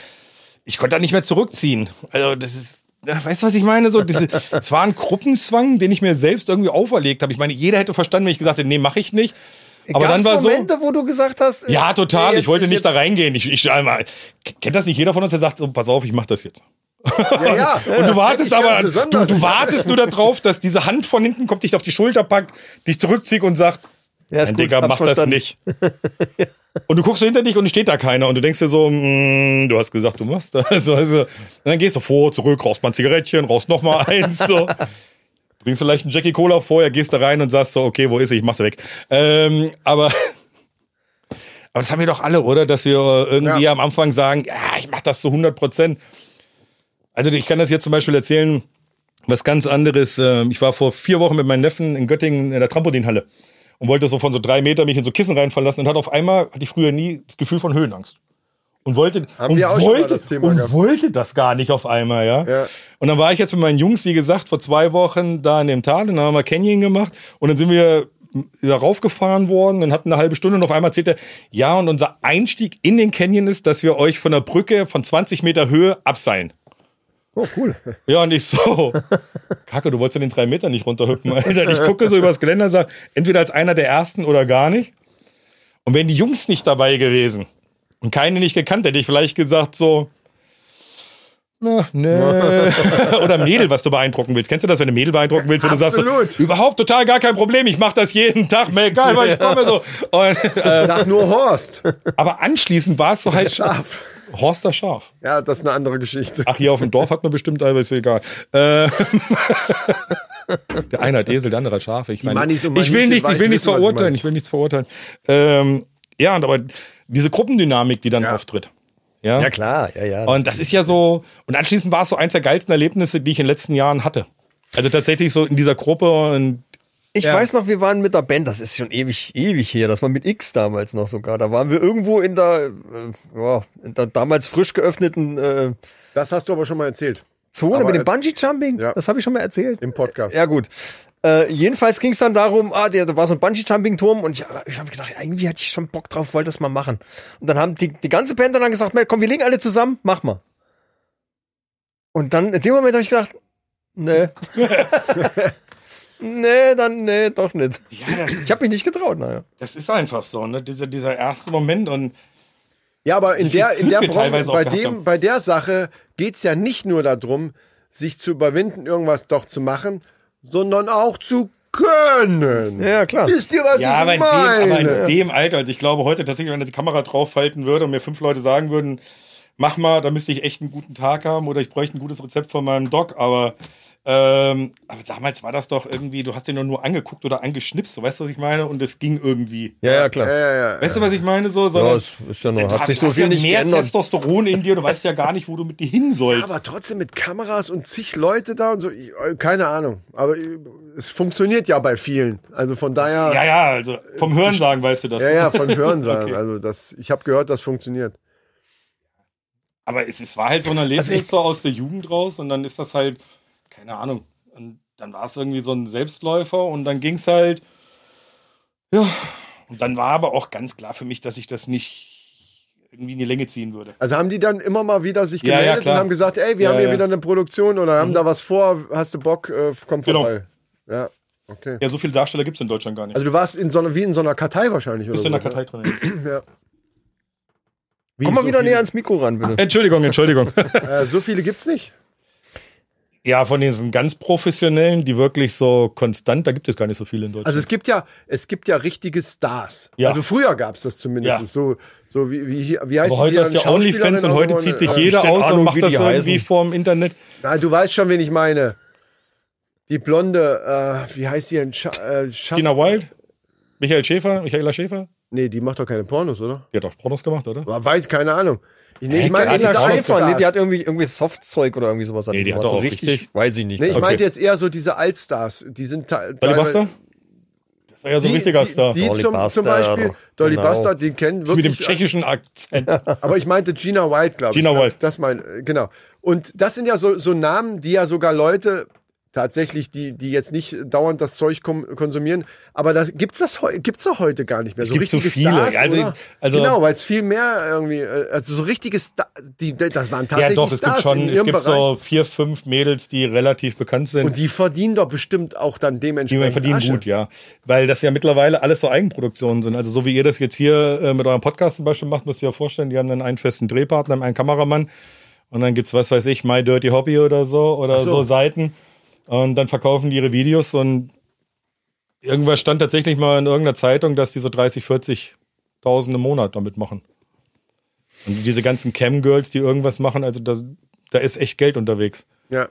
[SPEAKER 1] ich konnte da nicht mehr zurückziehen. Also, das ist, ja, weißt du, was ich meine? So, diese, es war ein Gruppenzwang, den ich mir selbst irgendwie auferlegt habe. Ich meine, jeder hätte verstanden, wenn ich gesagt hätte, nee, mache ich nicht. Aber
[SPEAKER 4] Gab's
[SPEAKER 1] dann war so.
[SPEAKER 4] Momente, wo du gesagt hast, äh,
[SPEAKER 1] Ja, total.
[SPEAKER 4] nee,
[SPEAKER 1] ich wollte
[SPEAKER 4] jetzt-
[SPEAKER 1] nicht da reingehen. Ich, ich einmal, kennt das nicht jeder von uns, der sagt, so, pass auf, ich mach das jetzt.
[SPEAKER 5] Ja, ja.
[SPEAKER 1] Und
[SPEAKER 5] das
[SPEAKER 1] du
[SPEAKER 5] kenn ich
[SPEAKER 1] wartest
[SPEAKER 5] ganz
[SPEAKER 1] aber, du,
[SPEAKER 5] besonders.
[SPEAKER 1] du wartest nur darauf, dass diese Hand von hinten kommt, dich auf die Schulter packt, dich zurückzieht und sagt,
[SPEAKER 4] Ja, ist
[SPEAKER 1] Nein,
[SPEAKER 4] gut,
[SPEAKER 1] Digga,
[SPEAKER 4] hab's
[SPEAKER 1] mach das
[SPEAKER 4] verstanden.
[SPEAKER 1] nicht. Und du guckst so hinter dich und steht da keiner und du denkst dir so, mm, du hast gesagt, du machst das. Also, also, und dann gehst du vor, zurück, rauchst mal ein Zigarettchen, rauchst noch mal eins. So. Trinkst vielleicht einen Jackie Cola vorher, gehst da rein und sagst so, okay, wo ist sie? Ich mach's weg. Ähm, aber, aber das haben wir doch alle, oder? Dass wir irgendwie
[SPEAKER 5] Ja.
[SPEAKER 1] am Anfang sagen, ja, ich mach das zu 100 Prozent. Also ich kann das jetzt zum Beispiel erzählen, was ganz anderes. Ähm, Ich war vor vier Wochen mit meinen Neffen in Göttingen in der Trampolinhalle und wollte so von so drei Meter mich in so Kissen reinfallen lassen und hat auf einmal, hatte ich früher nie das Gefühl von Höhenangst. Und wollte,
[SPEAKER 5] Haben
[SPEAKER 1] und
[SPEAKER 5] wir auch schon mal
[SPEAKER 1] wollte,
[SPEAKER 5] das Thema
[SPEAKER 1] und
[SPEAKER 5] gehabt.
[SPEAKER 1] wollte das gar nicht auf einmal, ja?
[SPEAKER 5] Ja.
[SPEAKER 1] Und dann war ich jetzt mit meinen Jungs, wie gesagt, vor zwei Wochen da in dem Tal und dann haben wir Canyon gemacht und dann sind wir da raufgefahren worden und hatten eine halbe Stunde und auf einmal erzählt er, ja, und unser Einstieg in den Canyon ist, dass wir euch von der Brücke von 20 Meter Höhe abseilen.
[SPEAKER 4] Oh, cool.
[SPEAKER 1] Ja, und ich so, Kacke, du wolltest ja den drei Meter nicht runterhüpfen, Alter. Ich gucke so übers Geländer, sag, entweder als einer der ersten oder gar nicht. Und wären die Jungs nicht dabei gewesen und keine nicht gekannt, hätte ich vielleicht gesagt so, na, ne. oder Mädel, was du beeindrucken willst. Kennst du das, wenn du Mädel beeindrucken willst, wenn du sagst,
[SPEAKER 5] Absolut.
[SPEAKER 1] so, überhaupt total gar kein Problem, ich mache das jeden Tag, mir egal, weil ich komme so. Und, äh,
[SPEAKER 5] Sag nur Horst.
[SPEAKER 1] aber anschließend warst du halt
[SPEAKER 5] Scharf.
[SPEAKER 1] Horster Schaf.
[SPEAKER 5] Ja, das ist eine andere Geschichte.
[SPEAKER 1] Ach, hier auf dem Dorf hat man bestimmt, aber ist egal. Äh, der eine hat Esel, der andere hat Schafe. Ich, meine,
[SPEAKER 5] Mannis
[SPEAKER 1] ich
[SPEAKER 5] und Maninchen
[SPEAKER 1] will nicht, ich will
[SPEAKER 5] wissen,
[SPEAKER 1] nichts
[SPEAKER 5] was ich
[SPEAKER 1] verurteilen,
[SPEAKER 5] meine.
[SPEAKER 1] ich will nichts verurteilen. Ähm, ja, und aber diese Gruppendynamik, die dann auftritt. Ja?
[SPEAKER 4] Ja, klar, ja, ja.
[SPEAKER 1] Und das ist ja so, und anschließend war es so eins der geilsten Erlebnisse, die ich in den letzten Jahren hatte. Also tatsächlich so in dieser Gruppe und
[SPEAKER 4] Ich
[SPEAKER 1] Ja.
[SPEAKER 4] weiß noch, wir waren mit der Band, das ist schon ewig, ewig her, das war mit X damals noch sogar. Da waren wir irgendwo in der, äh, ja, in der damals frisch geöffneten äh,
[SPEAKER 5] Das hast du aber schon mal erzählt
[SPEAKER 4] Zone
[SPEAKER 5] Aber,
[SPEAKER 4] mit dem
[SPEAKER 5] äh,
[SPEAKER 4] Bungee Jumping.
[SPEAKER 5] ja.
[SPEAKER 4] Das habe ich schon mal erzählt.
[SPEAKER 5] im Podcast.
[SPEAKER 4] Ja, gut. Äh, jedenfalls ging es dann darum, ah, der, da war so ein Bungee-Jumping-Turm und ich, ich habe gedacht, irgendwie hatte ich schon Bock drauf, wollte das mal machen. Und dann haben die, die ganze Band dann gesagt, "Na, komm, wir legen alle zusammen, mach mal. Und dann, in dem Moment habe ich gedacht, nee. nee, Ne, dann, nee, doch nicht.
[SPEAKER 1] Ja, das,
[SPEAKER 4] Ich habe mich nicht getraut, naja.
[SPEAKER 1] das ist einfach so, ne? Dieser, dieser erste Moment und
[SPEAKER 5] Ja, aber in der, in der
[SPEAKER 1] Glück wir
[SPEAKER 5] Branche,
[SPEAKER 1] teilweise auch
[SPEAKER 5] bei,
[SPEAKER 1] gehabt
[SPEAKER 5] dem,
[SPEAKER 1] haben.
[SPEAKER 5] bei der Sache geht's ja nicht nur darum, sich zu überwinden, irgendwas doch zu machen, sondern auch zu können.
[SPEAKER 4] Ja, klar.
[SPEAKER 5] Wisst ihr, was
[SPEAKER 1] ja, aber
[SPEAKER 5] ich
[SPEAKER 1] in, dem,
[SPEAKER 5] meine?
[SPEAKER 1] aber in dem Alter, also ich glaube heute tatsächlich, wenn ich die Kamera draufhalten würde und mir fünf Leute sagen würden, mach mal, da müsste ich echt einen guten Tag haben oder ich bräuchte ein gutes Rezept von meinem Doc, aber, ähm, aber damals war das doch irgendwie, du hast den doch nur angeguckt oder angeschnipst, so weißt du, was ich meine? Und es ging irgendwie.
[SPEAKER 4] Ja, ja, klar.
[SPEAKER 1] Weißt du, was ich meine? So,
[SPEAKER 4] Ja,
[SPEAKER 1] sondern,
[SPEAKER 4] es ist ja noch,
[SPEAKER 1] du
[SPEAKER 4] hat sich
[SPEAKER 1] hast-
[SPEAKER 4] so
[SPEAKER 1] hast
[SPEAKER 4] viel
[SPEAKER 1] ja
[SPEAKER 4] nicht
[SPEAKER 1] mehr
[SPEAKER 4] geändert.
[SPEAKER 1] Testosteron in dir, du weißt ja gar nicht, wo du mit dir hin sollst.
[SPEAKER 5] aber trotzdem mit Kameras und zig Leute da und so, ich- äh, keine Ahnung. Aber äh, es funktioniert ja bei vielen. Also von daher,
[SPEAKER 1] ja, ja, also vom Hörensagen weißt du das.
[SPEAKER 5] ja, ja, von Hörensagen.
[SPEAKER 1] Okay.
[SPEAKER 5] Also das, ich habe gehört, das funktioniert.
[SPEAKER 1] Aber es, es war halt so ein Erlebnis so aus der Jugend raus und dann ist das halt, keine Ahnung, und dann war es irgendwie so ein Selbstläufer und dann ging es halt, ja, und dann war aber auch ganz klar für mich, dass ich das nicht irgendwie in die Länge ziehen würde.
[SPEAKER 5] Also haben die dann immer mal wieder sich
[SPEAKER 1] Ja, ja,
[SPEAKER 5] gemeldet und
[SPEAKER 1] klar.
[SPEAKER 5] haben gesagt, ey, wir
[SPEAKER 1] Ja,
[SPEAKER 5] haben hier
[SPEAKER 1] ja. Mhm.
[SPEAKER 5] wieder eine Produktion oder haben da was vor, hast du Bock, äh, komm
[SPEAKER 1] Genau.
[SPEAKER 5] vorbei. Ja, okay.
[SPEAKER 1] Ja, so viele Darsteller gibt es in Deutschland gar nicht.
[SPEAKER 5] Also du warst in so einer, wie in so einer Kartei wahrscheinlich, oder?
[SPEAKER 1] Bist du in der
[SPEAKER 5] so,
[SPEAKER 1] Kartei drin?
[SPEAKER 5] ne? Ja. Wie
[SPEAKER 4] Komm mal
[SPEAKER 5] so
[SPEAKER 4] wieder
[SPEAKER 5] viele,
[SPEAKER 4] näher ans Mikro ran, bitte.
[SPEAKER 1] Entschuldigung, Entschuldigung.
[SPEAKER 5] Äh, so viele gibt's nicht.
[SPEAKER 1] ja, von diesen ganz Professionellen, die wirklich so konstant, da gibt es gar nicht so viele in Deutschland.
[SPEAKER 5] Also es gibt ja, es gibt ja richtige Stars.
[SPEAKER 1] Ja.
[SPEAKER 5] Also früher gab's das zumindest.
[SPEAKER 1] Ja.
[SPEAKER 5] So, so wie, wie, hier- wie heißt
[SPEAKER 4] Also,
[SPEAKER 1] aber
[SPEAKER 5] die,
[SPEAKER 1] heute hast
[SPEAKER 5] die
[SPEAKER 1] du
[SPEAKER 5] dann
[SPEAKER 1] ja OnlyFans und
[SPEAKER 5] Schauspielerin
[SPEAKER 1] heute
[SPEAKER 5] auch
[SPEAKER 1] zieht
[SPEAKER 5] noch
[SPEAKER 1] sich
[SPEAKER 5] eine- äh,
[SPEAKER 1] jeder
[SPEAKER 4] keine
[SPEAKER 1] aus
[SPEAKER 4] Ahnung,
[SPEAKER 1] und macht
[SPEAKER 4] wie
[SPEAKER 1] das
[SPEAKER 4] die
[SPEAKER 1] irgendwie
[SPEAKER 4] heißen.
[SPEAKER 1] vorm Internet.
[SPEAKER 5] Nein, du weißt schon, wen ich meine. Die blonde, äh, wie heißt die denn? Scha äh, Schaff-
[SPEAKER 1] Tina Wild, Michael Schäfer, Michaela Schäfer,
[SPEAKER 5] Nee, die macht doch keine Pornos, oder?
[SPEAKER 1] die hat auch Pornos gemacht, oder?
[SPEAKER 5] Aber weiß, keine Ahnung. Ich, nee, ich meine
[SPEAKER 4] Anna
[SPEAKER 5] diese
[SPEAKER 4] Schäfer, nee,
[SPEAKER 5] Altstars.
[SPEAKER 4] die hat irgendwie, irgendwie Softzeug oder irgendwie sowas.
[SPEAKER 1] Nee, die hat
[SPEAKER 4] gemacht.
[SPEAKER 1] doch auch richtig-
[SPEAKER 4] Weiß ich nicht.
[SPEAKER 5] Nee, ich
[SPEAKER 1] Okay.
[SPEAKER 5] meinte jetzt eher so diese Altstars. Die sind te-
[SPEAKER 1] Dolly
[SPEAKER 5] teilweise-
[SPEAKER 1] Buster? Das war ja so ein
[SPEAKER 5] Die,
[SPEAKER 1] richtiger Star.
[SPEAKER 5] die, die
[SPEAKER 4] Dolly
[SPEAKER 5] zum,
[SPEAKER 4] Buster,
[SPEAKER 5] zum Beispiel, Dolly
[SPEAKER 4] genau.
[SPEAKER 5] Buster, die kennen
[SPEAKER 1] mit dem
[SPEAKER 5] wirklich. äh,
[SPEAKER 1] tschechischen Akzent.
[SPEAKER 5] aber ich meinte Gina White, glaube ich.
[SPEAKER 1] Gina White.
[SPEAKER 5] Das mein, äh, genau. Und das sind ja so, so Namen, die ja sogar Leute tatsächlich, die, die jetzt nicht dauernd das Zeug kom- konsumieren. Aber das gibt's das heu- gibt's doch heute gar nicht mehr. so
[SPEAKER 1] gibt so
[SPEAKER 5] richtige
[SPEAKER 1] viele.
[SPEAKER 5] Stars.
[SPEAKER 1] Also-
[SPEAKER 5] oder?
[SPEAKER 1] also-
[SPEAKER 5] genau, weil es viel mehr irgendwie, äh, also so richtige Stars, die, das waren
[SPEAKER 1] Ja,
[SPEAKER 5] tatsächlich
[SPEAKER 1] doch, es gibt
[SPEAKER 5] Stars in
[SPEAKER 1] schon, es
[SPEAKER 5] ihrem
[SPEAKER 1] gibt
[SPEAKER 5] Bereich.
[SPEAKER 1] so vier, fünf Mädels, die relativ bekannt sind.
[SPEAKER 5] und die verdienen doch bestimmt auch dann
[SPEAKER 1] Die
[SPEAKER 5] dementsprechend.
[SPEAKER 1] man verdienen
[SPEAKER 5] Asche.
[SPEAKER 1] gut, ja. Weil das ja mittlerweile alles so Eigenproduktionen sind. Also so wie ihr das jetzt hier äh, mit eurem Podcast zum Beispiel macht, müsst ihr ja vorstellen, die haben dann einen festen Drehpartner, haben einen Kameramann und dann gibt's, was weiß ich, My Dirty Hobby oder so oder so. Seiten. Und dann verkaufen die ihre Videos und irgendwas stand tatsächlich mal in irgendeiner Zeitung, dass die so 30, 40 Tausend im Monat damit machen. Und diese ganzen Cam-Girls, die irgendwas machen, also das, da ist echt Geld unterwegs.
[SPEAKER 5] Ja.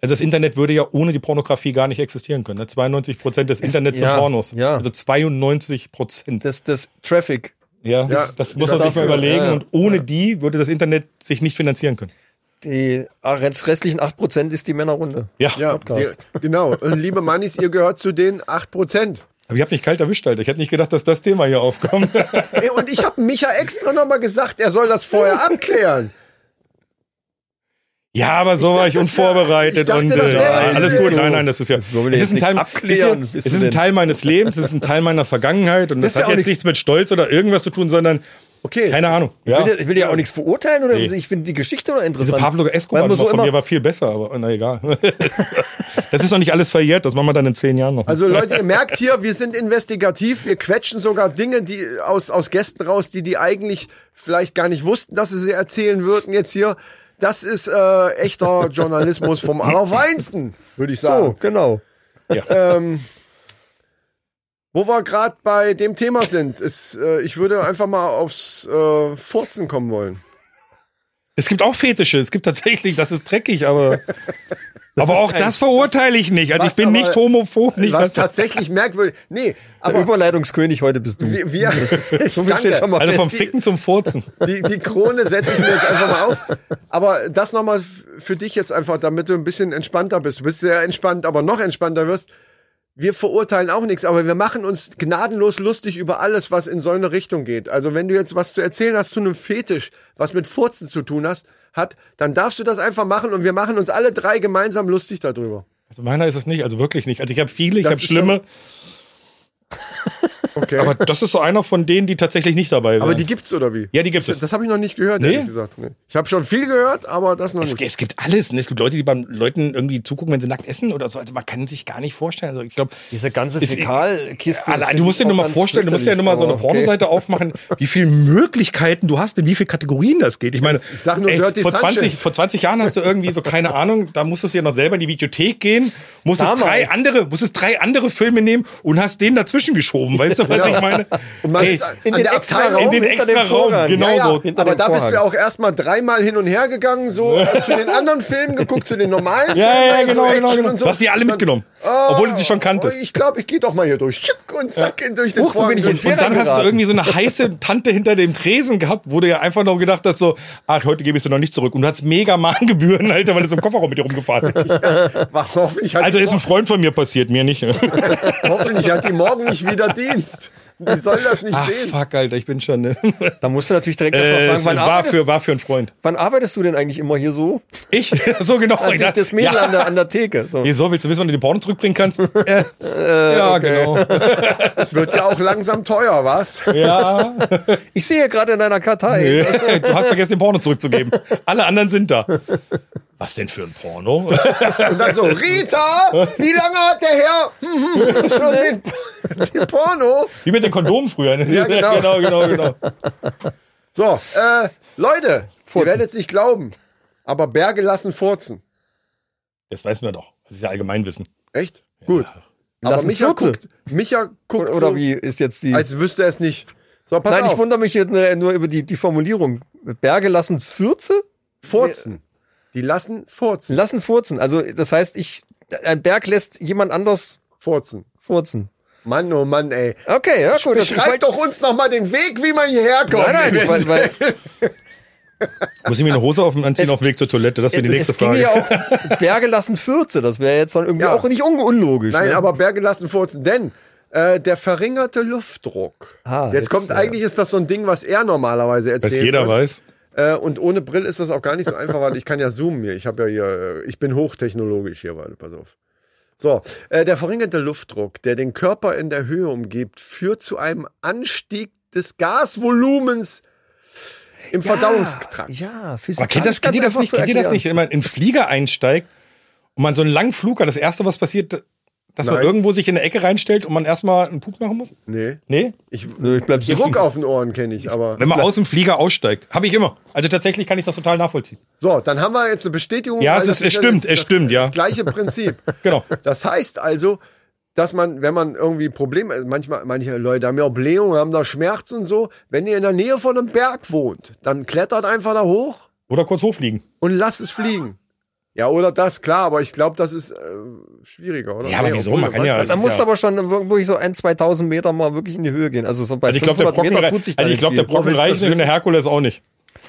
[SPEAKER 1] Also das Internet würde ja ohne die Pornografie gar nicht existieren können. Ne? 92 Prozent des Internets
[SPEAKER 4] ja,
[SPEAKER 1] sind Pornos.
[SPEAKER 4] ja.
[SPEAKER 1] Also 92 Prozent.
[SPEAKER 4] Das, das Traffic,
[SPEAKER 1] Ja,
[SPEAKER 5] Ja,
[SPEAKER 1] das muss
[SPEAKER 5] ja,
[SPEAKER 1] man sich mal
[SPEAKER 5] dafür,
[SPEAKER 1] überlegen.
[SPEAKER 4] ja, ja.
[SPEAKER 1] Und ohne die würde das Internet sich nicht finanzieren können.
[SPEAKER 4] die ah, jetzt restlichen 8% ist die Männerrunde.
[SPEAKER 1] Ja,
[SPEAKER 5] Ja,
[SPEAKER 4] Podcast.
[SPEAKER 5] die, genau. Und liebe Mannis, ihr gehört zu den 8%.
[SPEAKER 1] aber ich habe mich kalt erwischt, Alter. Ich hätte nicht gedacht, dass das Thema hier aufkommt.
[SPEAKER 5] Ey, Und ich habe Micha extra nochmal gesagt, er soll das vorher abklären.
[SPEAKER 1] ja, aber so war ich
[SPEAKER 5] das wär-
[SPEAKER 1] unvorbereitet.
[SPEAKER 5] ich dachte,
[SPEAKER 1] und
[SPEAKER 5] das
[SPEAKER 1] äh,
[SPEAKER 5] wär jetzt
[SPEAKER 1] alles
[SPEAKER 5] nicht
[SPEAKER 1] gut.
[SPEAKER 5] so.
[SPEAKER 1] Nein, nein, das ist ja.
[SPEAKER 4] wollen wir
[SPEAKER 1] es ist,
[SPEAKER 4] jetzt
[SPEAKER 1] ein
[SPEAKER 4] nichts
[SPEAKER 1] Teil,
[SPEAKER 4] abklären,
[SPEAKER 1] ist, ja,
[SPEAKER 4] bist
[SPEAKER 1] es ist
[SPEAKER 4] du
[SPEAKER 1] ein
[SPEAKER 4] denn?
[SPEAKER 1] Teil meines Lebens, es ist ein Teil meiner Vergangenheit. Und das,
[SPEAKER 4] ist ja
[SPEAKER 1] hat
[SPEAKER 4] auch
[SPEAKER 1] jetzt
[SPEAKER 4] nichts-
[SPEAKER 1] nichts mit Stolz oder irgendwas zu tun, sondern
[SPEAKER 5] Okay.
[SPEAKER 1] keine Ahnung.
[SPEAKER 4] Ich will, ja- ich will ja auch nichts verurteilen oder
[SPEAKER 1] Nee.
[SPEAKER 4] ich finde die Geschichte noch
[SPEAKER 1] Diese
[SPEAKER 4] interessant.
[SPEAKER 1] Pablo Escobar
[SPEAKER 4] Weil man
[SPEAKER 1] so
[SPEAKER 4] so
[SPEAKER 1] von
[SPEAKER 4] immer,
[SPEAKER 1] mir war viel besser, aber na egal. das ist noch nicht alles verjährt, das machen wir dann in zehn Jahren noch.
[SPEAKER 5] Also Leute, ihr merkt hier, wir sind investigativ, wir quetschen sogar Dinge die aus, aus Gästen raus, die die eigentlich vielleicht gar nicht wussten, dass sie sie erzählen würden jetzt hier. Das ist äh, echter Journalismus vom allerfeinsten, würde ich
[SPEAKER 4] so,
[SPEAKER 5] sagen.
[SPEAKER 4] genau.
[SPEAKER 5] Wo wir gerade bei dem Thema sind, ist, äh, ich würde einfach mal aufs äh, Furzen kommen wollen.
[SPEAKER 1] es gibt auch Fetische, es gibt tatsächlich, das ist dreckig, aber aber auch das verurteile ich nicht. Also ich
[SPEAKER 5] was
[SPEAKER 1] bin
[SPEAKER 5] aber-
[SPEAKER 1] nicht homophob, nicht
[SPEAKER 5] was
[SPEAKER 1] was.
[SPEAKER 5] tatsächlich merkwürdig. Nee,
[SPEAKER 4] Aber
[SPEAKER 5] aber
[SPEAKER 4] Überleitungskönig heute bist du.
[SPEAKER 5] wir, wir
[SPEAKER 4] so viel steht
[SPEAKER 5] Danke.
[SPEAKER 4] schon mal
[SPEAKER 1] also vom
[SPEAKER 4] fest.
[SPEAKER 1] Ficken zum Furzen.
[SPEAKER 5] Die, die Krone setze ich mir jetzt einfach mal auf. Aber das nochmal f- für dich jetzt einfach, damit du ein bisschen entspannter bist. Du bist sehr entspannt, aber noch entspannter wirst. Wir verurteilen auch nichts, aber wir machen uns gnadenlos lustig über alles, was in so eine Richtung geht. Also wenn du jetzt was zu erzählen hast zu einem Fetisch, was mit Furzen zu tun hast, hat, dann darfst du das einfach machen und wir machen uns alle drei gemeinsam lustig darüber.
[SPEAKER 1] Also meiner ist es nicht, also wirklich nicht. Also ich habe viele, ich
[SPEAKER 5] Das
[SPEAKER 1] habe
[SPEAKER 5] ist
[SPEAKER 1] schlimme,
[SPEAKER 5] Okay.
[SPEAKER 1] aber
[SPEAKER 5] Aber,
[SPEAKER 1] das ist so einer von denen, die tatsächlich nicht dabei sind.
[SPEAKER 5] die gibt's oder wie?
[SPEAKER 1] Ja, die gibt es.
[SPEAKER 5] Das habe ich noch nicht gehört,
[SPEAKER 1] Nee?
[SPEAKER 5] ehrlich gesagt. Nee. Ich habe schon viel gehört, aber das noch
[SPEAKER 1] es,
[SPEAKER 5] nicht.
[SPEAKER 1] es gibt alles. Ne? Es gibt Leute, die beim Leuten irgendwie zugucken, wenn sie nackt essen oder so. Also man kann sich gar nicht vorstellen. Also ich glaube,
[SPEAKER 4] Diese ganze
[SPEAKER 1] Ist-
[SPEAKER 4] Fäkalkiste.
[SPEAKER 1] Allein,
[SPEAKER 4] find
[SPEAKER 1] du musst
[SPEAKER 4] ich
[SPEAKER 1] dir nur
[SPEAKER 4] auch
[SPEAKER 1] mal
[SPEAKER 4] ganz
[SPEAKER 1] vorstellen, du musst ja nur mal so eine
[SPEAKER 4] fürchterlich, aber
[SPEAKER 1] Pornoseite aufmachen, wie viele Möglichkeiten du hast, in wie viele Kategorien das geht. Ich meine,
[SPEAKER 5] Ich sag nur Dirty
[SPEAKER 1] vor,
[SPEAKER 5] Sanchez.
[SPEAKER 1] 20, vor 20 Jahren hast du irgendwie so, keine Ahnung, da musstest du ja noch selber in die Videothek gehen, musstest,
[SPEAKER 4] Damals.
[SPEAKER 1] drei andere, musstest drei andere Filme nehmen und hast den dazwischen geschoben. Weißt du, was ich meine?
[SPEAKER 5] Und man
[SPEAKER 1] Ey,
[SPEAKER 5] ist an
[SPEAKER 4] in
[SPEAKER 5] der
[SPEAKER 4] den
[SPEAKER 5] Abteilung-
[SPEAKER 4] extra Raum
[SPEAKER 1] in den
[SPEAKER 4] hinter dem
[SPEAKER 1] extra Raum,
[SPEAKER 4] Vorhang.
[SPEAKER 1] genau
[SPEAKER 5] Ja, ja,
[SPEAKER 1] so.
[SPEAKER 4] hinter
[SPEAKER 5] aber
[SPEAKER 4] dem
[SPEAKER 5] da bist
[SPEAKER 4] Vorhang.
[SPEAKER 5] du ja auch erstmal dreimal hin und her gegangen, so zu den anderen Filmen geguckt, zu den normalen
[SPEAKER 1] Ja,
[SPEAKER 5] Filmen.
[SPEAKER 1] ja,
[SPEAKER 5] also
[SPEAKER 1] genau, genau,
[SPEAKER 5] Action
[SPEAKER 1] genau.
[SPEAKER 5] und
[SPEAKER 1] Du hast die alle
[SPEAKER 5] Und dann,
[SPEAKER 1] mitgenommen, obwohl du sie schon kanntest.
[SPEAKER 5] oh, Ich glaube, ich gehe doch mal hier durch. Schick und zack, durch den
[SPEAKER 4] Huch, wo
[SPEAKER 5] Vorhang
[SPEAKER 4] bin ich
[SPEAKER 5] durch.
[SPEAKER 4] jetzt
[SPEAKER 1] Und dann hast du
[SPEAKER 4] geraten.
[SPEAKER 1] irgendwie so eine heiße Tante hinter dem Tresen gehabt, wo du ja einfach nur gedacht hast, so, ach, heute gebe ich sie noch nicht zurück. Und du hast mega Mahngebühren, Alter, weil du so im Kofferraum mit dir rumgefahren bist.
[SPEAKER 5] Wach, hoffentlich, hat
[SPEAKER 1] Also
[SPEAKER 5] die
[SPEAKER 1] ist ein Freund von mir passiert, mir nicht.
[SPEAKER 5] morgen, hoffentlich hat die morgen nicht wieder Dienst. Die soll das nicht sehen.
[SPEAKER 1] fuck, Alter, ich bin schon. Ne?
[SPEAKER 4] Da musst du natürlich direkt
[SPEAKER 1] Äh,
[SPEAKER 4] erstmal
[SPEAKER 1] es
[SPEAKER 4] fragen, wann
[SPEAKER 1] war,
[SPEAKER 4] arbeitest,
[SPEAKER 1] für, war für einen Freund.
[SPEAKER 4] wann arbeitest du denn eigentlich immer hier so?
[SPEAKER 1] Ich? So genau.
[SPEAKER 4] An,
[SPEAKER 1] Ja.
[SPEAKER 4] das Mädel an, der,
[SPEAKER 1] ja.
[SPEAKER 4] an der Theke. So.
[SPEAKER 1] Wieso willst du wissen, wann du den Porno zurückbringen kannst? Äh, ja, genau.
[SPEAKER 5] Es wird ja auch langsam teuer, was?
[SPEAKER 1] Ja.
[SPEAKER 4] Ich sehe gerade in deiner Kartei.
[SPEAKER 1] Du hast vergessen, den Porno zurückzugeben. Alle anderen sind da. Was denn für ein Porno?
[SPEAKER 5] Und dann so, Rita, wie lange hat der Herr mhm, schon den, den Porno?
[SPEAKER 1] Wie mit den Kondomen früher. ne?
[SPEAKER 5] Ja, genau.
[SPEAKER 1] genau, genau, genau.
[SPEAKER 5] So, äh, Leute, ihr werdet es nicht glauben, aber Berge lassen furzen.
[SPEAKER 1] Das weiß man doch. Das ist ja Allgemeinwissen.
[SPEAKER 5] Echt? Gut. Aber
[SPEAKER 4] Lassen
[SPEAKER 5] Micha
[SPEAKER 4] furzen.
[SPEAKER 5] guckt, Micha guckt
[SPEAKER 4] Oder
[SPEAKER 5] so,
[SPEAKER 4] wie ist jetzt die...
[SPEAKER 5] als wüsste er es nicht. So, pass
[SPEAKER 4] Nein, ich
[SPEAKER 5] auf,
[SPEAKER 4] wundere mich jetzt nur nur über die, die Formulierung. Berge lassen Fürze?
[SPEAKER 5] furzen. Die lassen furzen.
[SPEAKER 4] Lassen furzen. Also das heißt, ich ein Berg lässt jemand anders
[SPEAKER 5] Furzen.
[SPEAKER 4] furzen.
[SPEAKER 5] Mann, oh Mann, ey.
[SPEAKER 4] Okay, ja gut. Ich
[SPEAKER 5] Beschreibt
[SPEAKER 4] wollte-
[SPEAKER 5] doch uns noch mal den Weg, wie man hierher kommt.
[SPEAKER 4] Nein, nein, ich, weil, weil
[SPEAKER 1] Muss ich mir eine Hose auf anziehen
[SPEAKER 4] Es-
[SPEAKER 1] auf dem Weg zur Toilette? Das wäre die nächste
[SPEAKER 4] es ging
[SPEAKER 1] Frage.
[SPEAKER 4] ja auch Berge lassen Fürze. Das wäre jetzt dann irgendwie
[SPEAKER 5] Ja.
[SPEAKER 4] auch nicht un unlogisch.
[SPEAKER 5] Nein,
[SPEAKER 4] ne?
[SPEAKER 5] aber Berge lassen furzen, denn äh, der verringerte Luftdruck.
[SPEAKER 4] Ah,
[SPEAKER 5] jetzt,
[SPEAKER 4] jetzt,
[SPEAKER 5] kommt,
[SPEAKER 4] äh,
[SPEAKER 5] eigentlich ist das so ein Ding, was er normalerweise
[SPEAKER 1] Was
[SPEAKER 5] erzählt.
[SPEAKER 1] jeder
[SPEAKER 5] wird.
[SPEAKER 1] weiß.
[SPEAKER 5] Äh, und ohne Brill ist das auch gar nicht so einfach, weil ich kann ja zoomen hier. Ich habe ja hier, äh, ich bin hochtechnologisch hier, weil pass auf. So, äh, der verringerte Luftdruck, der den Körper in der Höhe umgibt, führt zu einem Anstieg des Gasvolumens im Verdauungstrakt.
[SPEAKER 4] Ah, Ja, Physik.
[SPEAKER 1] Aber kennt, das, kennt, ihr das nicht, kennt ihr das nicht, wenn man in den Flieger einsteigt und man so einen langen Flug hat, das Erste, was passiert, dass man
[SPEAKER 5] Nein.
[SPEAKER 1] irgendwo sich in eine Ecke reinstellt und man erstmal einen Pup machen muss?
[SPEAKER 5] Nee.
[SPEAKER 1] Nee?
[SPEAKER 5] Ich,
[SPEAKER 4] Nö, ich bleib sitzen.
[SPEAKER 5] Druck auf den Ohren kenne ich, aber.
[SPEAKER 1] Wenn man aus dem Flieger aussteigt. Habe ich immer. Also tatsächlich kann ich das total nachvollziehen.
[SPEAKER 5] So, dann haben wir jetzt eine Bestätigung.
[SPEAKER 1] Ja,
[SPEAKER 5] weil
[SPEAKER 1] es
[SPEAKER 5] das
[SPEAKER 1] ist- es
[SPEAKER 5] ja
[SPEAKER 1] stimmt,
[SPEAKER 5] das,
[SPEAKER 1] es
[SPEAKER 5] das,
[SPEAKER 1] stimmt, ja.
[SPEAKER 5] Das gleiche Prinzip.
[SPEAKER 1] Genau.
[SPEAKER 5] Das heißt also, dass man, wenn man irgendwie Probleme, also manchmal, manche Leute haben ja auch Blähungen, haben da Schmerzen und so. Wenn ihr in der Nähe von einem Berg wohnt, dann klettert einfach da hoch
[SPEAKER 1] Oder kurz hochfliegen.
[SPEAKER 5] und lasst es fliegen. Ja, oder das, klar, aber ich glaube, das ist äh, schwieriger, oder?
[SPEAKER 1] Ja, aber wieso?
[SPEAKER 5] obwohl,
[SPEAKER 1] Man kann ja-
[SPEAKER 4] Man
[SPEAKER 5] manchmal-
[SPEAKER 1] Das
[SPEAKER 4] muss
[SPEAKER 1] ist ja-
[SPEAKER 4] aber schon wirklich so ein, 2000 Meter mal wirklich in die Höhe gehen. Also so bei
[SPEAKER 1] Also ich glaube, der
[SPEAKER 4] 500
[SPEAKER 1] Brocken,
[SPEAKER 4] Meter
[SPEAKER 1] rei-
[SPEAKER 4] tut sich da
[SPEAKER 1] also ich
[SPEAKER 4] nicht
[SPEAKER 1] glaub, der
[SPEAKER 4] viel.
[SPEAKER 1] Brocken
[SPEAKER 5] Wo willst du
[SPEAKER 1] reicht nicht und der Herkules auch nicht.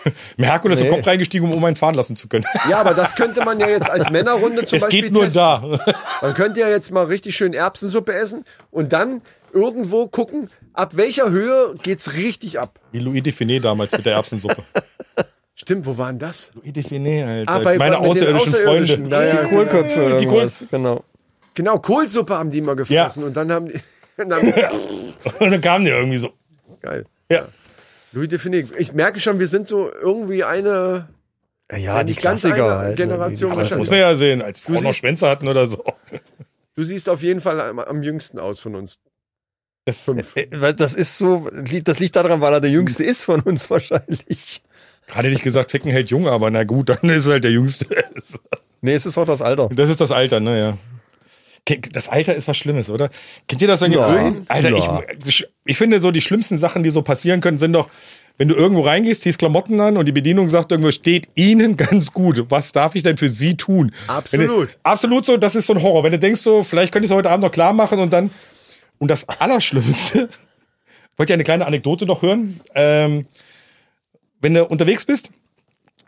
[SPEAKER 1] Im Herkules ist
[SPEAKER 4] Nee.
[SPEAKER 1] im Kopf reingestiegen, um einen fahren lassen zu können.
[SPEAKER 5] Ja, aber das könnte man ja jetzt als Männerrunde zum
[SPEAKER 1] es
[SPEAKER 5] Beispiel
[SPEAKER 1] geht nur
[SPEAKER 5] testen.
[SPEAKER 1] da.
[SPEAKER 5] Man könnte ja jetzt mal richtig schön Erbsensuppe essen und dann irgendwo gucken, ab welcher Höhe geht's richtig ab.
[SPEAKER 1] Wie Louis Define damals mit der Erbsensuppe.
[SPEAKER 5] Stimmt, wo war denn das?
[SPEAKER 1] Louis Define, Alter.
[SPEAKER 5] Ah, bei-
[SPEAKER 1] Meine
[SPEAKER 5] bei- mit den
[SPEAKER 1] außerirdischen,
[SPEAKER 5] Außerirdischen,
[SPEAKER 1] Freunde.
[SPEAKER 5] da, ja,
[SPEAKER 4] Die Kohlköpfe oder
[SPEAKER 1] Die
[SPEAKER 4] irgendwas. Genau.
[SPEAKER 5] Genau, Kohlsuppe haben die mal gefressen und dann haben die. Dann,
[SPEAKER 1] Und dann kam der irgendwie so.
[SPEAKER 5] geil.
[SPEAKER 1] Ja.
[SPEAKER 5] Louis Define. Ich merke schon, wir sind so irgendwie eine.
[SPEAKER 4] Ja, die
[SPEAKER 5] nicht ganz eine
[SPEAKER 4] Klassiker. halt, ne?
[SPEAKER 5] Generation
[SPEAKER 4] Die-
[SPEAKER 1] Aber das
[SPEAKER 5] Wahrscheinlich.
[SPEAKER 1] muss man ja sehen, als Frauen noch
[SPEAKER 5] siehst-
[SPEAKER 1] Schwänze hatten oder so.
[SPEAKER 5] Du siehst auf jeden Fall am, am jüngsten aus von uns.
[SPEAKER 1] Das,
[SPEAKER 4] Äh, Weil das ist so, li- das liegt daran, weil er der Jüngste ist von uns wahrscheinlich.
[SPEAKER 1] gerade hätte ich gesagt, Ficken hält jung, aber na gut, dann ist es halt der Jüngste.
[SPEAKER 4] Nee, es ist auch das Alter.
[SPEAKER 1] Das ist das Alter, naja. Das Alter ist was Schlimmes, oder? Kennt ihr das, wenn
[SPEAKER 4] Ja.
[SPEAKER 1] ihr irgend- Alter,
[SPEAKER 4] Ja.
[SPEAKER 1] ich, ich finde so, die schlimmsten Sachen, die so passieren können, sind doch, wenn du irgendwo reingehst, ziehst Klamotten an und die Bedienung sagt irgendwo, steht ihnen ganz gut. Was darf ich denn für sie tun?
[SPEAKER 5] Absolut.
[SPEAKER 1] Wenn Du, absolut so, das ist so ein Horror. Wenn du denkst so, vielleicht könnte ich es heute Abend noch klar machen und dann, und das Allerschlimmste, wollte ja eine kleine Anekdote noch hören, ähm, wenn du unterwegs bist,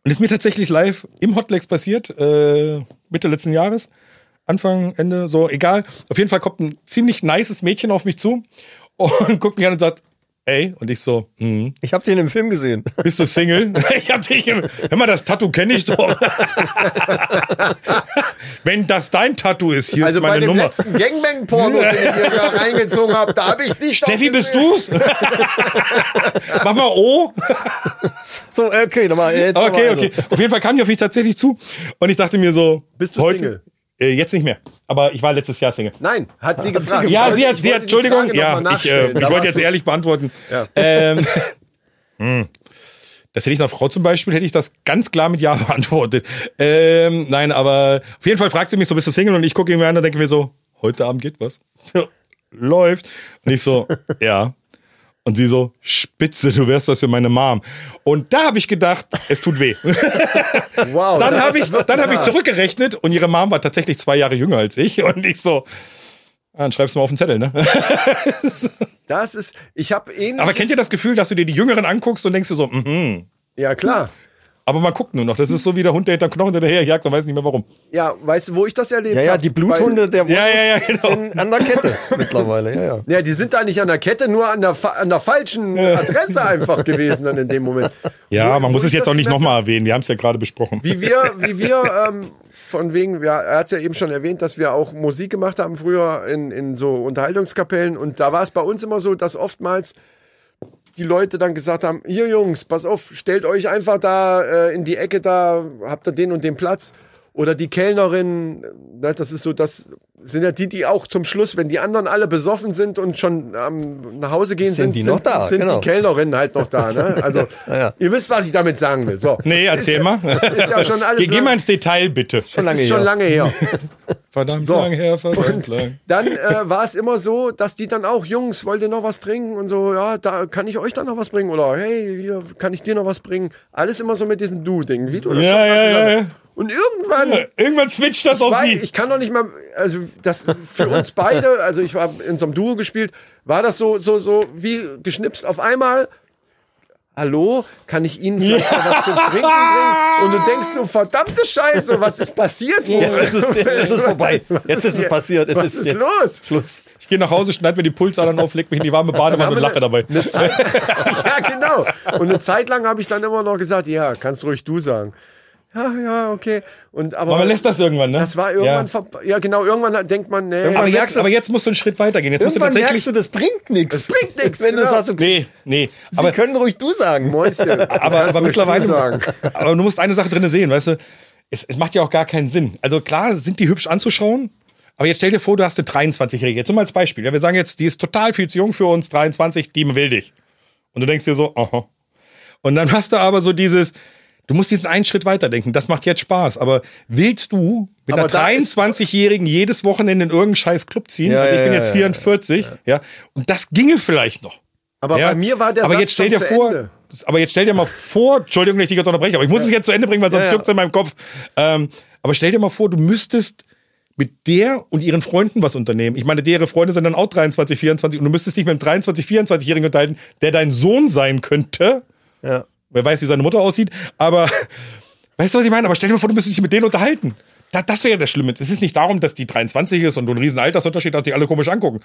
[SPEAKER 1] und ist mir tatsächlich live im Hotlex passiert, äh, Mitte letzten Jahres. Anfang, Ende, so, egal. Auf jeden Fall kommt ein ziemlich nices Mädchen auf mich zu und guckt mich an und sagt, ey. Und ich so, hm,
[SPEAKER 4] Ich habe den im Film gesehen.
[SPEAKER 1] bist du Single? ich hab dich, im- hör mal, das Tattoo kenne ich doch. Wenn das dein Tattoo ist, hier
[SPEAKER 5] Also
[SPEAKER 1] ist
[SPEAKER 5] bei
[SPEAKER 1] meine
[SPEAKER 5] dem
[SPEAKER 1] Nummer.
[SPEAKER 5] letzten Gangbang-Porno, den ich mir da reingezogen habe, da habe ich nicht
[SPEAKER 1] Steffi,
[SPEAKER 5] auf-
[SPEAKER 1] bist du's? Mach mal O.
[SPEAKER 4] So, äh, okay, nochmal. Jetzt noch mal
[SPEAKER 1] Okay,
[SPEAKER 4] also.
[SPEAKER 1] okay. Auf jeden Fall kam die auf mich tatsächlich zu. Und ich dachte mir so,
[SPEAKER 5] Bist du
[SPEAKER 1] heute,
[SPEAKER 5] Single?
[SPEAKER 1] Äh, jetzt nicht mehr. Aber ich war letztes Jahr Single.
[SPEAKER 5] Nein, hat sie gefragt.
[SPEAKER 1] Ja,
[SPEAKER 5] Ich wollte-
[SPEAKER 1] sie hat,
[SPEAKER 5] ich
[SPEAKER 1] sie
[SPEAKER 5] wollte
[SPEAKER 1] hat,
[SPEAKER 5] die
[SPEAKER 1] Entschuldigung,
[SPEAKER 5] Frage noch
[SPEAKER 1] ja,
[SPEAKER 5] mal
[SPEAKER 1] ich, äh,
[SPEAKER 5] nachstellen. Da
[SPEAKER 1] ich
[SPEAKER 5] warst
[SPEAKER 1] wollte jetzt
[SPEAKER 5] du-
[SPEAKER 1] ehrlich beantworten.
[SPEAKER 5] Ja.
[SPEAKER 1] Ähm, hm. das hätte ich einer Frau zum Beispiel, hätte ich das ganz klar mit Ja beantwortet. Ähm, nein, aber auf jeden Fall fragt sie mich so, bist du Single? Und ich gucke ihn mir an und denke mir so, heute Abend geht was. Läuft. Und ich so, ja. Und sie so, Spitze, du wärst was für meine Mom. Und da habe ich gedacht, es tut weh.
[SPEAKER 5] Wow,
[SPEAKER 1] dann
[SPEAKER 5] das
[SPEAKER 1] habe
[SPEAKER 5] ist
[SPEAKER 1] ich,
[SPEAKER 5] wirklich
[SPEAKER 1] dann hab ich
[SPEAKER 5] hart.
[SPEAKER 1] zurückgerechnet und ihre Mom war tatsächlich zwei Jahre jünger als ich. Und ich so, ah, dann schreibst du mal auf den Zettel, ne?
[SPEAKER 5] Das ist, ich habe ähnlich.
[SPEAKER 1] Aber kennt ihr das Gefühl, dass du dir die Jüngeren anguckst und denkst dir so, mhm.
[SPEAKER 5] Ja, klar.
[SPEAKER 1] Aber man guckt nur noch. Das ist so wie der Hund, der hinterm Knochen hinterherjagt und weiß nicht mehr warum.
[SPEAKER 5] Ja, weißt du, wo ich das erlebt
[SPEAKER 4] Ja,
[SPEAKER 5] habe?
[SPEAKER 4] ja, die Bluthunde der
[SPEAKER 1] Ja, ja, ja,
[SPEAKER 4] Wurst
[SPEAKER 1] genau.
[SPEAKER 4] sind an der Kette mittlerweile. Ja, ja.
[SPEAKER 5] Ja, die sind da nicht an der Kette, nur an der, fa- an der falschen Adresse einfach gewesen dann in dem Moment.
[SPEAKER 1] Ja,
[SPEAKER 5] Wo-
[SPEAKER 1] man
[SPEAKER 5] wo
[SPEAKER 1] muss
[SPEAKER 5] ich
[SPEAKER 1] es jetzt
[SPEAKER 5] das
[SPEAKER 1] auch nicht
[SPEAKER 5] gemerkt
[SPEAKER 1] nochmal erwähnen. Wir haben es ja gerade besprochen.
[SPEAKER 5] Wie wir, wie wir ähm, von wegen, ja, er hat es ja eben schon erwähnt, dass wir auch Musik gemacht haben früher in, in so Unterhaltungskapellen. Und da war es bei uns immer so, dass oftmals die Leute dann gesagt haben, hier Jungs, pass auf, stellt euch einfach da äh, in die Ecke, da habt ihr den und den Platz. Oder die Kellnerin, ne, das ist so, das sind ja die, die auch zum Schluss, wenn die anderen alle besoffen sind und schon ähm, nach Hause gehen,
[SPEAKER 4] Sind
[SPEAKER 5] sind,
[SPEAKER 4] die noch da,
[SPEAKER 5] sind
[SPEAKER 4] genau.
[SPEAKER 5] die Kellnerinnen halt noch da. Ne? Also
[SPEAKER 4] Ja, ja.
[SPEAKER 5] ihr wisst, was ich damit sagen will. So.
[SPEAKER 1] Nee, erzähl
[SPEAKER 5] ist,
[SPEAKER 1] mal.
[SPEAKER 5] Ist ja schon alles
[SPEAKER 1] Geh, geh
[SPEAKER 5] lang-
[SPEAKER 1] mal ins Detail, bitte.
[SPEAKER 5] es
[SPEAKER 4] lange
[SPEAKER 5] ist schon
[SPEAKER 4] her.
[SPEAKER 5] lange her.
[SPEAKER 1] Verdammt
[SPEAKER 5] So.
[SPEAKER 1] lang her, verdammt lang.
[SPEAKER 5] Dann äh, war es immer so, dass die dann auch, Jungs, wollt ihr noch was trinken? Und so, ja, da kann ich euch dann noch was bringen. Oder hey, hier kann ich dir noch was bringen. Alles immer so mit diesem Du-Ding, wie du das
[SPEAKER 1] Ja,
[SPEAKER 5] schon mal
[SPEAKER 1] ja,
[SPEAKER 5] gesagt
[SPEAKER 1] ja,
[SPEAKER 5] hast.
[SPEAKER 1] ja.
[SPEAKER 5] Und irgendwann
[SPEAKER 1] Irgendwann switcht das auf
[SPEAKER 5] weil
[SPEAKER 1] sie.
[SPEAKER 5] ich kann doch nicht mal, also das für uns beide, also ich war in so einem Duo gespielt, war das so, so, so wie geschnipst auf einmal. Hallo, kann ich Ihnen vielleicht mal was zu trinken bringen? Und du denkst so, verdammte Scheiße, was ist passiert?
[SPEAKER 4] Oh, Jetzt ist es- jetzt ist es vorbei.
[SPEAKER 5] Was
[SPEAKER 4] Jetzt ist es
[SPEAKER 5] hier-
[SPEAKER 4] passiert. Es
[SPEAKER 5] was
[SPEAKER 4] ist
[SPEAKER 5] ist
[SPEAKER 4] jetzt-
[SPEAKER 5] los?
[SPEAKER 4] Schluss.
[SPEAKER 1] Ich gehe nach Hause, schneid mir die Pulsadern auf, leg mich in die warme Badewanne und
[SPEAKER 5] ne-
[SPEAKER 1] lache dabei.
[SPEAKER 5] Eine Zeit, ja, genau. Und eine Zeit lang habe ich dann immer noch gesagt, ja, kannst ruhig du sagen. Ja, ja, okay. Und, aber,
[SPEAKER 1] Aber man lässt das irgendwann, ne?
[SPEAKER 5] Das war irgendwann
[SPEAKER 1] Ja.
[SPEAKER 5] vorbei. Ja, genau, irgendwann denkt man, nee.
[SPEAKER 1] Aber
[SPEAKER 4] Irgendwann merkst
[SPEAKER 1] jetzt,
[SPEAKER 4] du-
[SPEAKER 1] aber jetzt musst du einen Schritt weitergehen. Jetzt musst du
[SPEAKER 4] Irgendwann
[SPEAKER 1] tatsächlich.
[SPEAKER 4] merkst du, das bringt nichts.
[SPEAKER 5] Es bringt nichts,
[SPEAKER 4] Wenn du
[SPEAKER 5] genau.
[SPEAKER 4] sagst, okay,
[SPEAKER 1] nee, nee.
[SPEAKER 4] Sie
[SPEAKER 1] Aber
[SPEAKER 4] können ruhig du sagen.
[SPEAKER 5] Mäuschen.
[SPEAKER 1] aber,
[SPEAKER 5] Kannst
[SPEAKER 1] aber
[SPEAKER 5] ruhig du
[SPEAKER 1] mittlerweile.
[SPEAKER 5] Sagen.
[SPEAKER 1] Aber du musst eine Sache drin sehen, weißt du? Es, es macht ja auch gar keinen Sinn. Also klar sind die hübsch anzuschauen. Aber jetzt stell dir vor, du hast eine 23-Jährige. Jetzt nur mal als Beispiel. Ja, wir sagen jetzt, die ist total viel zu jung für uns, 23, die will dich. Und du denkst dir so, aha. Und dann hast du aber so dieses, du musst diesen einen Schritt weiterdenken. Das macht jetzt Spaß. Aber willst du mit
[SPEAKER 5] Aber da
[SPEAKER 1] einer
[SPEAKER 5] ist-
[SPEAKER 1] 23-Jährigen jedes Wochenende in irgendeinen scheiß Club ziehen?
[SPEAKER 4] Ja,
[SPEAKER 1] also ich
[SPEAKER 4] ja,
[SPEAKER 1] bin
[SPEAKER 4] ja,
[SPEAKER 1] jetzt
[SPEAKER 4] ja,
[SPEAKER 1] 44, ja, Und das ginge vielleicht noch.
[SPEAKER 5] Aber
[SPEAKER 1] Ja.
[SPEAKER 5] bei mir war der
[SPEAKER 1] aber
[SPEAKER 5] Satz
[SPEAKER 1] jetzt stell
[SPEAKER 5] schon
[SPEAKER 1] dir
[SPEAKER 5] zu
[SPEAKER 1] vor,
[SPEAKER 5] Ende.
[SPEAKER 1] das- aber jetzt stell dir mal vor, Entschuldigung, dass ich dich jetzt unterbreche, aber ich muss es jetzt zu Ende bringen, weil sonst
[SPEAKER 4] ja.
[SPEAKER 1] ja, es in meinem Kopf. Ähm, aber stell dir mal vor, du müsstest mit der und ihren Freunden was unternehmen. Ich meine, deren Freunde sind dann auch 23, 24 und du müsstest dich mit einem 23, 24-Jährigen unterhalten, der dein Sohn sein könnte.
[SPEAKER 4] Ja.
[SPEAKER 1] Wer weiß, wie seine Mutter aussieht, aber weißt du, was ich meine? Aber stell dir mal vor, du müsstest dich mit denen unterhalten. Das, das wäre ja das Schlimme. Es ist nicht darum, dass die 23 ist und du einen riesen Altersunterschied hast, die alle komisch angucken.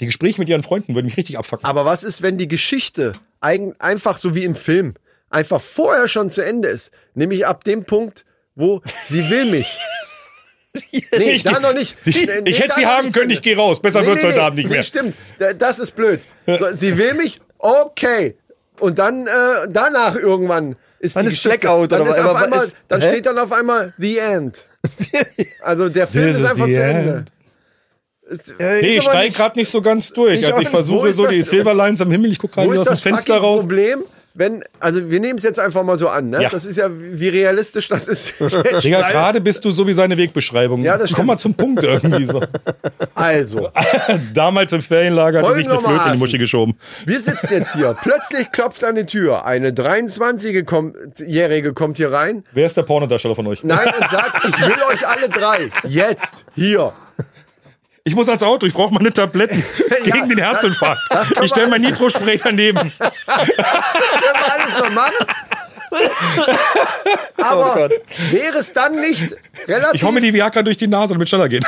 [SPEAKER 1] Die Gespräche mit ihren Freunden würden mich richtig abfacken.
[SPEAKER 5] Aber was ist, wenn die Geschichte eigen, einfach so wie im Film einfach vorher schon zu Ende ist? Nämlich ab dem Punkt, wo sie will mich. Nee,
[SPEAKER 1] Ich-
[SPEAKER 5] da noch nicht.
[SPEAKER 1] Ich- ich hätte
[SPEAKER 5] da
[SPEAKER 1] sie
[SPEAKER 5] noch
[SPEAKER 1] haben
[SPEAKER 5] nicht
[SPEAKER 1] können,
[SPEAKER 5] zu Ende.
[SPEAKER 1] ich geh raus. Besser wird's heute Abend nicht mehr.
[SPEAKER 5] Stimmt, Da- das ist blöd. So, sie will mich, okay. Und dann äh, danach irgendwann ist
[SPEAKER 4] Dann
[SPEAKER 5] die
[SPEAKER 4] ist
[SPEAKER 5] Geschichte-
[SPEAKER 4] Blackout
[SPEAKER 5] dann
[SPEAKER 4] oder
[SPEAKER 5] ist
[SPEAKER 4] was?
[SPEAKER 5] auf
[SPEAKER 4] Aber
[SPEAKER 5] einmal,
[SPEAKER 4] ist-
[SPEAKER 5] dann
[SPEAKER 4] hä?
[SPEAKER 5] steht dann auf einmal The End. Also der Film
[SPEAKER 1] This
[SPEAKER 5] ist
[SPEAKER 1] is
[SPEAKER 5] einfach
[SPEAKER 1] the
[SPEAKER 5] zu Ende.
[SPEAKER 1] end.
[SPEAKER 5] Ist,
[SPEAKER 1] Nee, ich steige gerade nicht so ganz durch.
[SPEAKER 5] Ich
[SPEAKER 1] also
[SPEAKER 5] auch
[SPEAKER 1] ich
[SPEAKER 5] nicht. Wo
[SPEAKER 1] versuche
[SPEAKER 5] ist
[SPEAKER 1] so die
[SPEAKER 5] das-
[SPEAKER 1] Silverlines am Himmel, ich gucke
[SPEAKER 5] Wo
[SPEAKER 1] gerade aus
[SPEAKER 5] ist
[SPEAKER 1] dem
[SPEAKER 5] das
[SPEAKER 1] Fenster
[SPEAKER 5] fucking
[SPEAKER 1] raus.
[SPEAKER 5] Problem, wenn, also wir nehmen es jetzt einfach mal so an, ne?
[SPEAKER 1] Ja.
[SPEAKER 5] Das ist ja, wie realistisch das ist. Jetzt
[SPEAKER 1] Digga,
[SPEAKER 5] schneiden-
[SPEAKER 1] gerade bist du so wie seine Wegbeschreibung.
[SPEAKER 5] Ja, das
[SPEAKER 1] Komm
[SPEAKER 5] stimmt.
[SPEAKER 1] mal zum Punkt irgendwie so.
[SPEAKER 5] Also,
[SPEAKER 1] Damals im Ferienlager hatte ich eine
[SPEAKER 5] Folgendermaßen.
[SPEAKER 1] Flöte in die Muschi geschoben.
[SPEAKER 5] wir sitzen jetzt hier. Plötzlich klopft an die Tür. Eine 23-Jährige kommt hier rein.
[SPEAKER 1] Wer ist der Pornodarsteller von euch?
[SPEAKER 5] Nein und sagt, ich will euch alle drei. Jetzt, hier.
[SPEAKER 1] Ich muss ans Auto, ich brauche meine Tabletten gegen den Herzinfarkt.
[SPEAKER 5] das kann
[SPEAKER 1] ich stelle
[SPEAKER 5] man
[SPEAKER 1] mein Nitrospray daneben.
[SPEAKER 5] Das können wir alles noch machen. Aber
[SPEAKER 4] Gott.
[SPEAKER 5] wäre es dann nicht
[SPEAKER 1] Oh Ich hau mir
[SPEAKER 5] relativ,
[SPEAKER 1] die Viagra durch die Nase, damit es schneller geht.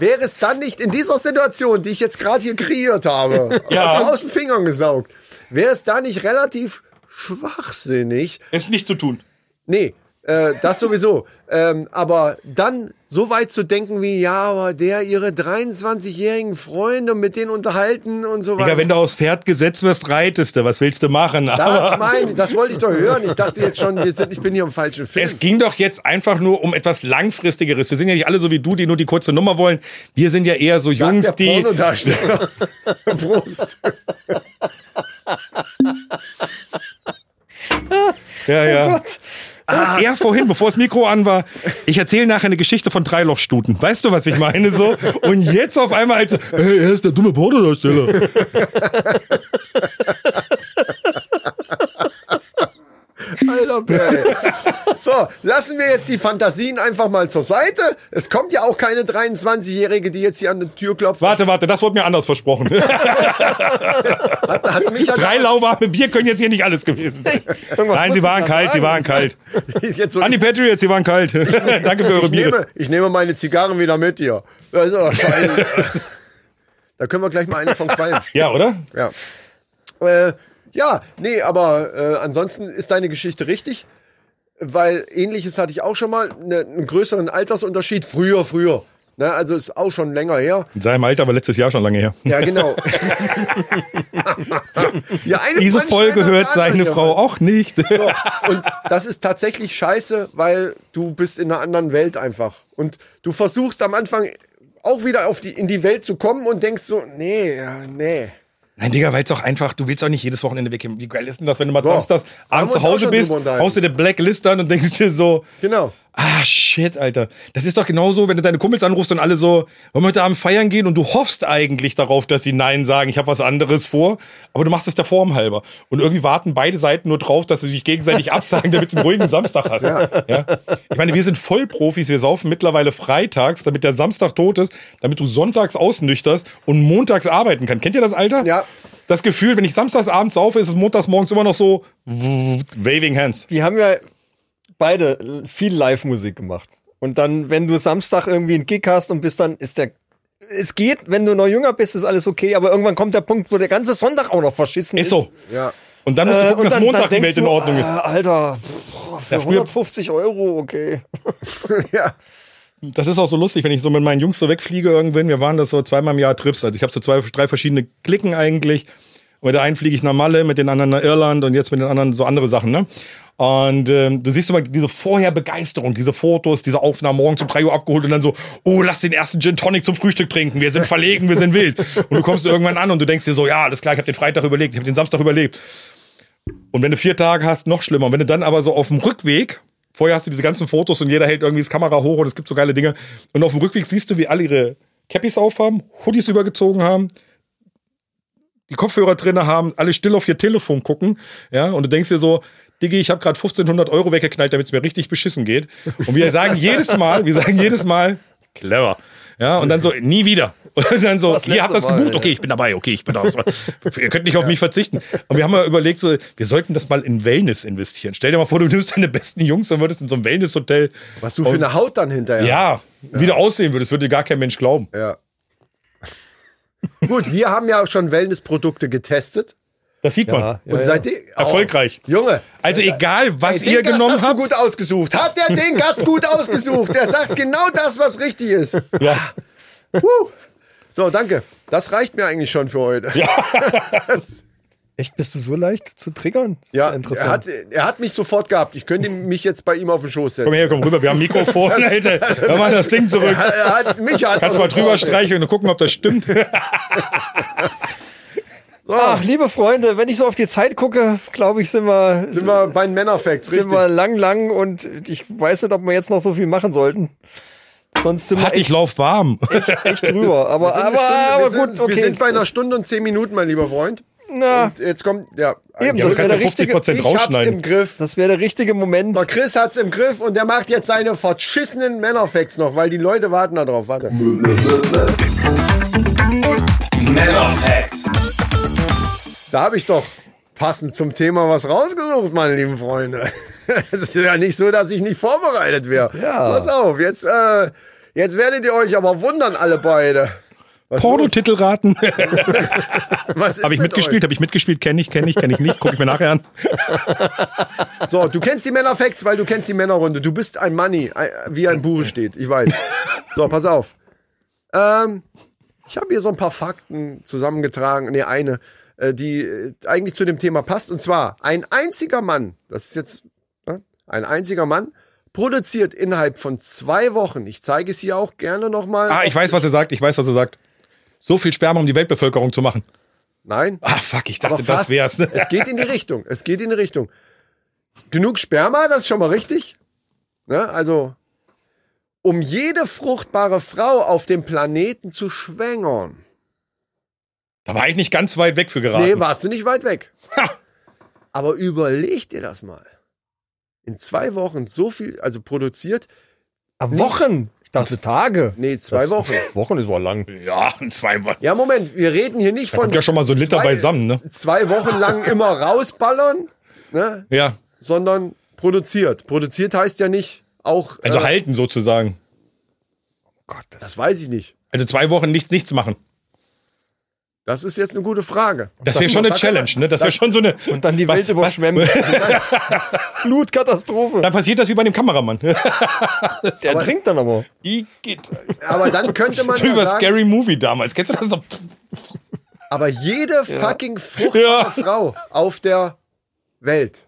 [SPEAKER 5] wäre es dann nicht in dieser Situation, die ich jetzt gerade hier kreiert habe,
[SPEAKER 1] Ja.
[SPEAKER 5] also aus den Fingern gesaugt, wäre es da nicht relativ schwachsinnig,
[SPEAKER 1] Ist nicht zu tun.
[SPEAKER 5] Nee, äh, das sowieso. ähm, aber dann so weit zu denken wie, ja, aber der ihre 23-jährigen Freunde und mit denen unterhalten und so
[SPEAKER 1] Digga,
[SPEAKER 5] weiter.
[SPEAKER 1] wenn du aufs Pferd gesetzt wirst, reitest du. Was willst du machen?
[SPEAKER 5] das
[SPEAKER 1] Aber
[SPEAKER 5] meine ich, das wollte ich doch hören. Ich dachte jetzt schon, wir sind, ich bin hier im falschen Film.
[SPEAKER 1] es ging doch jetzt einfach nur um etwas Langfristigeres. Wir sind ja nicht alle so wie du, die nur die kurze Nummer wollen. Wir sind ja eher so
[SPEAKER 5] Sagt
[SPEAKER 1] Jungs,
[SPEAKER 5] der
[SPEAKER 1] die.
[SPEAKER 5] Pornodarsteller. Prost.
[SPEAKER 1] Ja, ja. Ah. Er vorhin, bevor das Mikro an war, ich erzähle nachher eine Geschichte von Dreilochstuten. Weißt du, was ich meine? So. Und jetzt auf einmal, also, hey, er ist der dumme Pornodarsteller.
[SPEAKER 5] Alter Bär. So, lassen wir jetzt die Fantasien einfach mal zur Seite. Es kommt ja auch keine 23-Jährige, die jetzt hier an die Tür klopft.
[SPEAKER 1] Warte, warte, das wurde mir anders versprochen.
[SPEAKER 5] Hat, hat mich hat-
[SPEAKER 1] Drei lauwarme Bier können jetzt hier nicht alles gewesen sein. Nein, sie
[SPEAKER 4] muss
[SPEAKER 1] waren
[SPEAKER 4] ich da
[SPEAKER 1] kalt, sie
[SPEAKER 4] sagen.
[SPEAKER 1] waren kalt.
[SPEAKER 5] Ist jetzt so,
[SPEAKER 1] An die Patriots, sie waren kalt. Danke für eure
[SPEAKER 5] ich
[SPEAKER 1] Biere.
[SPEAKER 5] nehme, ich nehme meine Zigarren wieder mit hier. Das ist aber scheiße. da können wir gleich mal einen von qualmen.
[SPEAKER 1] Ja, oder?
[SPEAKER 5] Ja. Äh, ja, nee, aber äh, ansonsten ist deine Geschichte richtig, weil ähnliches hatte ich auch schon mal, ne, einen größeren Altersunterschied früher, früher. Ne, also ist auch schon länger her.
[SPEAKER 1] In seinem Alter, aber letztes Jahr schon lange her.
[SPEAKER 5] Ja, genau. ja, eine
[SPEAKER 1] Diese
[SPEAKER 5] Brandstelle
[SPEAKER 1] Folge
[SPEAKER 5] nach der
[SPEAKER 1] hört seine
[SPEAKER 5] anderen hier,
[SPEAKER 1] Frau auch nicht.
[SPEAKER 5] so. Und das ist tatsächlich scheiße, weil du bist in einer anderen Welt einfach. Und du versuchst am Anfang auch wieder auf die, in die Welt zu kommen und denkst so, nee, ja, nee.
[SPEAKER 1] Nein, Digga, weil es doch einfach, du willst doch nicht jedes Wochenende weggehen. Wie geil ist denn das, wenn du mal
[SPEAKER 5] So,
[SPEAKER 1] samstags
[SPEAKER 5] haben
[SPEAKER 1] abends
[SPEAKER 5] wir
[SPEAKER 1] zu
[SPEAKER 5] uns auch
[SPEAKER 1] Hause
[SPEAKER 5] schon
[SPEAKER 1] bist,
[SPEAKER 5] drüber unterhalten.
[SPEAKER 1] haust dir eine Blacklist an und denkst dir so,
[SPEAKER 5] Genau.
[SPEAKER 1] ah shit, Alter. Das ist doch genauso, wenn du deine Kumpels anrufst und alle so, wollen wir heute Abend feiern gehen und du hoffst eigentlich darauf, dass sie Nein sagen, ich habe was anderes vor, aber du machst es der Form halber. Und irgendwie warten beide Seiten nur drauf, dass sie sich gegenseitig absagen, damit du einen ruhigen Samstag hast. Ja. Ich meine, wir sind Vollprofis, wir saufen mittlerweile freitags, damit der Samstag tot ist, damit du sonntags ausnüchterst und montags arbeiten kannst. Kennt ihr das, Alter?
[SPEAKER 5] Ja.
[SPEAKER 1] Das Gefühl, wenn ich samstags abends saufe, ist es montags morgens immer noch so waving hands.
[SPEAKER 4] wir haben ja beide viel Live-Musik gemacht. Und dann, wenn du Samstag irgendwie einen Gig hast und bist dann, ist der, es geht, wenn du noch jünger bist, ist alles okay, aber irgendwann kommt der Punkt, wo der ganze Sonntag auch noch verschissen ist.
[SPEAKER 1] Ist so.
[SPEAKER 5] Ja.
[SPEAKER 1] Und dann musst du
[SPEAKER 4] Äh,
[SPEAKER 1] gucken,
[SPEAKER 4] und dann,
[SPEAKER 1] dass Montag
[SPEAKER 4] dann
[SPEAKER 1] die
[SPEAKER 4] denkst
[SPEAKER 1] Welt in
[SPEAKER 4] du,
[SPEAKER 1] Ordnung ist.
[SPEAKER 4] ah, Alter, boah, für
[SPEAKER 1] Ja, früher-
[SPEAKER 4] 150 Euro, okay.
[SPEAKER 5] ja.
[SPEAKER 1] Das ist auch so lustig, wenn ich so mit meinen Jungs so wegfliege irgendwann. Wir waren das so zweimal im Jahr Trips. Also ich habe so zwei, drei verschiedene Klicken eigentlich. Und mit der einen fliege ich nach Malle, mit den anderen nach Irland und jetzt mit den anderen so andere Sachen. Ne? Und ähm, du siehst immer diese vorher Begeisterung, diese Fotos, diese Aufnahmen morgens um 3 Uhr abgeholt und dann so, oh, lass den ersten Gin Tonic zum Frühstück trinken, wir sind verlegen, wir sind wild. Und du kommst irgendwann an und du denkst dir so, ja, alles klar, ich habe den Freitag überlegt, ich habe den Samstag überlebt. Und wenn du vier Tage hast, noch schlimmer. Und wenn du dann aber so auf dem Rückweg, vorher hast du diese ganzen Fotos und jeder hält irgendwie das Kamera hoch und es gibt so geile Dinge. Und auf dem Rückweg siehst du, wie alle ihre Cappies aufhaben, Hoodies übergezogen haben, die Kopfhörer drinne haben, alle still auf ihr Telefon gucken. Ja, und du denkst dir so, Diggi, ich habe gerade 1500 Euro weggeknallt, damit es mir richtig beschissen geht. Und wir sagen jedes Mal, wir sagen jedes Mal, clever. Ja, und dann so, nie wieder. Und dann so,
[SPEAKER 4] Das
[SPEAKER 1] ihr habt
[SPEAKER 4] letzte
[SPEAKER 1] das
[SPEAKER 4] Mal,
[SPEAKER 1] gebucht,
[SPEAKER 4] ja.
[SPEAKER 1] okay, ich bin dabei, okay, ich bin da. ihr könnt nicht auf mich verzichten. Und wir haben mal überlegt, so, wir sollten das mal in Wellness investieren. Stell dir mal vor, du nimmst deine besten Jungs und würdest in so einem Wellness-Hotel,
[SPEAKER 5] Was du für eine Haut dann hinterher
[SPEAKER 1] ja, wie du aussehen würdest, würde gar kein Mensch glauben.
[SPEAKER 5] Ja. Gut, wir haben ja schon Wellnessprodukte getestet.
[SPEAKER 1] Das sieht man.
[SPEAKER 5] und seitdem. Oh,
[SPEAKER 1] Erfolgreich.
[SPEAKER 5] Junge.
[SPEAKER 1] Also egal, was
[SPEAKER 5] den
[SPEAKER 1] ihr
[SPEAKER 5] Gast
[SPEAKER 1] genommen
[SPEAKER 5] hast du
[SPEAKER 1] habt.
[SPEAKER 5] gut ausgesucht. Hat der den Gast gut ausgesucht? Der sagt genau das, was richtig ist.
[SPEAKER 1] Ja.
[SPEAKER 5] Puh. So, danke. Das reicht mir eigentlich schon für heute. Ja,
[SPEAKER 4] Echt, bist du so leicht zu triggern?
[SPEAKER 5] Er, hat, er hat mich sofort gehabt. Ich könnte mich jetzt bei ihm auf den Schoß
[SPEAKER 1] Komm
[SPEAKER 5] setzen.
[SPEAKER 1] her, komm rüber, wir haben ein Mikrofon, Alter. Hör mal das Ding zurück.
[SPEAKER 5] Er hat, er hat, mich hat
[SPEAKER 1] Kannst
[SPEAKER 5] er
[SPEAKER 1] mal drüber
[SPEAKER 5] sofort-
[SPEAKER 1] streicheln und gucken, ob das stimmt. Ah.
[SPEAKER 4] Ach, liebe Freunde, wenn ich so auf die Zeit gucke, glaube ich, sind wir,
[SPEAKER 5] Sind wir bei den Männerfacts,
[SPEAKER 4] sind
[SPEAKER 5] richtig?
[SPEAKER 4] wir lang, lang und ich weiß nicht, ob wir jetzt noch so viel machen sollten. Sonst sind wir
[SPEAKER 1] Hat ich
[SPEAKER 4] echt,
[SPEAKER 1] lauf warm.
[SPEAKER 4] echt drüber. Aber,
[SPEAKER 5] Sind
[SPEAKER 4] aber,
[SPEAKER 5] eine Stunde-
[SPEAKER 4] aber
[SPEAKER 5] wir sind,
[SPEAKER 4] gut, okay.
[SPEAKER 5] Wir sind bei einer Stunde und zehn Minuten, mein lieber Freund.
[SPEAKER 4] Na,
[SPEAKER 5] Jetzt kommt, ja.
[SPEAKER 4] Eben,
[SPEAKER 5] ja,
[SPEAKER 1] Ja, das
[SPEAKER 4] das
[SPEAKER 1] kannst
[SPEAKER 4] wäre
[SPEAKER 1] du 50
[SPEAKER 4] richtig-
[SPEAKER 1] Prozent
[SPEAKER 5] ich hab's im
[SPEAKER 1] rausschneiden.
[SPEAKER 5] Griff.
[SPEAKER 4] das wäre der richtige Moment.
[SPEAKER 5] Der Chris hat's im Griff und der macht jetzt seine verschissenen Männerfacts noch, weil die Leute warten da drauf. Warte.
[SPEAKER 6] Man of Facts.
[SPEAKER 5] Da habe ich doch. passend zum Thema was rausgesucht, meine lieben Freunde. Es ist ja nicht so, dass ich nicht vorbereitet wäre.
[SPEAKER 4] Ja.
[SPEAKER 5] Pass auf, jetzt, äh, jetzt werdet ihr euch aber wundern, alle beide. Was
[SPEAKER 1] Pornotitel raten.
[SPEAKER 5] Was ist
[SPEAKER 1] Habe ich
[SPEAKER 5] mit
[SPEAKER 1] mitgespielt, habe ich mitgespielt, kenne ich, kenne ich, kenne ich nicht, gucke ich mir nachher an.
[SPEAKER 5] Euch? So, du kennst die Männerfacts, weil du kennst die Männerrunde. Du bist ein Money, ein- wie ein Buch steht. Ich weiß. So, pass auf. Ähm, ich habe hier so ein paar Fakten zusammengetragen. Nee, eine, äh, die äh, eigentlich zu dem Thema passt. Und zwar, ein einziger Mann, das ist jetzt ne, ein einziger Mann, produziert innerhalb von zwei Wochen, ich zeige es hier auch gerne nochmal.
[SPEAKER 1] Ah, ich weiß, was er sagt, ich weiß, was er sagt. So viel Sperma, um die Weltbevölkerung zu machen.
[SPEAKER 5] Nein.
[SPEAKER 1] Ah, fuck, ich
[SPEAKER 5] Aber
[SPEAKER 1] dachte, das
[SPEAKER 5] fast.
[SPEAKER 1] wär's. Ne?
[SPEAKER 5] Es geht in die Richtung. Es geht in die Richtung. Genug Sperma, das ist schon mal richtig. Ne? Also, um jede fruchtbare Frau auf dem Planeten zu schwängern.
[SPEAKER 1] Da war ich nicht ganz weit weg für
[SPEAKER 5] Nee,
[SPEAKER 1] geraten.
[SPEAKER 5] warst du nicht weit weg.
[SPEAKER 1] Ha!
[SPEAKER 5] Aber überleg dir das mal. In zwei Wochen so viel, also produziert.
[SPEAKER 4] Ah, Wochen? Ich dachte Tage.
[SPEAKER 5] Nee, zwei Wochen.
[SPEAKER 4] Wochen ist wohl lang.
[SPEAKER 1] Ja, zweimal.
[SPEAKER 5] Ja, Moment, wir reden hier nicht von.
[SPEAKER 1] kommt ja schon mal so ein Liter
[SPEAKER 5] zwei,
[SPEAKER 1] beisammen, ne?
[SPEAKER 5] Zwei Wochen lang immer rausballern, ne?
[SPEAKER 1] Ja,
[SPEAKER 5] sondern produziert. Produziert heißt ja nicht auch.
[SPEAKER 1] also
[SPEAKER 5] äh,
[SPEAKER 1] halten sozusagen.
[SPEAKER 4] Gott, das
[SPEAKER 5] Das weiß ich nicht.
[SPEAKER 1] Also zwei Wochen nicht, nichts machen.
[SPEAKER 5] Das ist jetzt eine gute Frage.
[SPEAKER 1] Das wäre schon eine
[SPEAKER 5] da kann man-
[SPEAKER 1] Challenge, ne? Das wäre schon so eine.
[SPEAKER 4] und dann die Welt überschwemmt. Flutkatastrophe.
[SPEAKER 1] Dann passiert das wie bei dem Kameramann.
[SPEAKER 4] Der trinkt dann aber.
[SPEAKER 1] Igitt.
[SPEAKER 5] Aber dann könnte man
[SPEAKER 1] So
[SPEAKER 5] ja
[SPEAKER 1] über
[SPEAKER 5] sagen,
[SPEAKER 1] Scary Movie damals. Kennst du das noch?
[SPEAKER 5] aber jede fucking fruchtbare
[SPEAKER 1] Ja.
[SPEAKER 5] Frau auf der Welt.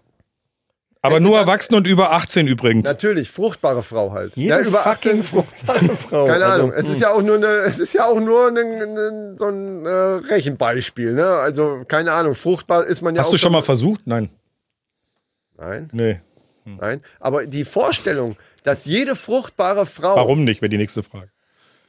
[SPEAKER 1] Aber nur Erwachsene und über 18 übrigens.
[SPEAKER 5] Natürlich, fruchtbare Frau halt.
[SPEAKER 4] Jede
[SPEAKER 5] ja, über 18,
[SPEAKER 4] fruchtbare Frau.
[SPEAKER 5] keine
[SPEAKER 4] Also,
[SPEAKER 5] Ahnung.
[SPEAKER 1] hm.
[SPEAKER 5] Es ist ja auch nur, eine, es ist ja auch nur ein- ein- so ein äh, Rechenbeispiel. Ne? Also, keine Ahnung, fruchtbar ist man ja auch
[SPEAKER 1] Hast du schon mal versucht? Nein.
[SPEAKER 5] Nein,
[SPEAKER 1] Nee. Hm.
[SPEAKER 5] nein. Aber die Vorstellung, dass jede fruchtbare Frau
[SPEAKER 1] Warum nicht, wäre die nächste Frage.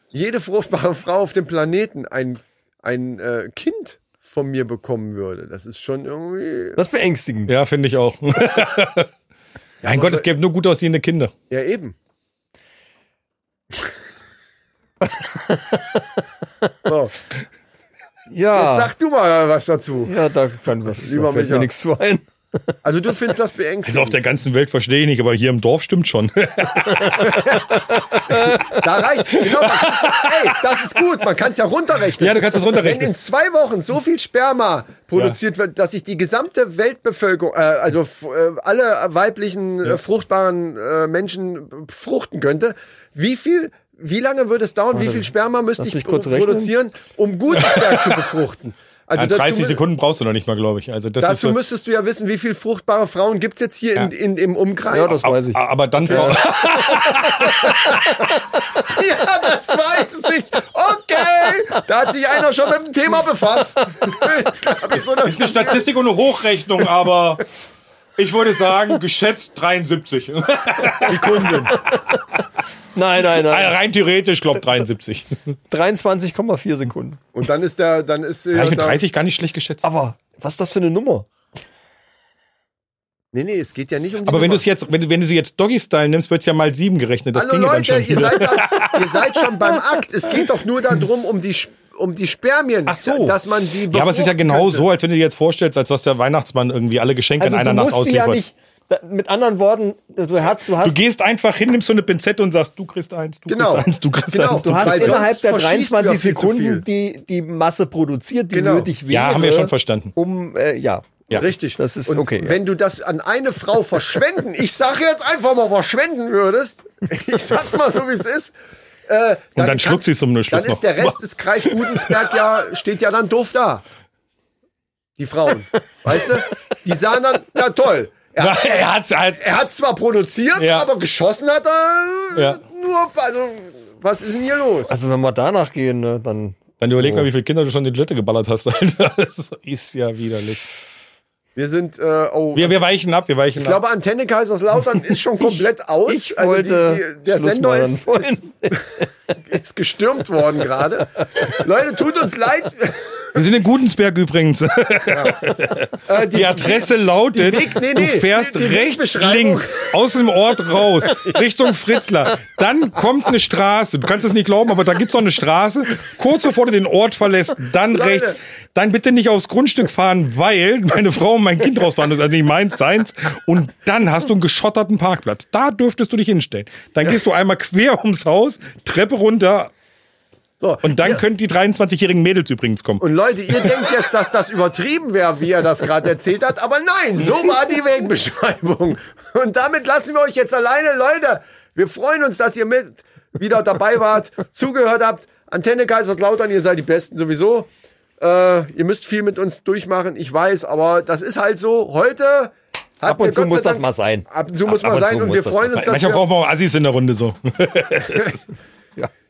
[SPEAKER 5] jede fruchtbare Frau auf dem Planeten ein, ein äh, Kind von mir bekommen würde. Das ist schon irgendwie.
[SPEAKER 4] Das ist beängstigend.
[SPEAKER 1] Ja, finde ich auch. mein Gott, es gäbe nur gut aussehende Kinder.
[SPEAKER 5] Ja, eben. so, jetzt
[SPEAKER 1] Ah.
[SPEAKER 4] Ja.
[SPEAKER 5] sag du mal was dazu.
[SPEAKER 4] ja, da kann was.
[SPEAKER 5] Lieber
[SPEAKER 4] da fällt
[SPEAKER 5] Micha.
[SPEAKER 4] mir nichts zu ein.
[SPEAKER 5] Also du findest das
[SPEAKER 1] Also auf
[SPEAKER 5] beängstigend.
[SPEAKER 1] der ganzen Welt verstehe ich nicht, aber hier im Dorf stimmt schon.
[SPEAKER 5] Also Da reicht. Genau, man kann's, ey, das ist gut. Man kann es ja runterrechnen.
[SPEAKER 1] Ja, du kannst das runterrechnen.
[SPEAKER 5] Wenn in zwei Wochen so viel Sperma produziert wird, dass sich die gesamte Weltbevölkerung, äh, also f- äh, alle weiblichen äh, fruchtbaren äh, Menschen äh, fruchten könnte, wie viel, wie lange würde es dauern, wie viel Sperma müsste
[SPEAKER 4] lass
[SPEAKER 5] ich
[SPEAKER 4] mich kurz
[SPEAKER 5] pro-
[SPEAKER 4] rechnen.
[SPEAKER 5] produzieren, um gutes Werk zu befruchten? Also
[SPEAKER 1] Ja,
[SPEAKER 5] dazu
[SPEAKER 1] 30
[SPEAKER 5] mü-
[SPEAKER 1] Sekunden brauchst du noch nicht mal, glaube ich. Also das ist
[SPEAKER 5] Dazu
[SPEAKER 1] so,
[SPEAKER 5] müsstest du ja wissen, wie viel fruchtbare Frauen gibt's jetzt hier in, in, im Umkreis.
[SPEAKER 4] Ja, das weiß ich.
[SPEAKER 1] A- Ah, aber dann brauch-
[SPEAKER 5] Ja, das weiß ich. Okay, da hat sich einer schon mit dem Thema befasst. Hab ich so eine-
[SPEAKER 1] ist eine Statistik und eine Hochrechnung, aber ich würde sagen, geschätzt 73.
[SPEAKER 5] Sekunden.
[SPEAKER 4] Nein, nein,
[SPEAKER 5] Ah,
[SPEAKER 4] nein.
[SPEAKER 1] Rein theoretisch, glaube 73.
[SPEAKER 4] 23,4 Sekunden.
[SPEAKER 5] Und dann ist der, dann ist
[SPEAKER 1] Habe ich mit
[SPEAKER 5] da,
[SPEAKER 1] 30 gar nicht schlecht geschätzt.
[SPEAKER 4] Aber was ist das für eine Nummer?
[SPEAKER 5] Nee, nee, es geht ja nicht um die
[SPEAKER 1] Aber wenn du
[SPEAKER 5] Nummer.
[SPEAKER 1] es jetzt, wenn, du- wenn du sie jetzt Doggy-Style nimmst, wird es ja mal sieben gerechnet. Das
[SPEAKER 5] Hallo
[SPEAKER 1] ginge dann
[SPEAKER 5] Leute,
[SPEAKER 1] schon.
[SPEAKER 5] ihr seid, da, ihr seid schon beim Akt. Es geht doch nur darum, um die, Sp- um die Spermien.
[SPEAKER 1] Ach so.
[SPEAKER 5] Dass man die
[SPEAKER 1] Ja, aber es ist ja
[SPEAKER 5] befruchten
[SPEAKER 1] genau
[SPEAKER 5] könnte.
[SPEAKER 1] so, als wenn du dir jetzt vorstellst, als dass der Weihnachtsmann irgendwie alle Geschenke
[SPEAKER 4] Also
[SPEAKER 1] in einer
[SPEAKER 4] du
[SPEAKER 1] Nacht
[SPEAKER 4] musst die ja
[SPEAKER 1] ausliefert.
[SPEAKER 4] nicht. Da, mit anderen Worten, du hast, du
[SPEAKER 1] du
[SPEAKER 4] hast,
[SPEAKER 1] gehst einfach hin, nimmst so eine Pinzette und sagst, du kriegst eins, du
[SPEAKER 5] Genau.
[SPEAKER 1] kriegst eins, du kriegst
[SPEAKER 5] Genau.
[SPEAKER 1] eins.
[SPEAKER 5] Du
[SPEAKER 4] du hast
[SPEAKER 5] weil
[SPEAKER 4] innerhalb
[SPEAKER 5] sonst
[SPEAKER 4] der
[SPEAKER 5] verschießt du ja
[SPEAKER 4] 23
[SPEAKER 5] viel zu viel.
[SPEAKER 4] Sekunden die, die Masse produziert, die
[SPEAKER 5] Genau.
[SPEAKER 4] nötig wäre.
[SPEAKER 1] Ja, haben wir schon verstanden.
[SPEAKER 4] Um, äh, ja.
[SPEAKER 1] Ja.
[SPEAKER 5] Richtig.
[SPEAKER 4] Das ist
[SPEAKER 5] und
[SPEAKER 4] okay, ja.
[SPEAKER 5] Wenn du das an eine Frau verschwenden, ich sage jetzt einfach mal verschwenden würdest, ich sag's mal so wie es ist. Äh, dann
[SPEAKER 1] dann
[SPEAKER 5] kannst-
[SPEAKER 1] schluckt sie's um den Schluss
[SPEAKER 5] Dann ist
[SPEAKER 1] noch.
[SPEAKER 5] der Rest des Kreis Gudensberg ja, steht ja dann doof da. Die Frauen. Weißt du? Die sahen dann, na toll. Er,
[SPEAKER 1] er hat's halt.
[SPEAKER 5] er hat zwar produziert,
[SPEAKER 1] Ja.
[SPEAKER 5] aber geschossen hat er
[SPEAKER 1] Ja.
[SPEAKER 5] nur. Also, was ist denn hier los?
[SPEAKER 4] Also wenn wir danach gehen, ne, dann.
[SPEAKER 1] Dann überleg
[SPEAKER 5] Oh.
[SPEAKER 1] mal, wie viele Kinder du schon in die Toilette geballert hast, Alter. Das ist ja widerlich.
[SPEAKER 5] Wir sind, äh, oh.
[SPEAKER 1] Wir, wir weichen ab, wir weichen
[SPEAKER 5] Ich glaube, Antenne Kaiserslautern ist schon komplett aus.
[SPEAKER 4] ich
[SPEAKER 5] Also
[SPEAKER 4] wollte
[SPEAKER 5] der
[SPEAKER 4] Schluss
[SPEAKER 5] Sender
[SPEAKER 4] machen
[SPEAKER 5] ist, ist, ist gestürmt worden gerade. Leute, tut uns leid.
[SPEAKER 1] Wir sind in Gutensberg übrigens.
[SPEAKER 5] Äh, die,
[SPEAKER 1] Die Adresse lautet,
[SPEAKER 5] Weg- nee,
[SPEAKER 1] du
[SPEAKER 5] nee,
[SPEAKER 1] fährst
[SPEAKER 5] die- die
[SPEAKER 1] rechts,
[SPEAKER 5] Wegbeschreibung.
[SPEAKER 1] links, aus dem Ort raus, Richtung Fritzlar. Dann kommt eine Straße. Du kannst es nicht glauben, aber da gibt's noch eine Straße. Kurz bevor du den Ort verlässt, dann
[SPEAKER 5] Leute.
[SPEAKER 1] rechts. Dann bitte nicht aufs Grundstück fahren, weil meine Frau und mein Kind rausfahren. Das ist also nicht meins, seins. Und dann hast du einen geschotterten Parkplatz. Da dürftest du dich hinstellen. Dann gehst du einmal quer ums Haus, Treppe runter.
[SPEAKER 5] so.
[SPEAKER 1] Und dann können die 23-jährigen Mädels übrigens kommen.
[SPEAKER 5] Und Leute, ihr denkt jetzt, dass das übertrieben wäre, wie er das gerade erzählt hat, aber nein, so war die Wegbeschreibung. Und damit lassen wir euch jetzt alleine, Leute. Wir freuen uns, dass ihr mit wieder dabei wart, zugehört habt. Antenne Kaiserslautern, ihr seid die Besten sowieso. Äh, ihr müsst viel mit uns durchmachen, ich weiß, aber das ist halt so. Heute hat
[SPEAKER 4] Ab und
[SPEAKER 5] mir
[SPEAKER 4] zu
[SPEAKER 5] Gott sei
[SPEAKER 4] muss das
[SPEAKER 5] Dank-
[SPEAKER 4] mal sein.
[SPEAKER 5] Ab und zu
[SPEAKER 4] Ab-
[SPEAKER 5] muss
[SPEAKER 4] ab
[SPEAKER 5] mal
[SPEAKER 4] und zu
[SPEAKER 5] sein und
[SPEAKER 4] muss
[SPEAKER 5] wir
[SPEAKER 4] das
[SPEAKER 5] freuen
[SPEAKER 4] mal
[SPEAKER 5] uns,
[SPEAKER 4] sein.
[SPEAKER 5] dass
[SPEAKER 1] Manchmal
[SPEAKER 5] wir,
[SPEAKER 1] brauchen wir auch Assis in der Runde so.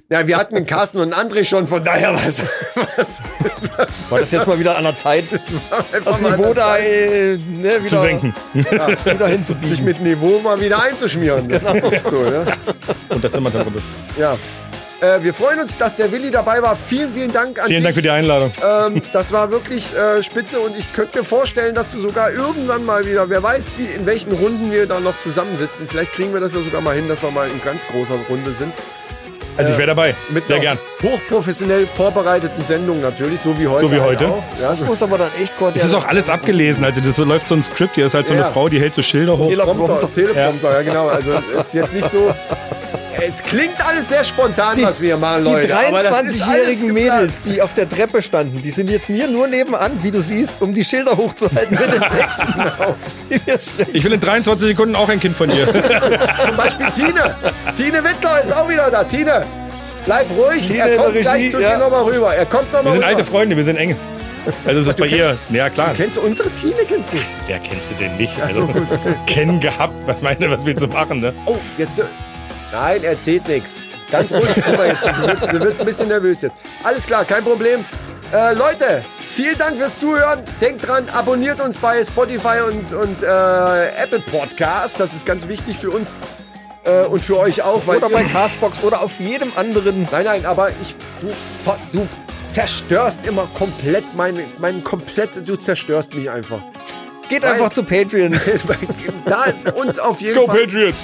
[SPEAKER 5] na, wir hatten den Carsten und André schon, von daher was, was, was
[SPEAKER 4] War das jetzt mal wieder an der Zeit, das
[SPEAKER 5] mal an
[SPEAKER 4] Niveau
[SPEAKER 5] der
[SPEAKER 4] da
[SPEAKER 5] Zeit.
[SPEAKER 4] äh, ne, wieder,
[SPEAKER 1] Zu senken.
[SPEAKER 4] wieder hinzubiegen.
[SPEAKER 5] sich mit Niveau mal wieder einzuschmieren. Das ist echt so, ne?
[SPEAKER 1] Und das sind wir dann runter.
[SPEAKER 5] Ja. Äh, wir freuen uns, dass der Willi dabei war. Vielen, vielen Dank an
[SPEAKER 1] Vielen Dank für
[SPEAKER 5] dich.
[SPEAKER 1] die Einladung.
[SPEAKER 5] Ähm, das war wirklich äh, spitze und ich könnte mir vorstellen, dass du sogar irgendwann mal wieder, wer weiß, wie, in welchen Runden wir da noch zusammensitzen. Vielleicht kriegen wir das ja sogar mal hin, dass wir mal in ganz großer Runde sind.
[SPEAKER 1] Also ich wäre dabei.
[SPEAKER 5] Äh, Mit
[SPEAKER 1] Sehr
[SPEAKER 5] einer
[SPEAKER 1] gern.
[SPEAKER 5] hochprofessionell vorbereiteten Sendung natürlich, so wie heute.
[SPEAKER 1] So wie
[SPEAKER 5] halt
[SPEAKER 1] heute.
[SPEAKER 5] auch. Ja,
[SPEAKER 4] Das
[SPEAKER 5] so
[SPEAKER 4] muss aber dann echt kurz.
[SPEAKER 1] Es ist auch alles abgelesen. Also das so läuft so ein Skript. Hier ist halt so
[SPEAKER 5] Ja.
[SPEAKER 1] eine Frau, die hält so Schilder hoch.
[SPEAKER 5] Teleprompter, Teleprompter, ja. genau. Also ist jetzt nicht so. Es klingt alles sehr spontan, was wir hier machen,
[SPEAKER 4] die
[SPEAKER 5] Leute. aber das ist alles
[SPEAKER 4] jährigen
[SPEAKER 5] geplant.
[SPEAKER 4] Mädels, die auf der Treppe standen, die sind jetzt mir nur nebenan, wie du siehst, um die Schilder hochzuhalten mit den Texten. die wir sprechen.
[SPEAKER 1] Ich will in 23 Sekunden auch ein Kind von dir.
[SPEAKER 5] Zum Beispiel Tine. Tine Wittler ist auch wieder da. Tine, bleib ruhig.
[SPEAKER 4] Tine
[SPEAKER 5] er
[SPEAKER 4] in
[SPEAKER 5] kommt
[SPEAKER 4] der
[SPEAKER 5] gleich
[SPEAKER 4] Regie,
[SPEAKER 5] zu
[SPEAKER 4] ja.
[SPEAKER 5] dir nochmal rüber. Er kommt nochmal
[SPEAKER 1] Wir sind
[SPEAKER 5] rüber.
[SPEAKER 1] alte Freunde, wir sind eng. Also ist das bei ihr. Ja klar.
[SPEAKER 5] Kennst du unsere Tine? Kennst du?
[SPEAKER 1] Wer kennst du denn nicht?
[SPEAKER 5] so,
[SPEAKER 1] Also
[SPEAKER 5] gut.
[SPEAKER 1] kennen gehabt. Was meinst du, was willst du machen? Ne?
[SPEAKER 5] Oh, jetzt. äh, Nein, erzählt nichts. Ganz ruhig. Guck mal jetzt. Sie wird, sie wird ein bisschen nervös jetzt. Alles klar, kein Problem. Äh, Leute, vielen Dank fürs Zuhören. Denkt dran, abonniert uns bei Spotify und, und äh, Apple Podcast. Das ist ganz wichtig für uns äh, und für euch auch. Weil
[SPEAKER 4] Oder
[SPEAKER 5] ihr-
[SPEAKER 4] bei Castbox oder auf jedem anderen.
[SPEAKER 5] Nein, nein, aber ich. Du, ver- du zerstörst immer komplett meine, meinen komplett. Du zerstörst mich einfach.
[SPEAKER 4] Geht einfach zu Patreon.
[SPEAKER 5] da, und auf jeden
[SPEAKER 1] Go
[SPEAKER 5] Fall.
[SPEAKER 1] Patriots!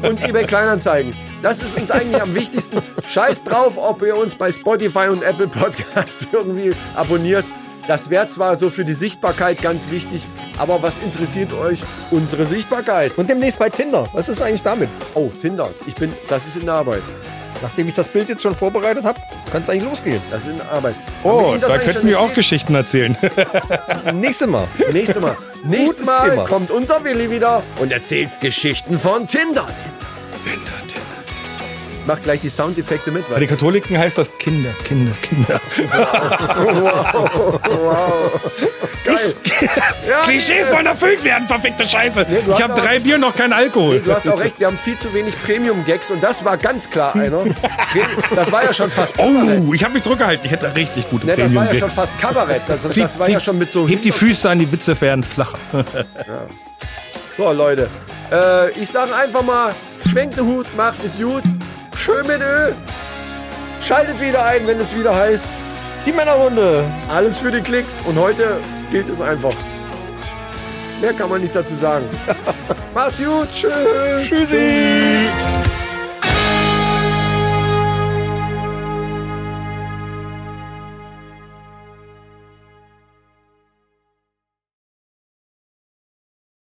[SPEAKER 5] Und eBay Kleinanzeigen. Das ist uns eigentlich am wichtigsten. Scheiß drauf, ob ihr uns bei Spotify und Apple Podcast irgendwie abonniert. Das wäre zwar so für die Sichtbarkeit ganz wichtig, aber was interessiert euch unsere Sichtbarkeit?
[SPEAKER 4] Und demnächst bei Tinder. Was ist eigentlich damit?
[SPEAKER 5] Oh, Tinder. Ich bin. Das ist in der Arbeit.
[SPEAKER 4] Nachdem ich das Bild jetzt schon vorbereitet habe, kann es eigentlich losgehen.
[SPEAKER 5] Das ist in der Arbeit. Haben
[SPEAKER 1] Oh,
[SPEAKER 5] Ihnen das
[SPEAKER 1] da
[SPEAKER 5] eigentlich
[SPEAKER 1] könnten
[SPEAKER 5] schon
[SPEAKER 1] wir auch
[SPEAKER 5] erzählt?
[SPEAKER 1] Geschichten erzählen.
[SPEAKER 4] Nächstes Mal.
[SPEAKER 5] Nächstes Mal. Nächstes
[SPEAKER 4] Gutes
[SPEAKER 5] Mal
[SPEAKER 4] Thema.
[SPEAKER 5] kommt unser Willi wieder und erzählt Geschichten von Tinder. Mach gleich die Soundeffekte mit,
[SPEAKER 1] Bei den
[SPEAKER 5] weißt du?
[SPEAKER 1] Katholiken heißt das Kinder, Kinder, Kinder.
[SPEAKER 5] Wow, wow. Geil. Ja,
[SPEAKER 1] Klischees
[SPEAKER 5] nee,
[SPEAKER 1] wollen erfüllt werden, verfickte Scheiße.
[SPEAKER 5] du hast
[SPEAKER 1] ich habe
[SPEAKER 5] aber
[SPEAKER 1] drei
[SPEAKER 5] recht.
[SPEAKER 1] Bier, noch kein Alkohol.
[SPEAKER 5] Du hast auch recht, wir haben viel zu wenig Premium-Gags und das war ganz klar einer. Das war ja schon fast Kabarett.
[SPEAKER 1] Oh, ich habe mich zurückgehalten. Ich hätte richtig gute
[SPEAKER 5] Ne, das war ja schon
[SPEAKER 1] Premium-Gags.
[SPEAKER 5] fast Kabarett. Das, das, das war ja schon mit so.
[SPEAKER 1] Heb die Füße an, die Witze werden flacher.
[SPEAKER 5] So, Leute. Äh, ich sage einfach mal, schwenkt den Hut, macht es gut. Schön mit Ö. Schaltet wieder ein, wenn es wieder heißt.
[SPEAKER 4] Die Männerrunde.
[SPEAKER 5] Alles für die Klicks und heute gilt es einfach. Mehr kann man nicht dazu sagen. Macht's gut, tschüss.
[SPEAKER 4] Tschüssi.